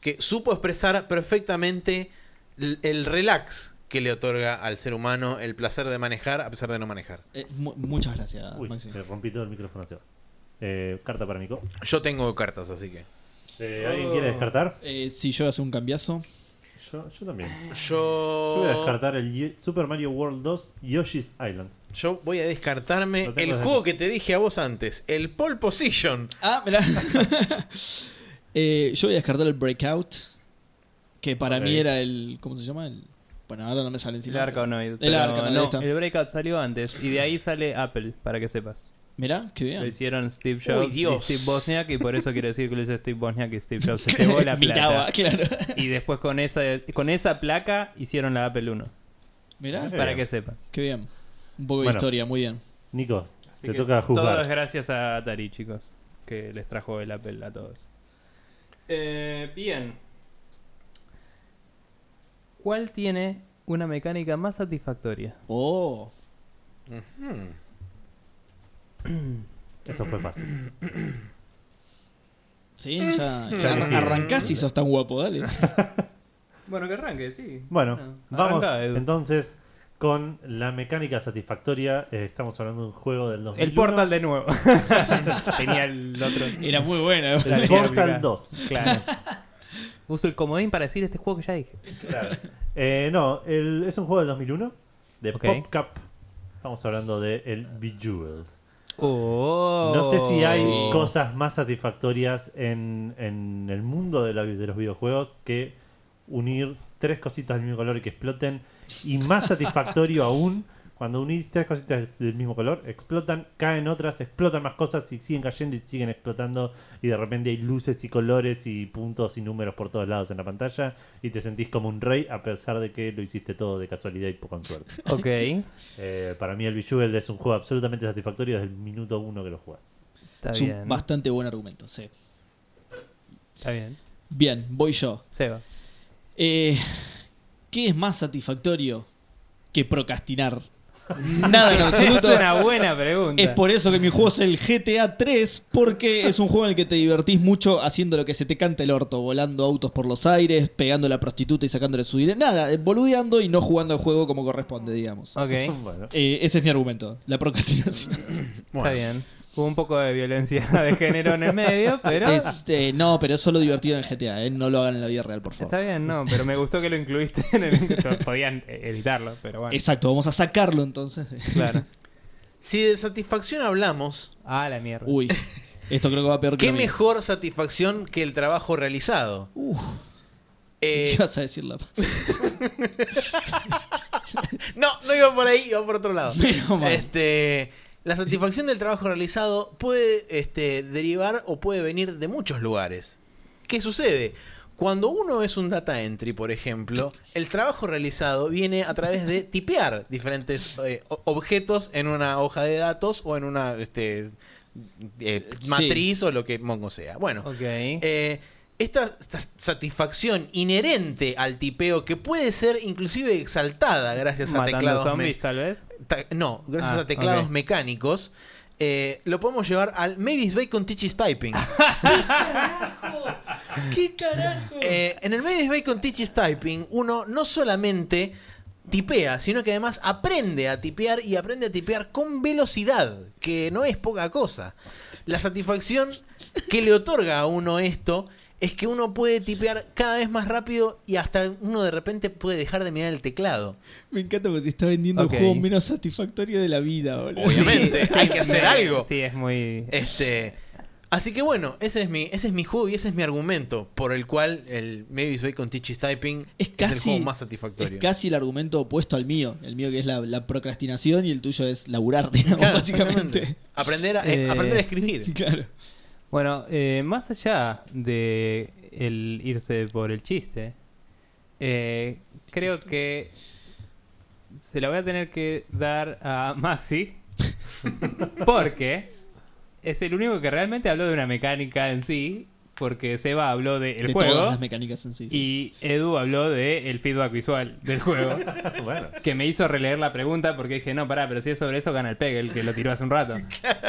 S3: que supo expresar perfectamente l- el relax que le otorga al ser humano el placer de manejar a pesar de no manejar.
S2: Eh, mu- muchas gracias,
S1: Uy,
S2: Maxi.
S1: se rompí todo el micrófono. se va. Eh, carta para Nico.
S3: Yo tengo cartas, así que.
S1: Eh, ¿Alguien quiere descartar?
S2: Eh, si yo voy a hacer un cambiazo.
S1: Yo, yo también. Yo voy a
S3: Yo.
S1: descartar el Ye- Super Mario World 2 Yoshi's Island.
S3: Yo voy a descartarme
S1: No tengo
S3: el
S1: de-
S3: juego que te dije a vos antes, el pole position.
S2: Ah, mirá. <laughs> Eh, yo voy a descartar el Breakout. Que para
S1: Ok.
S2: mí era el. ¿Cómo se llama? El, bueno, ahora no me sale
S4: El
S2: encima.
S4: Arkanoid.
S2: El
S4: pero
S2: Arkanoid, ahí
S4: no,
S2: está.
S4: el Breakout salió antes y de ahí sale Apple, para que sepas.
S2: Mirá, qué
S4: Lo
S2: bien.
S4: hicieron Steve Jobs
S3: Uy,
S4: y
S3: Dios.
S4: Steve Bosniak y por eso quiero decir que lo hizo Steve Bosniak y Steve <laughs> Jobs se
S2: <laughs>
S4: llevó la
S2: Miraba,
S4: plata.
S2: claro.
S4: <laughs> Y después con esa, con esa placa hicieron la Apple 1,
S2: Mirá,
S1: Qué
S4: para
S1: bien.
S4: que sepas.
S2: qué bien. Un poco de
S1: Bueno.
S2: historia, muy bien.
S1: Nico,
S4: Así
S1: te
S4: que
S1: toca
S4: Todo es
S1: juzgar.
S4: gracias a Atari, chicos, que les trajo el Apple a todos. Eh, bien. ¿Cuál tiene una mecánica más satisfactoria?
S2: Oh,
S3: Hmm.
S1: Esto fue fácil.
S2: sí, Eh,
S1: Ya
S2: ya. arran-
S1: elegí.
S2: arrancás y sos tan guapo, dale.
S4: Bueno, que arranque, sí.
S1: Bueno, vamos
S4: arranca, Edu.
S1: entonces con la mecánica satisfactoria. Eh, estamos hablando de un juego del 2001.
S4: El Portal de
S1: <laughs>
S4: nuevo. Tenía el otro.
S2: Era muy buena.
S1: El
S4: Dale,
S1: Portal
S4: mira.
S1: 2.
S4: Claro. <laughs> Uso el comodín para decir este juego que ya dije.
S1: Claro. Eh, no, el- es un juego del 2001 de
S4: Ok.
S1: Pop Cup. Estamos hablando de el Bejeweled.
S4: Oh.
S1: No sé si hay
S2: Sí.
S1: cosas más satisfactorias en, en el mundo de, la- de los videojuegos que unir tres cositas del mismo color y que exploten. Y más satisfactorio aún, cuando unís tres cositas del mismo color, explotan, caen otras, explotan más cosas y siguen cayendo y siguen explotando. Y de repente hay luces y colores y puntos y números por todos lados en la pantalla. Y te sentís como un rey a pesar de que lo hiciste todo de casualidad y con suerte.
S4: <laughs> Ok.
S1: Eh, para mí el Bejeweled es un juego absolutamente satisfactorio desde el minuto uno que lo jugás.
S4: Está
S2: Es un
S4: bien.
S2: bastante buen argumento, sí.
S4: Está bien.
S2: Bien, voy yo.
S4: Seba.
S2: Eh, ¿Qué es más satisfactorio que procrastinar? Nada en
S4: Es <laughs>
S2: absoluto.
S4: una buena pregunta.
S2: Es por eso que mi juego es el GTA 3, porque es un juego en el que te divertís mucho haciendo lo que se te canta el orto, volando autos por los aires, pegando a la prostituta y sacándole su dinero. Nada, eh, boludeando y no jugando al juego como corresponde, digamos.
S4: Ok.
S1: <laughs> Bueno.
S2: Eh, ese es mi argumento, la procrastinación.
S3: Bueno.
S4: Está bien. Hubo un poco de violencia <laughs> de género en el medio, pero.
S2: Este, no, pero eso es lo divertido en el GTA, eh, no lo hagan en la vida real, por favor.
S4: Está bien, no, pero me gustó que lo incluiste
S1: <laughs>
S4: en el. Podían eh, editarlo, pero bueno.
S2: Exacto, vamos a sacarlo entonces.
S4: Claro.
S3: Si de satisfacción hablamos,
S4: Ah, la mierda.
S2: Uy, esto creo que va peor que
S3: ¿qué
S2: lo mío.
S3: mejor satisfacción que el trabajo realizado?
S2: Uf,
S3: Eh,
S2: ¿Qué vas a decir, Lapa?
S3: No, no iba por ahí, iba por otro lado.
S2: <laughs> Menos mal.
S3: Este, la satisfacción del trabajo realizado puede este, derivar o puede venir de muchos lugares. ¿Qué sucede? Cuando uno es un data entry, por ejemplo, el trabajo realizado viene a través de tipear diferentes eh, o- objetos en una hoja de datos o en una este, eh,
S2: Sí.
S3: matriz o lo que mongo sea. Bueno,
S4: Ok.
S3: eh, esta, esta satisfacción inherente al tipeo que puede ser inclusive exaltada gracias a
S4: Matando
S3: teclados
S4: zombies,
S3: me-
S4: tal vez.
S3: ta- no gracias
S4: Ah,
S3: a teclados
S4: ok.
S3: mecánicos eh, lo podemos llevar al Mavis Bacon Teaches <laughs> Typing.
S5: ¿Qué carajo?
S3: Eh, en el Mavis Bacon Teaches Typing, uno no solamente tipea, sino que además aprende a tipear y aprende a tipear con velocidad, que no es poca cosa. La satisfacción que le otorga a uno esto es que uno puede tipear cada vez más rápido y hasta uno de repente puede dejar de mirar el teclado.
S2: Me encanta porque te está vendiendo
S4: Ok.
S2: el juego menos satisfactorio de la vida, boludo.
S3: Obviamente, hay que hacer algo.
S4: Sí, es muy.
S3: Este, así que bueno, ese es mi ese es mi juego y ese es mi argumento por el cual el Mavis Bacon Teaches Typing
S2: Es
S3: es, el
S2: casi-
S3: juego más
S2: Es
S3: satisfactorio.
S2: casi el argumento opuesto al mío. El mío que es la, la procrastinación y el tuyo es laburar, <laughs> digamos,
S3: Claro,
S2: básicamente.
S3: exactamente. Aprender a, eh,
S4: Eh,
S3: aprender a
S2: <laughs>
S3: escribir.
S2: Claro.
S4: Bueno, eh, más allá de el irse por el chiste, eh, creo que se la voy a tener que dar a Maxi porque es el único que realmente habló de una mecánica en sí, porque Seba habló del
S2: de todas
S4: juego
S2: las mecánicas en sí.
S4: y Edu habló del el feedback visual del juego,
S1: bueno,
S2: Eh,
S4: que me hizo releer la pregunta porque dije, no, pará, pero si es sobre eso, gana el Pegel, que lo tiró hace
S3: <laughs>
S4: un rato.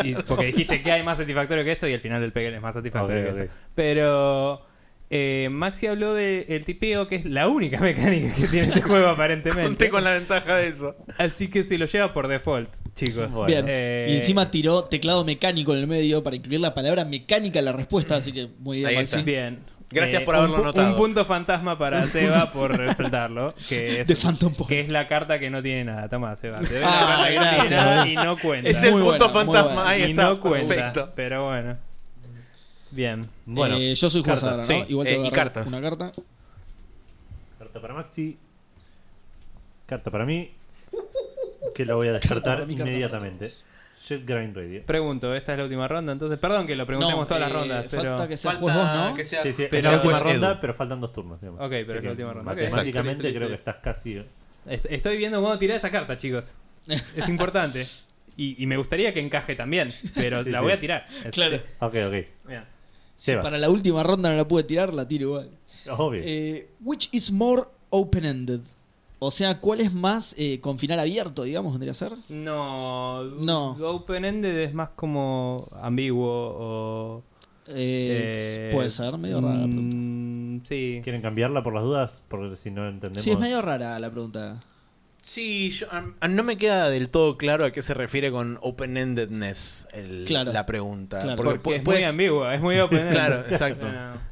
S4: Y porque dijiste que hay más satisfactorio que esto y el final del Pegel es más satisfactorio
S1: Ok,
S4: que
S1: ok.
S4: eso. Pero eh, Maxi habló del tipeo, que es la única <laughs> mecánica que tiene este juego aparentemente.
S3: Conté con la ventaja de eso.
S4: Así que se lo lleva por default, chicos.
S1: Bueno.
S2: Bien.
S4: Eh,
S2: Y encima tiró teclado mecánico en el medio para incluir la palabra mecánica en la respuesta, así que muy bien,
S3: Ahí
S2: Maxi.
S3: está.
S4: Bien.
S3: Gracias por
S4: Eh, un
S3: haberlo
S4: pu-
S3: notado.
S4: Un punto fantasma para Seba
S3: <laughs>
S4: por resaltarlo, que es
S2: De Phantom Point.
S4: que es la carta que no tiene nada. Toma, Seba. Te doy
S2: Ah,
S4: la carta que no tiene
S2: gracias,
S4: nada
S2: boludo.
S4: y no cuenta.
S3: Es el
S2: Muy
S3: punto
S2: bueno, muy
S3: fantasma.
S2: bueno.
S3: Ahí
S4: y
S3: está.
S4: no cuenta.
S3: Perfecto.
S4: Pero bueno. Bien.
S1: bueno.
S2: Eh, yo soy jugador ahora,
S1: cartas.
S2: ¿no?
S3: Sí,
S2: Igual te
S3: eh,
S2: voy a
S3: y
S2: agarrar
S3: cartas.
S2: Una carta.
S1: Carta para Maxi. Carta para mí. Que la voy a descartar
S2: para mí, carta para
S1: inmediatamente. Jet Grind Radio.
S4: Pregunto, esta es la última ronda, entonces. Perdón que lo preguntemos
S2: No,
S4: todas las
S2: eh,
S4: rondas, pero.
S2: Falta que sea juez vos, ¿no?
S3: sea,
S1: Sí, sí,
S3: que
S1: es
S3: sea
S1: la última
S3: juez Edu.
S1: ronda, pero faltan dos turnos. digamos.
S4: Ok, pero es la
S1: que
S4: última ronda. Ok.
S1: Matemáticamente
S4: Exacto.
S1: creo que estás casi.
S4: Est- Estoy viendo cuándo tirar esa carta, chicos.
S2: <laughs>
S4: Es importante. Y, y me gustaría que encaje también, pero
S1: Sí,
S4: la
S1: sí.
S4: voy a tirar. Es-
S2: Claro.
S4: sí.
S1: Ok, ok.
S4: Bien.
S2: Si
S1: Seba.
S2: para la última ronda no la pude tirar, la tiro igual.
S1: Obvio.
S2: Eh, which is more open-ended? O sea, ¿cuál es más eh, con final abierto, digamos, vendría a ser?
S4: No,
S2: No.
S4: Open-ended es más como ambiguo o.
S2: Eh,
S4: eh,
S2: puede ser, medio rara
S1: mm,
S2: la pregunta.
S4: mm, Sí.
S1: ¿Quieren cambiarla por las dudas? Porque si no entendemos.
S2: Sí, es medio rara la pregunta.
S3: Sí, yo- am- am- no me queda del todo claro a qué se refiere con open-endedness el-
S2: Claro.
S3: la pregunta.
S2: Claro.
S4: Porque,
S3: Porque, pu-
S4: es muy
S3: puedes-
S4: ambigua, es
S3: <laughs>
S4: muy open-ended.
S2: <laughs>
S3: Claro, exacto.
S4: No, no.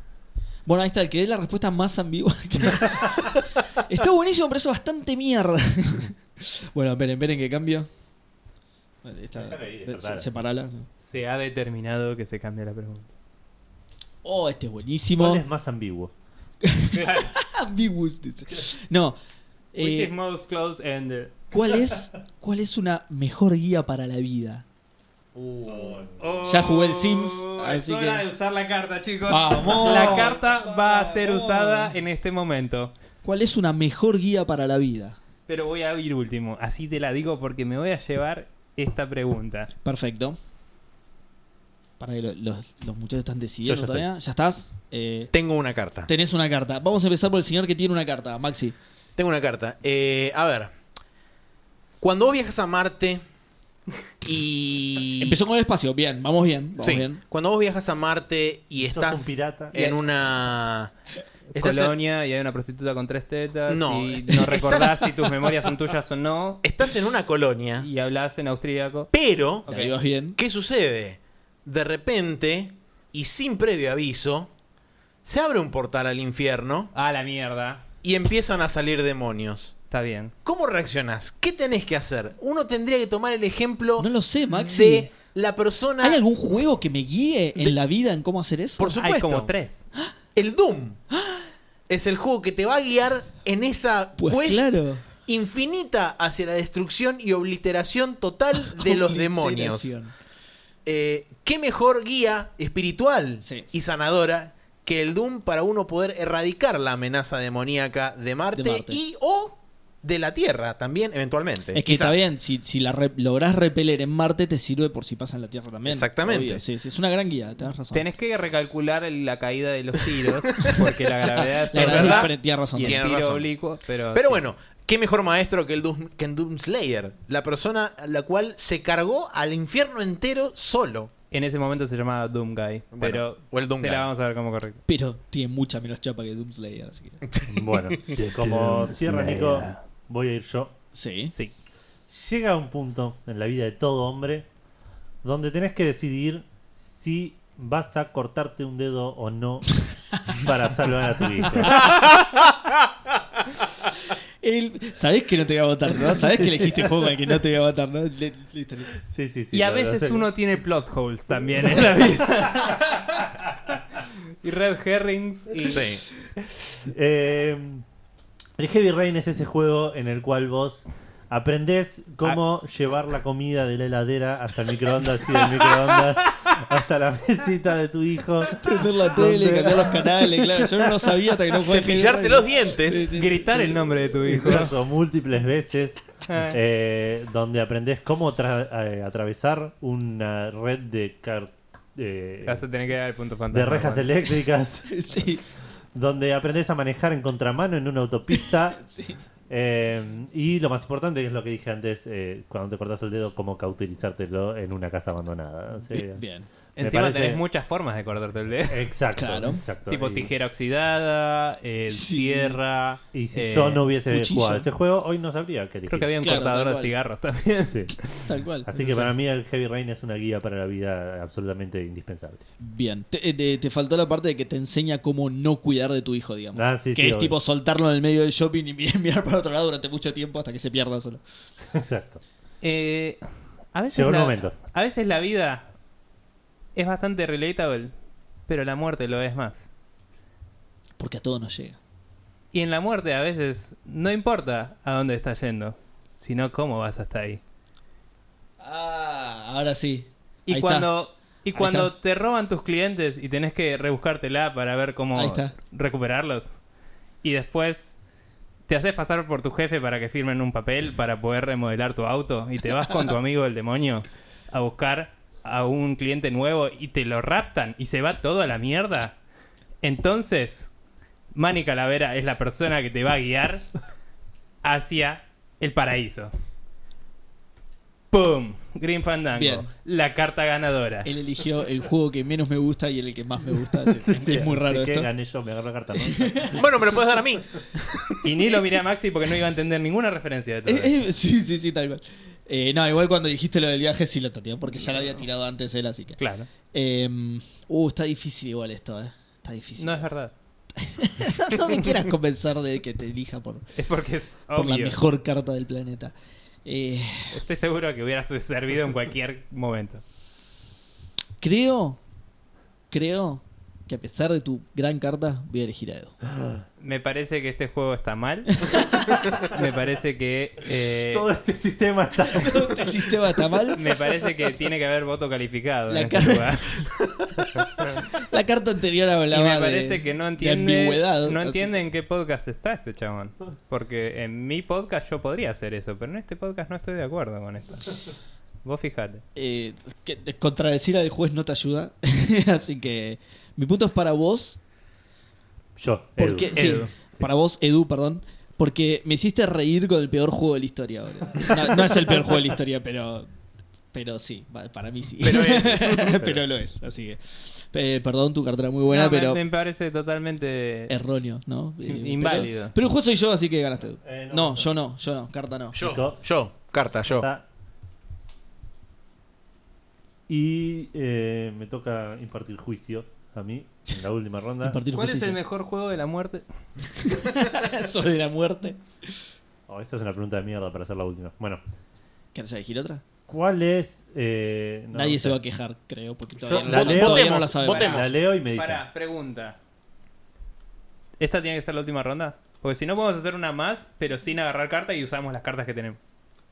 S2: Bueno, ahí está, el que dé la respuesta más ambigua.
S1: <laughs>
S2: está buenísimo, pero es bastante mierda. <laughs> bueno, esperen, esperen que cambio. Vale, esta-
S1: Déjala ahí,
S2: de-
S1: despertala.
S2: se- separala.
S4: Se ha determinado que se cambia la pregunta.
S2: Oh, este es buenísimo.
S1: ¿Cuál es más ambiguo?
S2: Ambiguous, dice. No.
S4: Which
S2: eh,
S4: is most close-ended?
S1: <laughs>
S2: ¿cuál, es, ¿Cuál es una mejor guía para la vida?
S3: Uh,
S2: Ya jugué el Sims,
S4: Oh,
S2: así
S4: es hora
S2: que-
S4: de usar la carta, chicos.
S2: ¡Vamos!
S4: La carta va a ser
S2: ¡Vamos!
S4: usada en este momento.
S2: ¿Cuál es una mejor guía para la vida?
S4: Pero voy a ir último. Así te la digo porque me voy a llevar esta pregunta.
S2: Perfecto. Para que lo- los, los muchachos están decidiendo
S1: Yo ya
S2: todavía. ¿Ya estás? Eh,
S3: tengo una carta.
S2: tenés una carta. Vamos a empezar por el señor que tiene una carta, Maxi.
S3: Tengo una carta. Eh, a ver. Cuando vos viajas a Marte
S2: <laughs>
S3: y.
S2: Empezó con el espacio. Bien, vamos bien. Vamos
S3: Sí.
S2: bien.
S3: Cuando vos viajas a Marte y
S1: Sos
S3: estás
S1: un
S3: <laughs>
S1: pirata.
S3: en una. Estás en-
S4: Colonia y hay una prostituta con tres tetas.
S3: No.
S4: Y
S2: <laughs>
S4: no recordás
S3: Estás-
S4: si tus memorias son tuyas o no.
S3: estás en una colonia,
S4: Y hablas en austríaco.
S3: pero.
S2: Ahí
S4: Ok.
S2: vas bien.
S3: ¿Qué sucede? De repente, y sin previo aviso, se abre un portal al infierno
S4: Ah, la mierda.
S3: y empiezan a salir demonios.
S4: Está bien.
S3: ¿Cómo reaccionás? ¿Qué tenés que hacer? Uno tendría que tomar el ejemplo
S2: No lo sé, Maxi.
S3: de la persona.
S2: ¿Hay algún juego que me guíe en la vida en cómo hacer eso?
S3: Por supuesto.
S4: Hay como tres.
S3: El Doom. Es el juego que te va a guiar en esa
S2: Pues
S3: quest
S2: claro.
S3: infinita hacia la destrucción y obliteración total
S2: <laughs>
S3: de los demonios.
S2: Obliteración.
S3: Eh, ¿Qué mejor guía espiritual
S2: Sí.
S3: y sanadora que el Doom para uno poder erradicar la amenaza demoníaca de Marte,
S2: De Marte.
S3: y o de la Tierra también eventualmente?
S2: Es que
S3: Quizás.
S2: está bien, si, si la re- lográs repeler en Marte, te sirve por si pasa en la Tierra también.
S3: Exactamente.
S2: Obvio, sí, sí, es una gran guía, tenés razón.
S4: Tenés que recalcular el- la caída de los tiros. Porque la gravedad es
S2: Ah, La
S3: Es
S2: gran <laughs>
S3: verdad.
S2: diferen- tenés razón.
S4: Y el
S3: Tiene
S4: tiro
S3: razón.
S4: oblicuo. Pero,
S3: Pero
S4: sí.
S3: bueno, ¿Qué mejor maestro que el, Doom, que el Doomslayer? La persona a la cual se cargó al infierno entero solo.
S4: En ese momento se llamaba Doom Guy.
S3: Bueno,
S4: pero
S3: o el Doom
S4: se
S3: Guy.
S4: la vamos a ver como correcto.
S2: Pero tiene mucha menos chapa que Doomslayer, así que.
S1: Bueno, como cierra Nico, voy a ir yo.
S2: Sí.
S4: Sí.
S1: Llega un punto en la vida de todo hombre donde tenés que decidir si vas a cortarte un dedo o
S4: <laughs>
S1: no para salvar a tu hijo.
S2: El- Sabés que no te voy a votar, ¿no? Sabés que elegiste el juego al que no te voy a votar, ¿no? Le- listo, listo.
S1: Sí, sí, sí,
S4: y a
S1: lo- lo
S4: veces
S1: sé.
S4: uno tiene plot holes también en la vida.
S3: <laughs>
S4: y red herrings y...
S3: Sí.
S1: Eh, el Heavy Rain es ese juego en el cual vos aprendés
S4: Ah.
S1: cómo llevar la comida de la heladera hasta el microondas y del
S4: <laughs>
S1: microondas hasta la mesita de tu hijo.
S2: Prender la tele, cambiar los canales, claro. Yo no lo sabía hasta que no jugué.
S3: Cepillarte los
S4: <laughs>
S3: dientes.
S4: gritar el nombre de tu hijo.
S1: Exacto, múltiples veces.
S4: <laughs> Ah.
S1: eh, donde aprendés cómo tra- eh, atravesar una red de car- eh,
S4: Vas a tener que dar el punto fantasma.
S1: de rejas
S4: bueno.
S1: eléctricas, <laughs>
S2: <laughs> Sí,
S1: donde aprendés a manejar en contramano en una
S4: <laughs>
S1: autopista.
S2: sí.
S1: Eh, y lo más importante es lo que dije antes, eh, cuando te cortas el dedo, cómo cauterizártelo en una casa abandonada. O sea,
S2: Bien.
S1: me
S4: Encima
S1: parece-
S4: tenés muchas formas de cortarte el dedo.
S1: Exacto,
S2: Claro.
S1: exacto.
S4: Tipo
S1: Y-
S4: tijera oxidada, eh,
S2: Sí.
S4: sierra.
S1: Y si
S4: eh,
S1: yo no hubiese
S2: cuchillo.
S1: jugado ese juego, hoy no sabría qué elegir.
S4: Creo que había un
S2: Claro,
S4: cortador
S2: tal
S4: de
S2: cual.
S4: cigarros también.
S1: Sí.
S2: Tal cual.
S1: Así que para mí el Heavy Rain es una guía para la vida absolutamente indispensable. <laughs>
S2: Bien. Te, eh, te- te faltó la parte de que te enseña cómo no cuidar de tu hijo, digamos.
S1: Ah, sí,
S2: que
S1: sí,
S2: es
S1: obvio.
S2: tipo soltarlo en el medio del shopping y mi- <laughs> mirar para otro lado durante mucho tiempo hasta que se pierda solo.
S1: Exacto.
S4: Eh, a veces
S1: Llegó el
S4: la,
S1: momento.
S4: A veces la vida es bastante relatable, pero la muerte lo es más.
S2: Porque a todo nos llega.
S4: Y en la muerte a veces no importa a dónde estás yendo, sino cómo vas hasta ahí.
S2: Ah, ahora sí.
S4: Y
S2: Ahí está.
S4: cuando y
S2: Ahí
S4: cuando
S2: está.
S4: te roban tus clientes y tenés que rebuscártela para ver cómo
S2: Ahí está.
S4: recuperarlos. Y después te haces pasar por tu jefe para que firmen un papel para poder remodelar tu auto y te
S2: <laughs>
S4: vas con tu amigo el demonio a buscar a un cliente nuevo y te lo raptan y se va todo a la mierda. Entonces, Manny Calavera es la persona que te va a guiar hacia el paraíso. ¡Pum! Green Fandango.
S2: Bien.
S4: La carta ganadora.
S2: Él eligió el juego que menos me gusta y el que más me gusta. Es,
S4: <laughs>
S2: es muy
S1: Así
S2: raro
S1: que
S2: esto.
S1: gané yo, me agarró la carta.
S2: <laughs>
S1: ¿no?
S3: Bueno, me lo puedes dar a mí.
S4: Y ni lo miré a Maxi porque no iba a entender ninguna referencia de todo.
S2: Eh, eh, sí, sí, sí, tal cual. Eh, no, igual cuando dijiste lo del viaje sí lo tateé porque ya lo había tirado antes él, así que.
S4: Claro.
S2: Eh, uh, está difícil igual esto, ¿eh? Está difícil.
S4: No es verdad.
S2: <laughs> no me quieras convencer de que te elija por,
S4: Es porque es
S2: por la
S4: obvio.
S2: mejor carta del planeta. Eh,
S4: Estoy seguro que hubiera servido en cualquier momento.
S2: creo, creo que a pesar de tu gran carta, voy a elegir a
S4: <laughs>
S2: Edo.
S4: Me parece que este juego
S2: <laughs>
S4: está mal. Me parece que. eh,
S1: Todo este sistema está.
S2: Este sistema está mal.
S4: <laughs> me parece que tiene que haber voto calificado
S2: La
S4: en este
S2: cara-
S4: lugar.
S2: <laughs> La carta anterior hablaba
S4: Y me
S2: de-
S4: parece que no
S2: de
S4: entiende,
S2: ambigüedad,
S4: no
S2: así.
S4: entiende en qué podcast está este chabón. Porque en mi podcast yo podría hacer eso, pero en este podcast no estoy de acuerdo con esto. Vos fijate.
S2: eh, que de- contradecir al juez no te ayuda. <laughs> Así que mi punto es para vos.
S1: Yo, Edu.
S2: Porque, sí,
S4: Edu.
S2: para vos, Edu, perdón. Porque me hiciste reír con el peor juego de la historia. boludo. No, no es el peor juego de la historia, pero. Pero sí, va- para mí sí.
S3: Pero es.
S2: <laughs> Pero lo es, así que. eh, perdón, tu cartera muy buena,
S4: No, me-
S2: pero.
S4: me, parece totalmente.
S2: Erróneo, ¿no? Eh,
S4: In- inválido.
S2: Pero, pero el juego soy yo, así que ganaste. Edu.
S1: Eh,
S2: no,
S1: no, no.
S2: yo no, yo no, carta
S1: <laughs>
S2: no. <laughs>
S3: Yo, yo, carta, yo.
S1: Está. Y eh, me toca impartir juicio a mí en la última ronda.
S2: Impartir
S4: ¿Cuál es
S2: justicia.
S4: el mejor juego de la muerte?
S2: Sobre la muerte.
S1: Oh, esta es una pregunta de mierda para hacer la última. Bueno,
S2: ¿Querés elegir otra?
S1: ¿cuál es? eh, no,
S2: Nadie
S1: o
S2: se
S1: sea,
S2: va a quejar, creo, porque todavía, no,
S1: la
S2: lo-
S1: leo.
S2: todavía no la
S3: Votemos,
S2: sabe.
S3: votemos.
S1: La leo y me dice.
S4: Pará, pregunta. ¿Esta tiene que ser la última ronda? Porque si no, podemos hacer una más, pero sin agarrar carta y usamos las cartas que tenemos.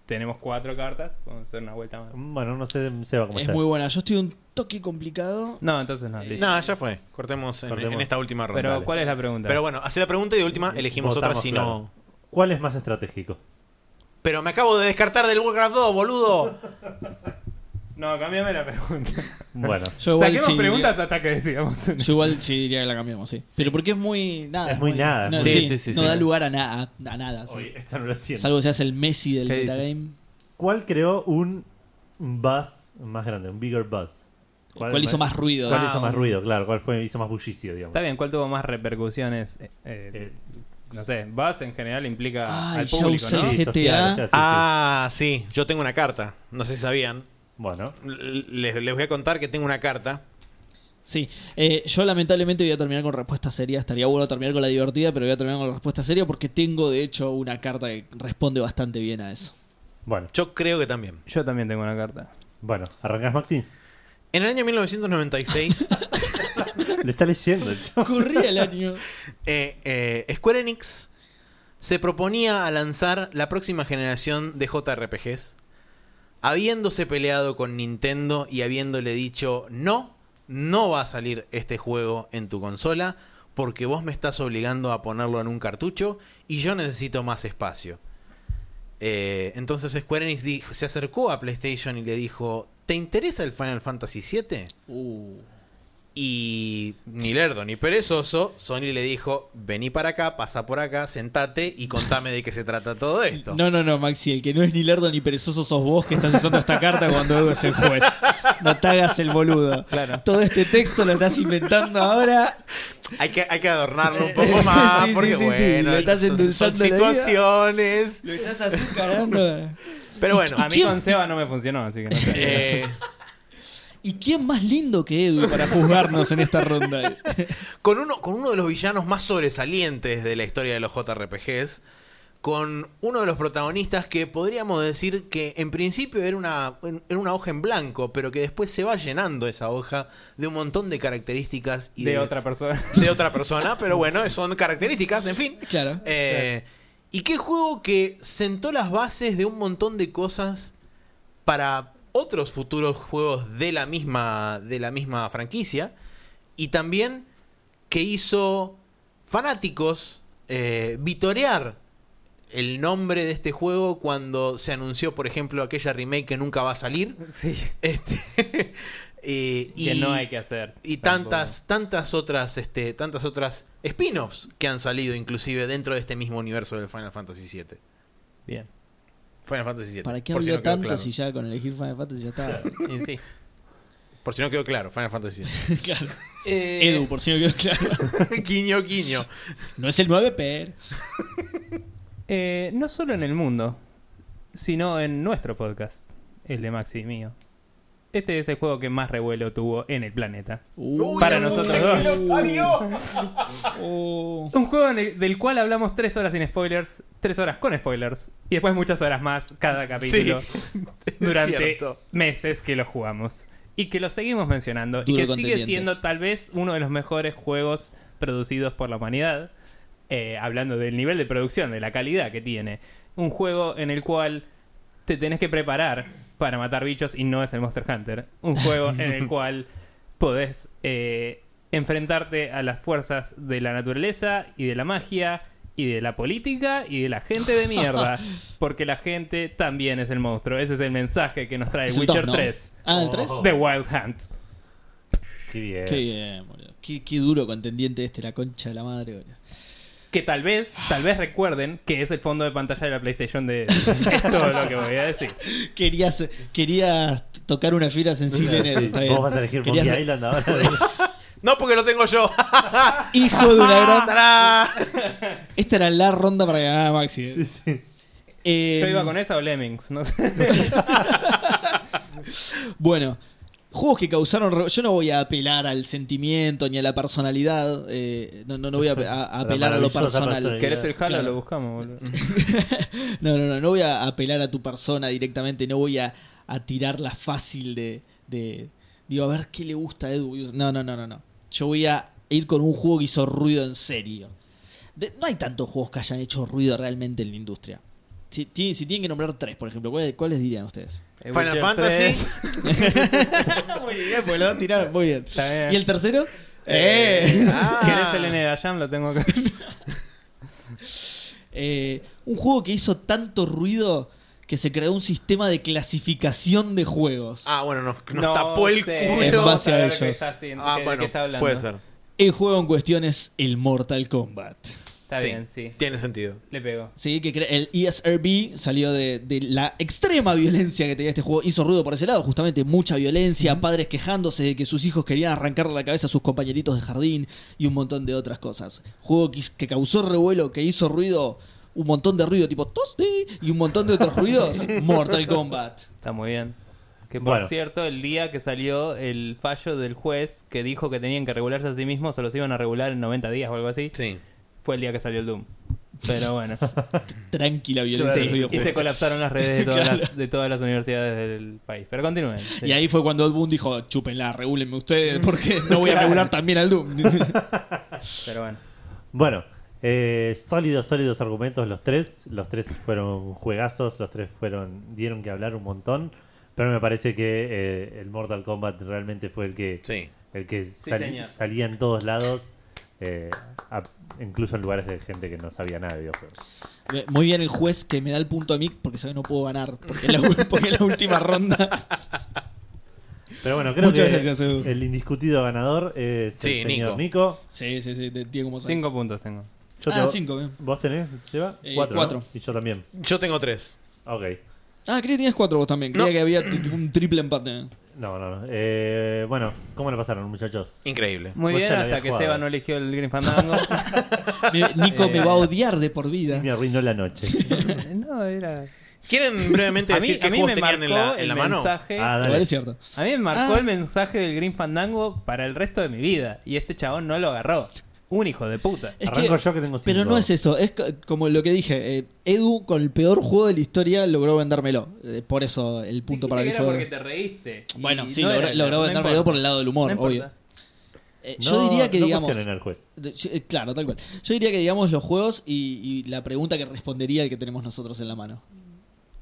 S4: Tenemos cuatro cartas, podemos hacer una vuelta más.
S1: Bueno, no sé, Seba, cómo
S2: Es
S1: está.
S2: muy buena. Yo estoy un toque complicado.
S4: No, entonces
S2: Eh,
S4: no. listo.
S3: No, ya fue. Cortemos en,
S1: Cortemos.
S3: en esta última ronda.
S4: Pero,
S1: dale.
S4: ¿cuál es la pregunta?
S3: Pero bueno, hace la pregunta y de última elegimos
S1: Votamos,
S3: otra si no.
S1: ¿Cuál es más
S2: <laughs>
S1: estratégico?
S3: Pero me acabo de descartar del Warcraft 2, boludo.
S4: No, cámbiame la pregunta.
S1: Bueno,
S2: Yo igual
S4: Saquemos
S2: sí diría-
S4: preguntas hasta que decidamos una.
S2: Yo igual sí diría que la cambiamos, sí. Pero porque es muy nada.
S1: Es muy nada,
S2: No,
S1: es
S3: muy-
S2: sí,
S3: Sí, sí, sí,
S2: no
S3: sí.
S2: da lugar a, nada a nada. sí.
S1: hoy esta no la entiendo.
S2: Salvo que seas el Messi del
S4: ¿Qué dice?
S2: metagame.
S1: ¿Cuál creó un buzz más grande, un bigger buzz?
S2: ¿Cuál, hizo más ruido?
S1: ¿Cuál
S4: Ah,
S1: hizo más
S4: un-
S1: ruido? Claro, ¿cuál fue, hizo más bullicio, digamos?
S4: Está bien, ¿cuál tuvo más repercusiones? Eh, eh, no sé, Buzz en general implica
S2: Ay,
S4: al
S2: ya
S4: público,
S2: usé.
S4: ¿no?
S2: Sí.
S1: Sí,
S2: GTA.
S1: social, sí, sí.
S3: Ah, sí, yo tengo una carta. No sé si sabían.
S1: Bueno,
S3: L- Les, les voy a contar que tengo una carta.
S2: Sí. Eh, yo lamentablemente voy a terminar con respuesta seria. Estaría bueno terminar con la divertida, pero voy a terminar con la respuesta seria porque tengo de hecho una carta que responde bastante bien a eso.
S1: bueno,
S3: Yo creo que también.
S4: Yo también tengo una carta.
S1: bueno. ¿Arrancás, Maxi?
S3: En el año 1996,
S1: Le está leyendo <laughs> el chavo.
S2: Corría el año.
S3: eh, eh, Square Enix se proponía a lanzar la próxima generación de JRPGs, habiéndose peleado con Nintendo y habiéndole dicho, no, no va a salir este juego en tu consola, porque vos me estás obligando a ponerlo en un cartucho y yo necesito más espacio. Eh, entonces Square Enix dijo- se acercó a PlayStation y le dijo, ¿te interesa el Final Fantasy VII?
S2: Uh.
S3: Y ni lerdo ni perezoso, Sony le dijo, vení para acá, pasa por acá, sentate y contame de qué se trata todo esto.
S2: No, no, no, Maxi, el que no es ni lerdo ni perezoso sos vos que estás usando esta carta cuando Edu es el juez. No te hagas el boludo.
S4: Claro.
S2: Todo este texto lo estás inventando ahora.
S3: Hay, que, hay que adornarlo un poco más,
S2: <laughs> Sí, sí,
S3: porque
S2: sí, sí,
S3: bueno,
S2: le estás
S3: son- son,
S2: endulzando la vida.
S3: situaciones.
S2: Lo estás azucarando.
S3: Pero
S2: <laughs>
S3: bueno,
S4: A mí
S2: quién-
S4: con Seba no me funcionó, así que no sé.
S3: eh,
S2: ¿Y quién más lindo que Edu para juzgarnos en esta ronda?
S3: con, uno, con uno de los villanos más sobresalientes de la historia de los JRPGs, con uno de los protagonistas que podríamos decir que en principio era una, era una hoja en blanco, pero que después se va llenando esa hoja de un montón de características y
S4: de otra persona.
S3: de otra persona, pero bueno, son características, en fin.
S2: <laughs> Claro.
S3: Eh, y qué juego que sentó las bases de un montón de cosas para otros futuros juegos de la misma, de la misma franquicia. Y también que hizo fanáticos eh, vitorear el nombre de este juego cuando se anunció, por ejemplo, aquella remake que nunca va a salir.
S4: <laughs>
S3: <laughs>
S4: Sí.
S3: Este, <laughs> eh,
S4: Que no hay que hacer.
S3: y
S4: tampoco.
S3: tantas tantas otras este tantas otras spin-offs que han salido inclusive dentro de este mismo universo del Final Fantasy VII
S4: Bien.
S3: Final Fantasy VII
S2: ¿Para qué
S3: por si
S2: habló
S3: no quedó
S2: tanto
S3: claro.
S2: si ya con elegir Final Fantasy ya estaba?
S4: Y sí.
S3: por si no quedó claro Final Fantasy
S2: <laughs> Claro.
S4: <laughs> Eh,
S2: <laughs> Edu, por si no quedó claro. <laughs>
S3: <laughs> VII quiño quiño
S2: No es el 9, pero.
S4: eh, no solo en el mundo, sino en nuestro podcast, el de Maxi y mío. Este es el juego que más revuelo tuvo en el planeta.
S2: Uh,
S4: Para nosotros dos.
S2: uh.
S4: Un juego en el- del cual hablamos tres horas sin spoilers, tres horas con spoilers, y después muchas horas más cada capítulo <laughs>
S3: <laughs>
S4: durante
S3: cierto.
S4: meses que lo jugamos. Y que lo seguimos mencionando.
S2: Duro
S4: y que sigue
S2: contendiente.
S4: siendo tal vez uno de los mejores juegos producidos por la humanidad. eh, hablando del nivel de producción, de la calidad que tiene. Un juego en el cual te tenés que preparar para matar bichos y no es el Monster Hunter. Un juego en
S2: <laughs>
S4: el cual podés eh, enfrentarte a las fuerzas de la naturaleza y de la magia y de la política y de la gente
S2: <laughs>
S4: de mierda. Porque la gente también es el monstruo. Ese es el mensaje que nos trae
S2: Es el
S4: Witcher
S2: dos, ¿no?
S4: 3.
S2: Ah, el 3.
S1: Oh.
S4: The Wild Hunt.
S1: Qué bien.
S2: Qué bien, boludo. Qué, qué duro contendiente este, la concha de la madre, boludo.
S4: Que tal vez, tal vez recuerden que es el fondo de pantalla de la PlayStation de
S2: <laughs>
S4: todo lo que voy a decir.
S2: Querías, querías tocar una fibra sensible
S1: <laughs>
S2: en él, está bien.
S1: Vos vas a elegir
S2: Querías-
S1: Monkey Island ahora. <laughs>
S3: no porque lo tengo yo
S2: <laughs>
S3: <laughs>
S2: Hijo
S4: <laughs>
S2: de una gran...
S3: ¡Tará!
S2: Esta era la ronda para ganar a Maxi. Eh,
S4: Yo iba con esa o Lemmings, no sé.
S2: <laughs> Bueno, juegos que causaron... re- Yo no voy a apelar al sentimiento ni a la personalidad. eh, no, no,
S1: <laughs>
S2: no voy a, a- a
S1: La
S2: apelar a lo
S1: maravillosa
S2: personal.
S1: personalidad.
S4: ¿Querés el Halo?
S2: Claro.
S4: Lo buscamos, boludo.
S2: No, no, no, no voy a apelar a tu persona directamente. No voy a, a tirarla fácil de, de- Digo, a ver qué le gusta a Edu. No, no, no, no, no. Yo voy a ir con un juego que hizo ruido en serio. De- no hay tantos juegos que hayan hecho ruido realmente en la industria. Si, ti- si tienen que nombrar tres, por ejemplo, ¿cuáles, cuáles dirían ustedes?
S4: El
S3: Final
S4: Witcher
S3: Fantasy
S4: 3,
S2: Muy bien, pues lo tirar muy bien.
S4: Está bien.
S2: ¿Y el tercero?
S3: Eh,
S2: Eh.
S3: ah.
S4: ¿Querés el N de Ayam? Lo tengo acá.
S2: Eh, un juego que hizo tanto ruido que se creó un sistema de clasificación de juegos.
S3: Ah, bueno, nos, <laughs> nos
S4: No
S3: tapó el
S4: sé.
S2: En
S3: culo.
S2: base a
S4: Saber
S2: ellos.
S4: qué está haciendo,
S3: Ah,
S4: qué- de qué
S3: bueno,
S4: está hablando.
S3: puede ser.
S2: El juego en cuestión es el Mortal Kombat.
S4: Está
S3: Sí,
S4: bien, sí.
S3: Tiene sentido.
S4: Le pegó.
S2: Sí, que cre- el E ESRB salió de, de la extrema violencia que tenía este juego. Hizo ruido por ese lado, justamente mucha violencia, padres quejándose de que sus hijos querían arrancarle la cabeza a sus compañeritos de jardín y un montón de otras cosas. Juego que, que causó revuelo, que hizo ruido, un montón de ruido tipo tosti y un montón de otros
S4: <laughs>
S2: ruidos. Mortal Kombat.
S4: Está muy bien. Que por
S1: Bueno.
S4: cierto, el día que salió el fallo del juez que dijo que tenían que regularse a sí mismos, se los iban a regular en 90 días o algo así,
S3: Sí.
S4: fue el día que salió el Doom. Pero bueno.
S2: Tranquila violencia
S4: Sí,
S2: en los
S4: y se
S2: videojuegos.
S4: colapsaron las redes de todas,
S2: Claro.
S4: las, de todas las universidades del país. Pero continúen. sí.
S2: Y ahí fue cuando Ed Boon dijo, chúpenla, regúlenme ustedes, porque no voy a
S4: <laughs>
S2: regular también al Doom. <laughs>
S4: Pero bueno.
S1: Bueno, eh, sólidos, sólidos argumentos los tres. Los tres fueron juegazos, los tres fueron dieron que hablar un montón. Pero me parece que eh, el Mortal Kombat realmente fue el que,
S3: Sí.
S1: el que
S4: Sí,
S1: sali-
S4: señor.
S1: salía en todos lados, eh, a- incluso en lugares de gente que no sabía nada de videojuegos.
S2: Muy bien el juez que me da el punto a mí, porque sabe que no puedo ganar, porque es la, <laughs> porque es la última ronda.
S1: Pero bueno, creo
S2: Muchas
S1: que
S2: gracias, Edu.
S1: el indiscutido ganador es
S3: Sí,
S1: el señor Nico.
S2: Sí, sí, sí, te tiene como
S4: Cinco puntos tengo.
S1: Yo
S2: Ah,
S1: tengo-
S2: cinco, bien.
S1: ¿Vos tenés, Seba?
S2: Eh,
S1: cuatro. ¿no?
S2: cuatro.
S1: Y yo también.
S3: Yo tengo tres.
S1: Ok.
S2: Ah, creí que tenías cuatro vos también. Creía
S3: No.
S2: que había t- un triple empate.
S1: No, no, no. Eh, bueno, ¿cómo le pasaron, muchachos?
S3: Increíble.
S2: Mm.
S4: Muy
S1: Vos
S4: bien,
S1: ya lo
S4: hasta
S1: habías
S4: que
S1: jugado.
S4: Seba no eligió el Green Fandango.
S2: Me- Nico me
S4: Eh.
S2: va a odiar de por vida.
S1: Me arruinó la
S2: <laughs>
S1: noche.
S4: no, era.
S3: ¿Quieren brevemente
S4: <laughs> A mí,
S3: decir
S4: a
S3: qué
S4: mí
S3: juegos
S4: me
S3: tenían
S4: marcó
S3: en la, en
S4: el
S3: la mano?
S4: mensaje.
S1: Ah, dale.
S2: Igual es cierto.
S4: A mí me marcó
S2: Ah.
S4: el mensaje del Green Fandango para el resto de mi vida. Y este chabón no lo agarró. Un hijo de puta.
S2: Es
S1: Arranco
S2: que-
S1: yo que tengo cinco.
S2: Pero no es eso, es co- como lo que dije. eh, Edu, con el peor juego de la historia, logró vendérmelo. Eh, por eso el punto
S4: Dijiste
S2: para
S4: que
S2: mí
S4: era
S2: fue.
S4: porque te reíste. Y
S2: Bueno, sí,
S4: no
S2: logró,
S4: era-
S2: logró
S4: no
S2: vendérmelo
S4: importa.
S2: por el lado del humor,
S4: No
S2: obvio.
S4: importa.
S2: Eh,
S1: No-
S2: yo diría que,
S1: no
S2: digamos.
S1: cuestionen al juez.
S2: de- yo- eh, claro, tal cual. Yo diría que, digamos, los juegos y, y la pregunta que respondería el que tenemos nosotros en la mano.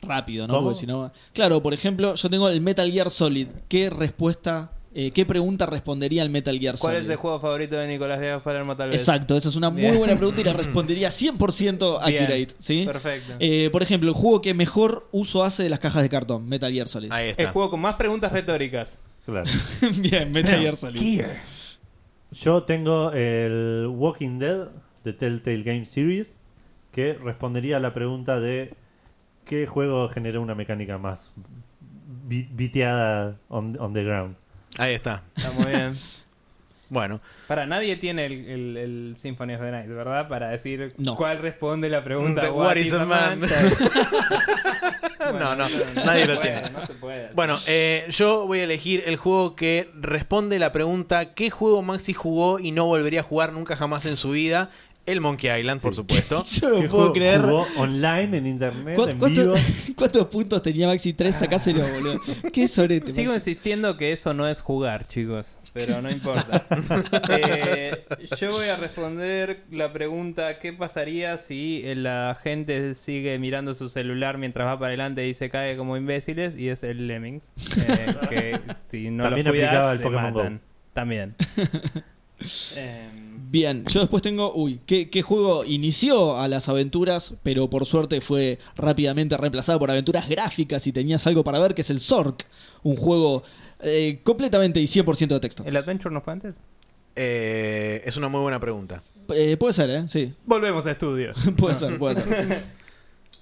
S2: Rápido, ¿no?
S1: ¿Cómo?
S2: Porque si no. Claro, por ejemplo, yo tengo el Metal Gear Solid. ¿Qué respuesta, eh, qué pregunta respondería el Metal Gear Solid?
S4: ¿Cuál es el juego favorito de Nicolás Vegas Palermo tal vez?
S2: Exacto, esa es una muy
S4: Bien.
S2: buena pregunta y
S4: <laughs>
S2: la respondería 100%
S4: Bien,
S2: accurate, ¿sí?
S4: Perfecto.
S2: Eh, por ejemplo, el juego que mejor uso hace de las cajas de cartón, Metal Gear Solid.
S3: Ahí
S4: el
S3: está.
S4: juego con más preguntas retóricas.
S1: Claro.
S2: <laughs> Bien, Metal Gear Solid.
S1: Yo tengo el Walking Dead de Telltale Game Series que respondería a la pregunta de qué juego generó una mecánica más bi- biteada on, on the ground.
S3: Ahí está.
S4: Está muy bien. <laughs>
S3: Bueno.
S4: Para nadie tiene el, el, el Symphony of the Night, ¿verdad? Para decir
S2: No.
S4: cuál responde la
S2: <laughs>
S4: pregunta.
S3: The What is a man? No, no, nadie lo tiene.
S4: No se puede.
S3: Bueno, eh, yo voy a elegir el juego que responde la pregunta ¿Qué juego Maxi jugó y no volvería a jugar nunca jamás en su vida? El Monkey Island, por supuesto.
S2: Yo no
S1: ¿Qué
S2: puedo
S1: juego
S2: creer.
S1: jugó online, en internet,
S2: ¿Cu-
S1: en vivo?
S2: cuánto- <laughs> ¿Cuántos puntos tenía Maxi 3? Sacáselo,
S4: <laughs>
S2: boludo. Qué sorete.
S4: Sigo
S2: Maxi.
S4: insistiendo que eso no es jugar, chicos, pero no importa. Eh, yo voy a responder la pregunta, ¿qué pasaría si la gente sigue mirando su celular mientras va para adelante y se cae como imbéciles? Y es el Lemmings, eh, que si no
S1: También
S4: lo
S1: aplicaba
S4: cuidas,
S1: el
S4: se
S1: Pokémon Go.
S4: matan.
S1: <laughs>
S4: También. Em,
S2: Bien, yo después tengo. Uy, ¿qué, qué juego inició a las aventuras, pero por suerte fue rápidamente reemplazado por aventuras gráficas y tenías algo para ver, que es el Zork? Un juego eh, completamente y 100% de texto.
S4: ¿El Adventure no fue antes?
S3: Eh, es una muy buena pregunta.
S2: Eh, puede ser, ¿eh? Sí. <laughs>
S4: Volvemos a estudios.
S2: puede ser, puede ser.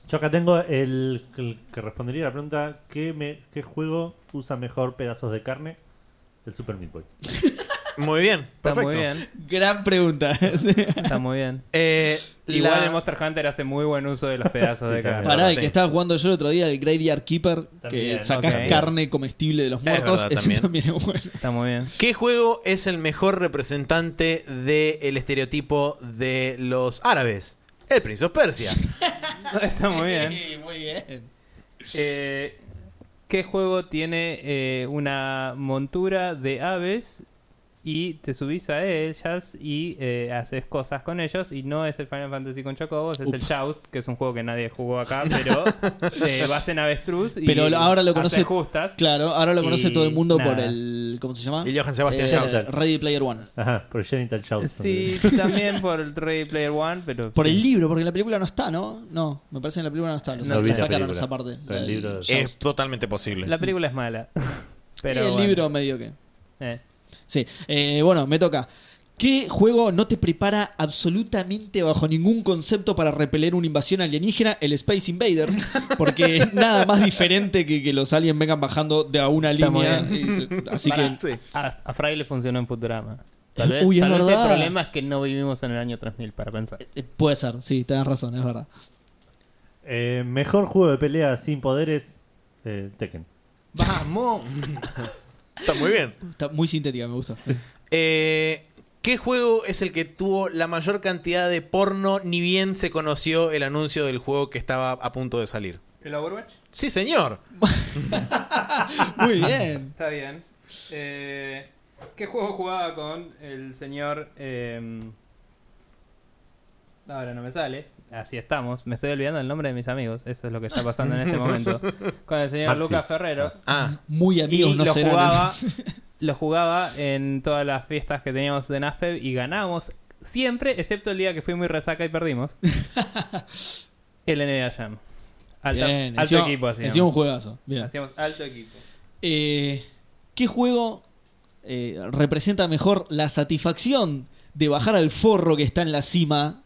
S1: Yo acá tengo el, el que respondería a la pregunta ¿qué, me, ¿qué juego usa mejor pedazos de carne? El Super Meat Boy.
S3: Muy bien,
S4: Está
S3: perfecto.
S4: muy bien,
S2: Gran pregunta. <laughs>
S4: está muy bien.
S3: Eh,
S4: Igual
S3: la-
S4: el Monster Hunter hace muy buen uso de los pedazos
S1: Sí,
S4: de
S1: también.
S4: carne.
S2: Pará, el
S3: Sí.
S2: que estaba jugando yo el otro día, el Graveyard Keeper, que
S1: También,
S2: sacás
S4: ok.
S2: carne comestible de los
S3: Es
S2: muertos. <laughs>
S3: verdad,
S2: Ese
S3: también.
S2: también es bueno.
S4: Está muy bien.
S3: ¿Qué juego es el mejor representante del estereotipo de los árabes? El Prince of Persia.
S4: Está muy bien.
S2: Sí, muy bien.
S4: Eh, ¿Qué juego tiene eh, una montura de aves y te subís a ellas y eh, haces cosas con ellos y no es el Final Fantasy con Chocobos, es el
S2: Uf.
S4: Joust, que es un juego que nadie jugó acá,
S2: <laughs>
S4: pero eh, vas en avestruz y
S2: Pero lo- ahora lo
S4: haces
S2: conoce-
S4: justas.
S2: Claro, ahora lo
S4: Y
S2: conoce todo el mundo por
S4: nada.
S2: el. ¿Cómo se llama?
S3: Y Johan Sebastián
S2: Eh,
S1: Joust.
S2: Ready Player One.
S1: Ajá, por Genital Shout.
S4: Sí, también por el Ready Player One, pero
S2: Por
S4: sí.
S2: el libro, porque en la película no está, ¿no? No, me parece que en la película no está. Lo
S4: No
S2: sa-
S4: vi la
S2: sacaron
S1: película,
S2: esa parte.
S1: pero el
S2: la-
S1: libro-
S2: Joust.
S3: Es totalmente posible.
S4: la película
S2: <laughs>
S4: es mala. Pero
S2: Y el
S4: bueno.
S2: libro medio que.
S4: Eh.
S2: Sí, Eh, bueno, me toca. ¿Qué juego no te prepara absolutamente bajo ningún concepto para repeler una invasión alienígena? El Space Invaders. Porque
S4: <laughs>
S2: es nada más diferente que que los aliens vengan bajando de a una
S4: Está muy
S2: línea. y
S4: <laughs>
S2: se- Así
S4: Pará,
S2: que.
S4: a, a Fry le funcionó en Futurama. Tal vez,
S2: Uy, es
S4: tal vez
S2: verdad.
S4: el problema es que no vivimos en el año 3000, para pensar.
S2: eh, Puede ser, sí, tenés razón, es verdad.
S1: Eh, mejor juego de pelea sin poderes, eh, Tekken.
S4: ¡Vamos!
S3: Está muy bien.
S2: Está muy sintética, me gusta.
S3: Eh, ¿Qué juego es el que tuvo la mayor cantidad de porno ni bien se conoció el anuncio del juego que estaba a punto de salir?
S4: ¿El Overwatch?
S3: Sí, señor.
S2: Muy bien.
S4: Está bien. Eh, ¿Qué juego jugaba con el señor... eh, Ahora no me sale. Así estamos. Me estoy olvidando el nombre de mis amigos. Eso es lo que está pasando en
S2: <laughs>
S4: este momento. Con el señor
S1: Maxi.
S4: Lucas Ferrero.
S3: Ah,
S2: Muy amigos
S4: y
S2: no
S4: lo
S2: serán.
S4: jugaba,
S2: <laughs>
S4: lo jugaba en todas las fiestas que teníamos de NASPEB E y ganábamos siempre, excepto el día que fui muy resaca
S2: <laughs>
S4: y perdimos. el NBA Jam. Alta-
S2: Bien,
S4: alto
S2: encima-
S4: equipo
S2: encima un
S4: hacíamos.
S2: juegazo. Bien.
S4: Hacíamos alto equipo.
S2: Eh, ¿Qué juego eh, representa mejor la satisfacción de bajar al forro que está en la cima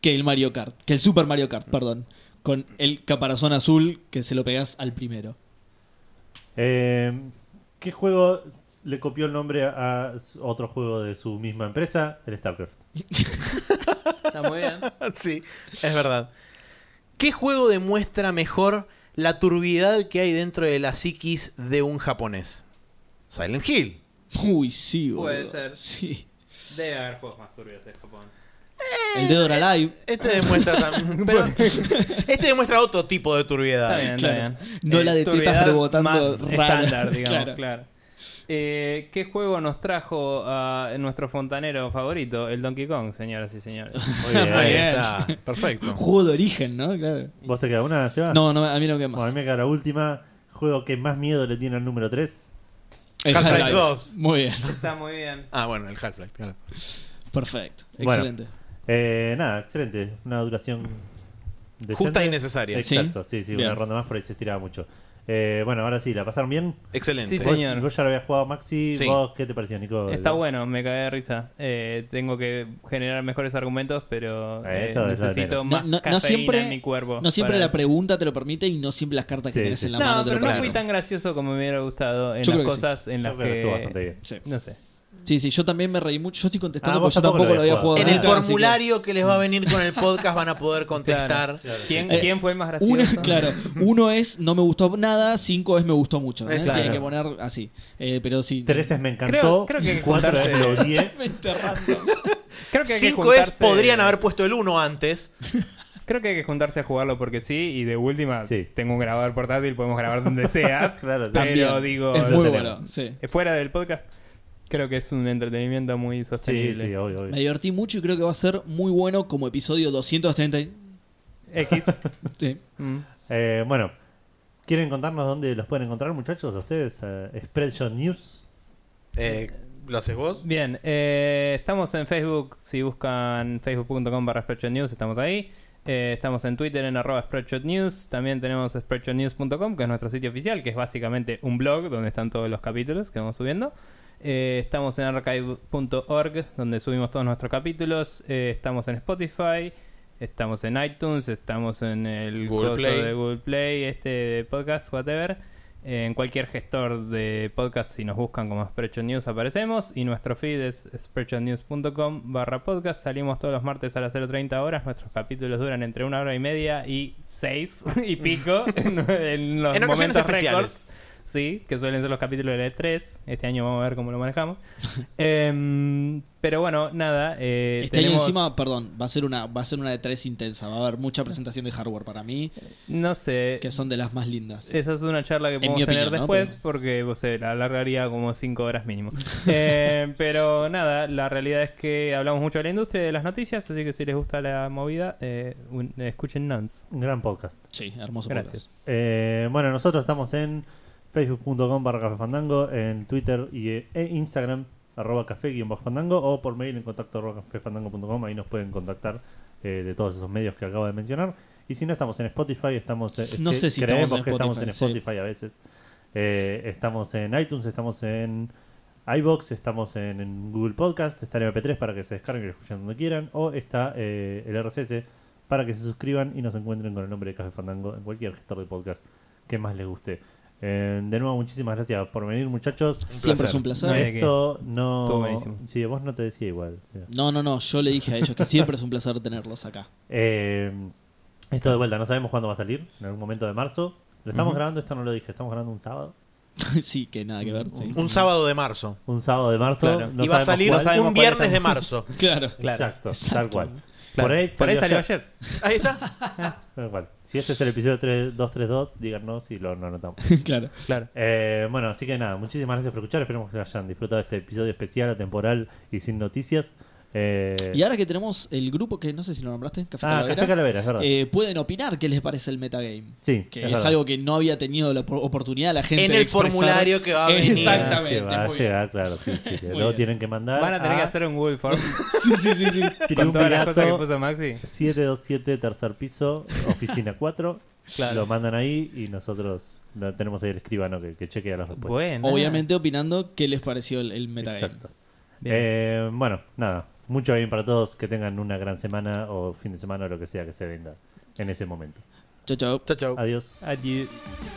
S2: que el Mario Kart? Que el Super Mario Kart, perdón. Con el caparazón azul que se lo pegás al primero.
S1: Eh, ¿Qué juego le copió el nombre a s- otro juego de su misma empresa? El StarCraft.
S4: Está muy bien.
S3: sí, es verdad. ¿Qué juego demuestra mejor la turbidad que hay dentro de la psiquis de un japonés? Silent Hill.
S2: Uy, sí, boludo.
S4: Puede ser.
S2: Sí.
S4: Debe haber juegos más turbios de Japón.
S2: El Dead or Alive.
S3: Este demuestra tam- pero- este demuestra otro tipo de
S4: Está
S3: turbiedad.
S4: bien,
S2: Claro.
S4: está bien. Eh,
S2: No la de tetas
S4: turbiedad
S2: rebotando
S4: más
S2: rara. <laughs>
S4: estándar, digamos,
S2: Claro.
S4: claro. Eh, ¿Qué juego nos trajo a nuestro fontanero favorito? El Donkey Kong, señoras y señores.
S1: Muy
S3: Ahí
S1: bien.
S2: Muy bien.
S3: está. Perfecto.
S2: Juego de origen, ¿no? Claro.
S1: ¿Vos te queda una, Seba?
S2: No, no, a mí no me queda
S1: Bueno, a mí
S2: más.
S1: me queda la última. Juego que más miedo le tiene al número 3.
S2: El
S3: Half-Life
S2: Half-Life.
S3: 2.
S2: Muy bien.
S4: <laughs> Está muy bien.
S3: Ah, bueno, el Half-Life. claro.
S2: Perfecto.
S1: Bueno.
S2: Excelente.
S1: Eh, nada, excelente. Una duración decente.
S3: Justa y necesaria.
S2: Sí.
S1: Exacto, sí, sí,
S2: Bien.
S1: una ronda más por ahí se estiraba mucho. Eh, bueno, ahora sí, ¿la pasaron bien?
S3: Excelente.
S4: Sí,
S1: Vos-
S4: señor.
S1: Vos ya lo habías jugado, Maxi.
S3: Sí.
S1: ¿Vos qué te pareció, Nico?
S4: Está bueno, me cagué de risa. Eh, tengo que generar mejores argumentos, pero eh,
S1: Eso, eso
S4: necesito
S1: de
S4: más
S2: No- no- no
S4: cafeína
S2: siempre-
S4: en mi cuerpo.
S2: No siempre
S4: para
S2: la
S4: eso.
S2: pregunta te lo permite y no siempre las cartas que
S1: Sí,
S2: tienes
S1: sí,
S2: en la
S1: sí.
S2: mano
S4: No,
S2: te lo
S4: pero no
S2: permiten.
S4: fui tan gracioso como me hubiera gustado en
S2: Yo creo
S4: las
S2: que sí.
S4: cosas en
S1: Yo
S4: las
S1: creo que estuvo bastante
S4: que...
S1: bien.
S2: Sí.
S4: No sé.
S2: Sí, sí, yo también me reí mucho. Yo estoy contestando
S1: Ah,
S2: porque
S1: vos
S2: yo tampoco lo había jugado.
S1: Ah,
S3: En el
S2: nunca, así que-
S3: formulario que les va a venir con el podcast van a poder contestar.
S4: Claro. ¿Quién,
S2: Eh,
S4: quién fue el más gracioso?
S2: Uno, <laughs> claro, uno es no me gustó nada, cinco es me gustó mucho. ¿eh?
S3: Exacto.
S2: Que hay que poner así. Eh, pero sí.
S1: Tres es me encantó.
S4: Creo- creo que hay que
S1: cuatro es
S4: juntarse.
S1: lo
S2: <laughs>
S1: odié.
S2: Totalmente random.
S4: Creo que hay que
S3: Cinco es,
S4: juntarse-
S3: podrían haber puesto el uno antes.
S4: Creo que hay que juntarse a jugarlo porque sí, y de última
S1: Sí.
S4: tengo un grabador portátil, podemos
S1: <laughs>
S4: grabar donde sea.
S1: Claro,
S4: pero
S2: También.
S4: digo,
S2: es muy
S1: lo
S2: bueno. Sí.
S4: eh, fuera del podcast, creo que es un entretenimiento muy
S1: Sí,
S4: sostenible.
S1: sí, obvio,
S2: Me
S1: obvio.
S2: divertí mucho y creo que va a ser muy bueno como episodio 230. y-
S4: X.
S2: Sí.
S4: Mm.
S1: Eh, bueno, ¿quieren contarnos dónde los pueden encontrar, muchachos? ¿A ustedes? Eh, Spreadshot News.
S3: Eh, ¿Lo haces vos?
S4: Bien, eh, estamos en Facebook, si buscan facebook.com barra Spreadshot News, estamos ahí. Eh, estamos en Twitter en arroba Spreadshot News. También tenemos spreadshotnews.com, que es nuestro sitio oficial, que es básicamente un blog donde están todos los capítulos que vamos subiendo. Eh, estamos en archive.org, donde subimos todos nuestros capítulos. Eh, estamos en Spotify, estamos en iTunes, estamos en el
S3: Google
S4: coso
S3: Play.
S4: de Google Play, este de podcast, whatever. Eh, En cualquier gestor de podcast, si nos buscan como Spreadshot News, aparecemos. Y nuestro feed es spreadshotnews.com barra podcast. Salimos todos los martes a las 0.30 horas. Nuestros capítulos duran entre una hora y media y seis <laughs> y pico en, en
S2: <laughs>
S4: los
S3: En ocasiones
S4: momentos
S3: especiales.
S4: récords. sí, que suelen ser los capítulos de la E3. Este año vamos a ver cómo
S2: <laughs>
S4: lo manejamos. Em, pero bueno, nada. eh,
S2: Este
S4: tenemos-
S2: año encima, perdón, va a ser una, va a ser una de tres intensa. Va a haber mucha presentación de hardware para mí,
S4: No sé.
S2: que son de las más lindas.
S4: Esa Eh, es una charla que
S2: En
S4: podemos
S2: mi
S4: tener
S2: opinión, ¿no?
S4: después
S2: Pero-
S4: porque o sea, la alargaría como 5
S2: <laughs>
S4: horas mínimo. Eh, pero nada, la realidad es que hablamos mucho de la industria y de las noticias, así que si les gusta la movida, eh, un- eh, escuchen Nuns.
S1: Un gran podcast.
S2: Sí, hermoso.
S4: Gracias.
S2: podcast.
S1: Eh, bueno, nosotros estamos en facebook.com barra café fandango, en Twitter y, eh, e Instagram arroba café guión bajo fandango o por mail en contacto arroba cafefandango.com, ahí nos pueden contactar eh, de todos esos medios que acabo de mencionar. Y si no, estamos en Spotify, estamos eh,
S2: No
S1: que-
S2: sé si
S1: creemos
S2: estamos en
S1: que estamos en
S2: Spotify, sí.
S1: Spotify a veces. Eh, estamos en iTunes, estamos en iBox, estamos en, en Google Podcast, está el MP3 para que se descarguen y lo escuchen donde quieran, o está eh, el RSS para que se suscriban y nos encuentren con el nombre de Café Fandango en cualquier gestor de podcast que más les guste. Eh, de nuevo, muchísimas gracias por venir, muchachos.
S2: Siempre es un
S4: No hay
S2: placer.
S4: de qué.
S1: Esto no.
S4: Estuvo buenísimo.
S1: Sí, vos no te decía igual. sí.
S2: No, no, no. Yo le dije a ellos que siempre es un placer tenerlos acá.
S1: Eh, esto de vuelta, no sabemos cuándo va a salir, en algún momento de marzo. Lo estamos grabando, esto no lo dije, estamos grabando un sábado.
S2: <laughs> sí, que nada que ver. sí.
S3: Un sábado de marzo.
S1: Un sábado de marzo.
S4: Claro.
S1: no
S3: y va a
S1: sabemos
S3: salir
S1: cuál.
S4: sabemos
S3: un
S4: cuál
S3: viernes
S4: es.
S3: de marzo.
S2: <laughs> Claro. <laughs>
S4: Claro.
S1: Exacto,
S2: Exacto.
S1: tal cual.
S4: Claro.
S1: Por ahí salió ayer.
S4: ayer.
S3: Ahí está.
S1: Tal cual. Si este es el episodio 3 232, díganos y lo lo anotamos.
S2: claro.
S4: Claro.
S1: Eh, bueno, así que nada, muchísimas gracias por escuchar. Esperemos que hayan disfrutado de este episodio especial, atemporal y sin noticias. Eh,
S2: Y ahora que tenemos el grupo que no sé si lo nombraste, Café
S1: ah,
S2: Calavera,
S1: Café Calavera, es verdad.
S2: eh, pueden opinar qué les parece el metagame.
S1: sí,
S2: Que
S1: es
S2: es,
S1: verdad.
S2: algo que no había tenido la opor- oportunidad la gente
S3: En
S2: de
S3: el
S2: expresar.
S3: formulario que va a venir.
S2: Exactamente.
S1: Que va a
S2: muy bien.
S1: llegar, claro. Sí, sí, que
S2: Muy
S1: luego
S2: bien.
S1: tienen que mandar.
S4: Van a tener que hacer un Google Form
S2: Ah. <laughs> Sí, sí, sí, sí.
S4: <laughs> con todas las cosas que
S1: Triunvirato
S4: puso Maxi.
S1: 727, tercer piso, oficina 4. Lo mandan ahí y nosotros lo tenemos ahí el escribano que, que chequea
S2: pues.
S1: las respuestas.
S4: Bueno.
S2: Obviamente opinando qué les pareció el, el metagame.
S1: Exacto.
S4: Bien.
S1: Eh, bueno, nada. Mucho bien para todos. Que tengan una gran semana o fin de semana o lo que sea que se venda en ese momento.
S2: Chau, chau.
S3: Chao, chao.
S1: Adiós.
S4: Adiós.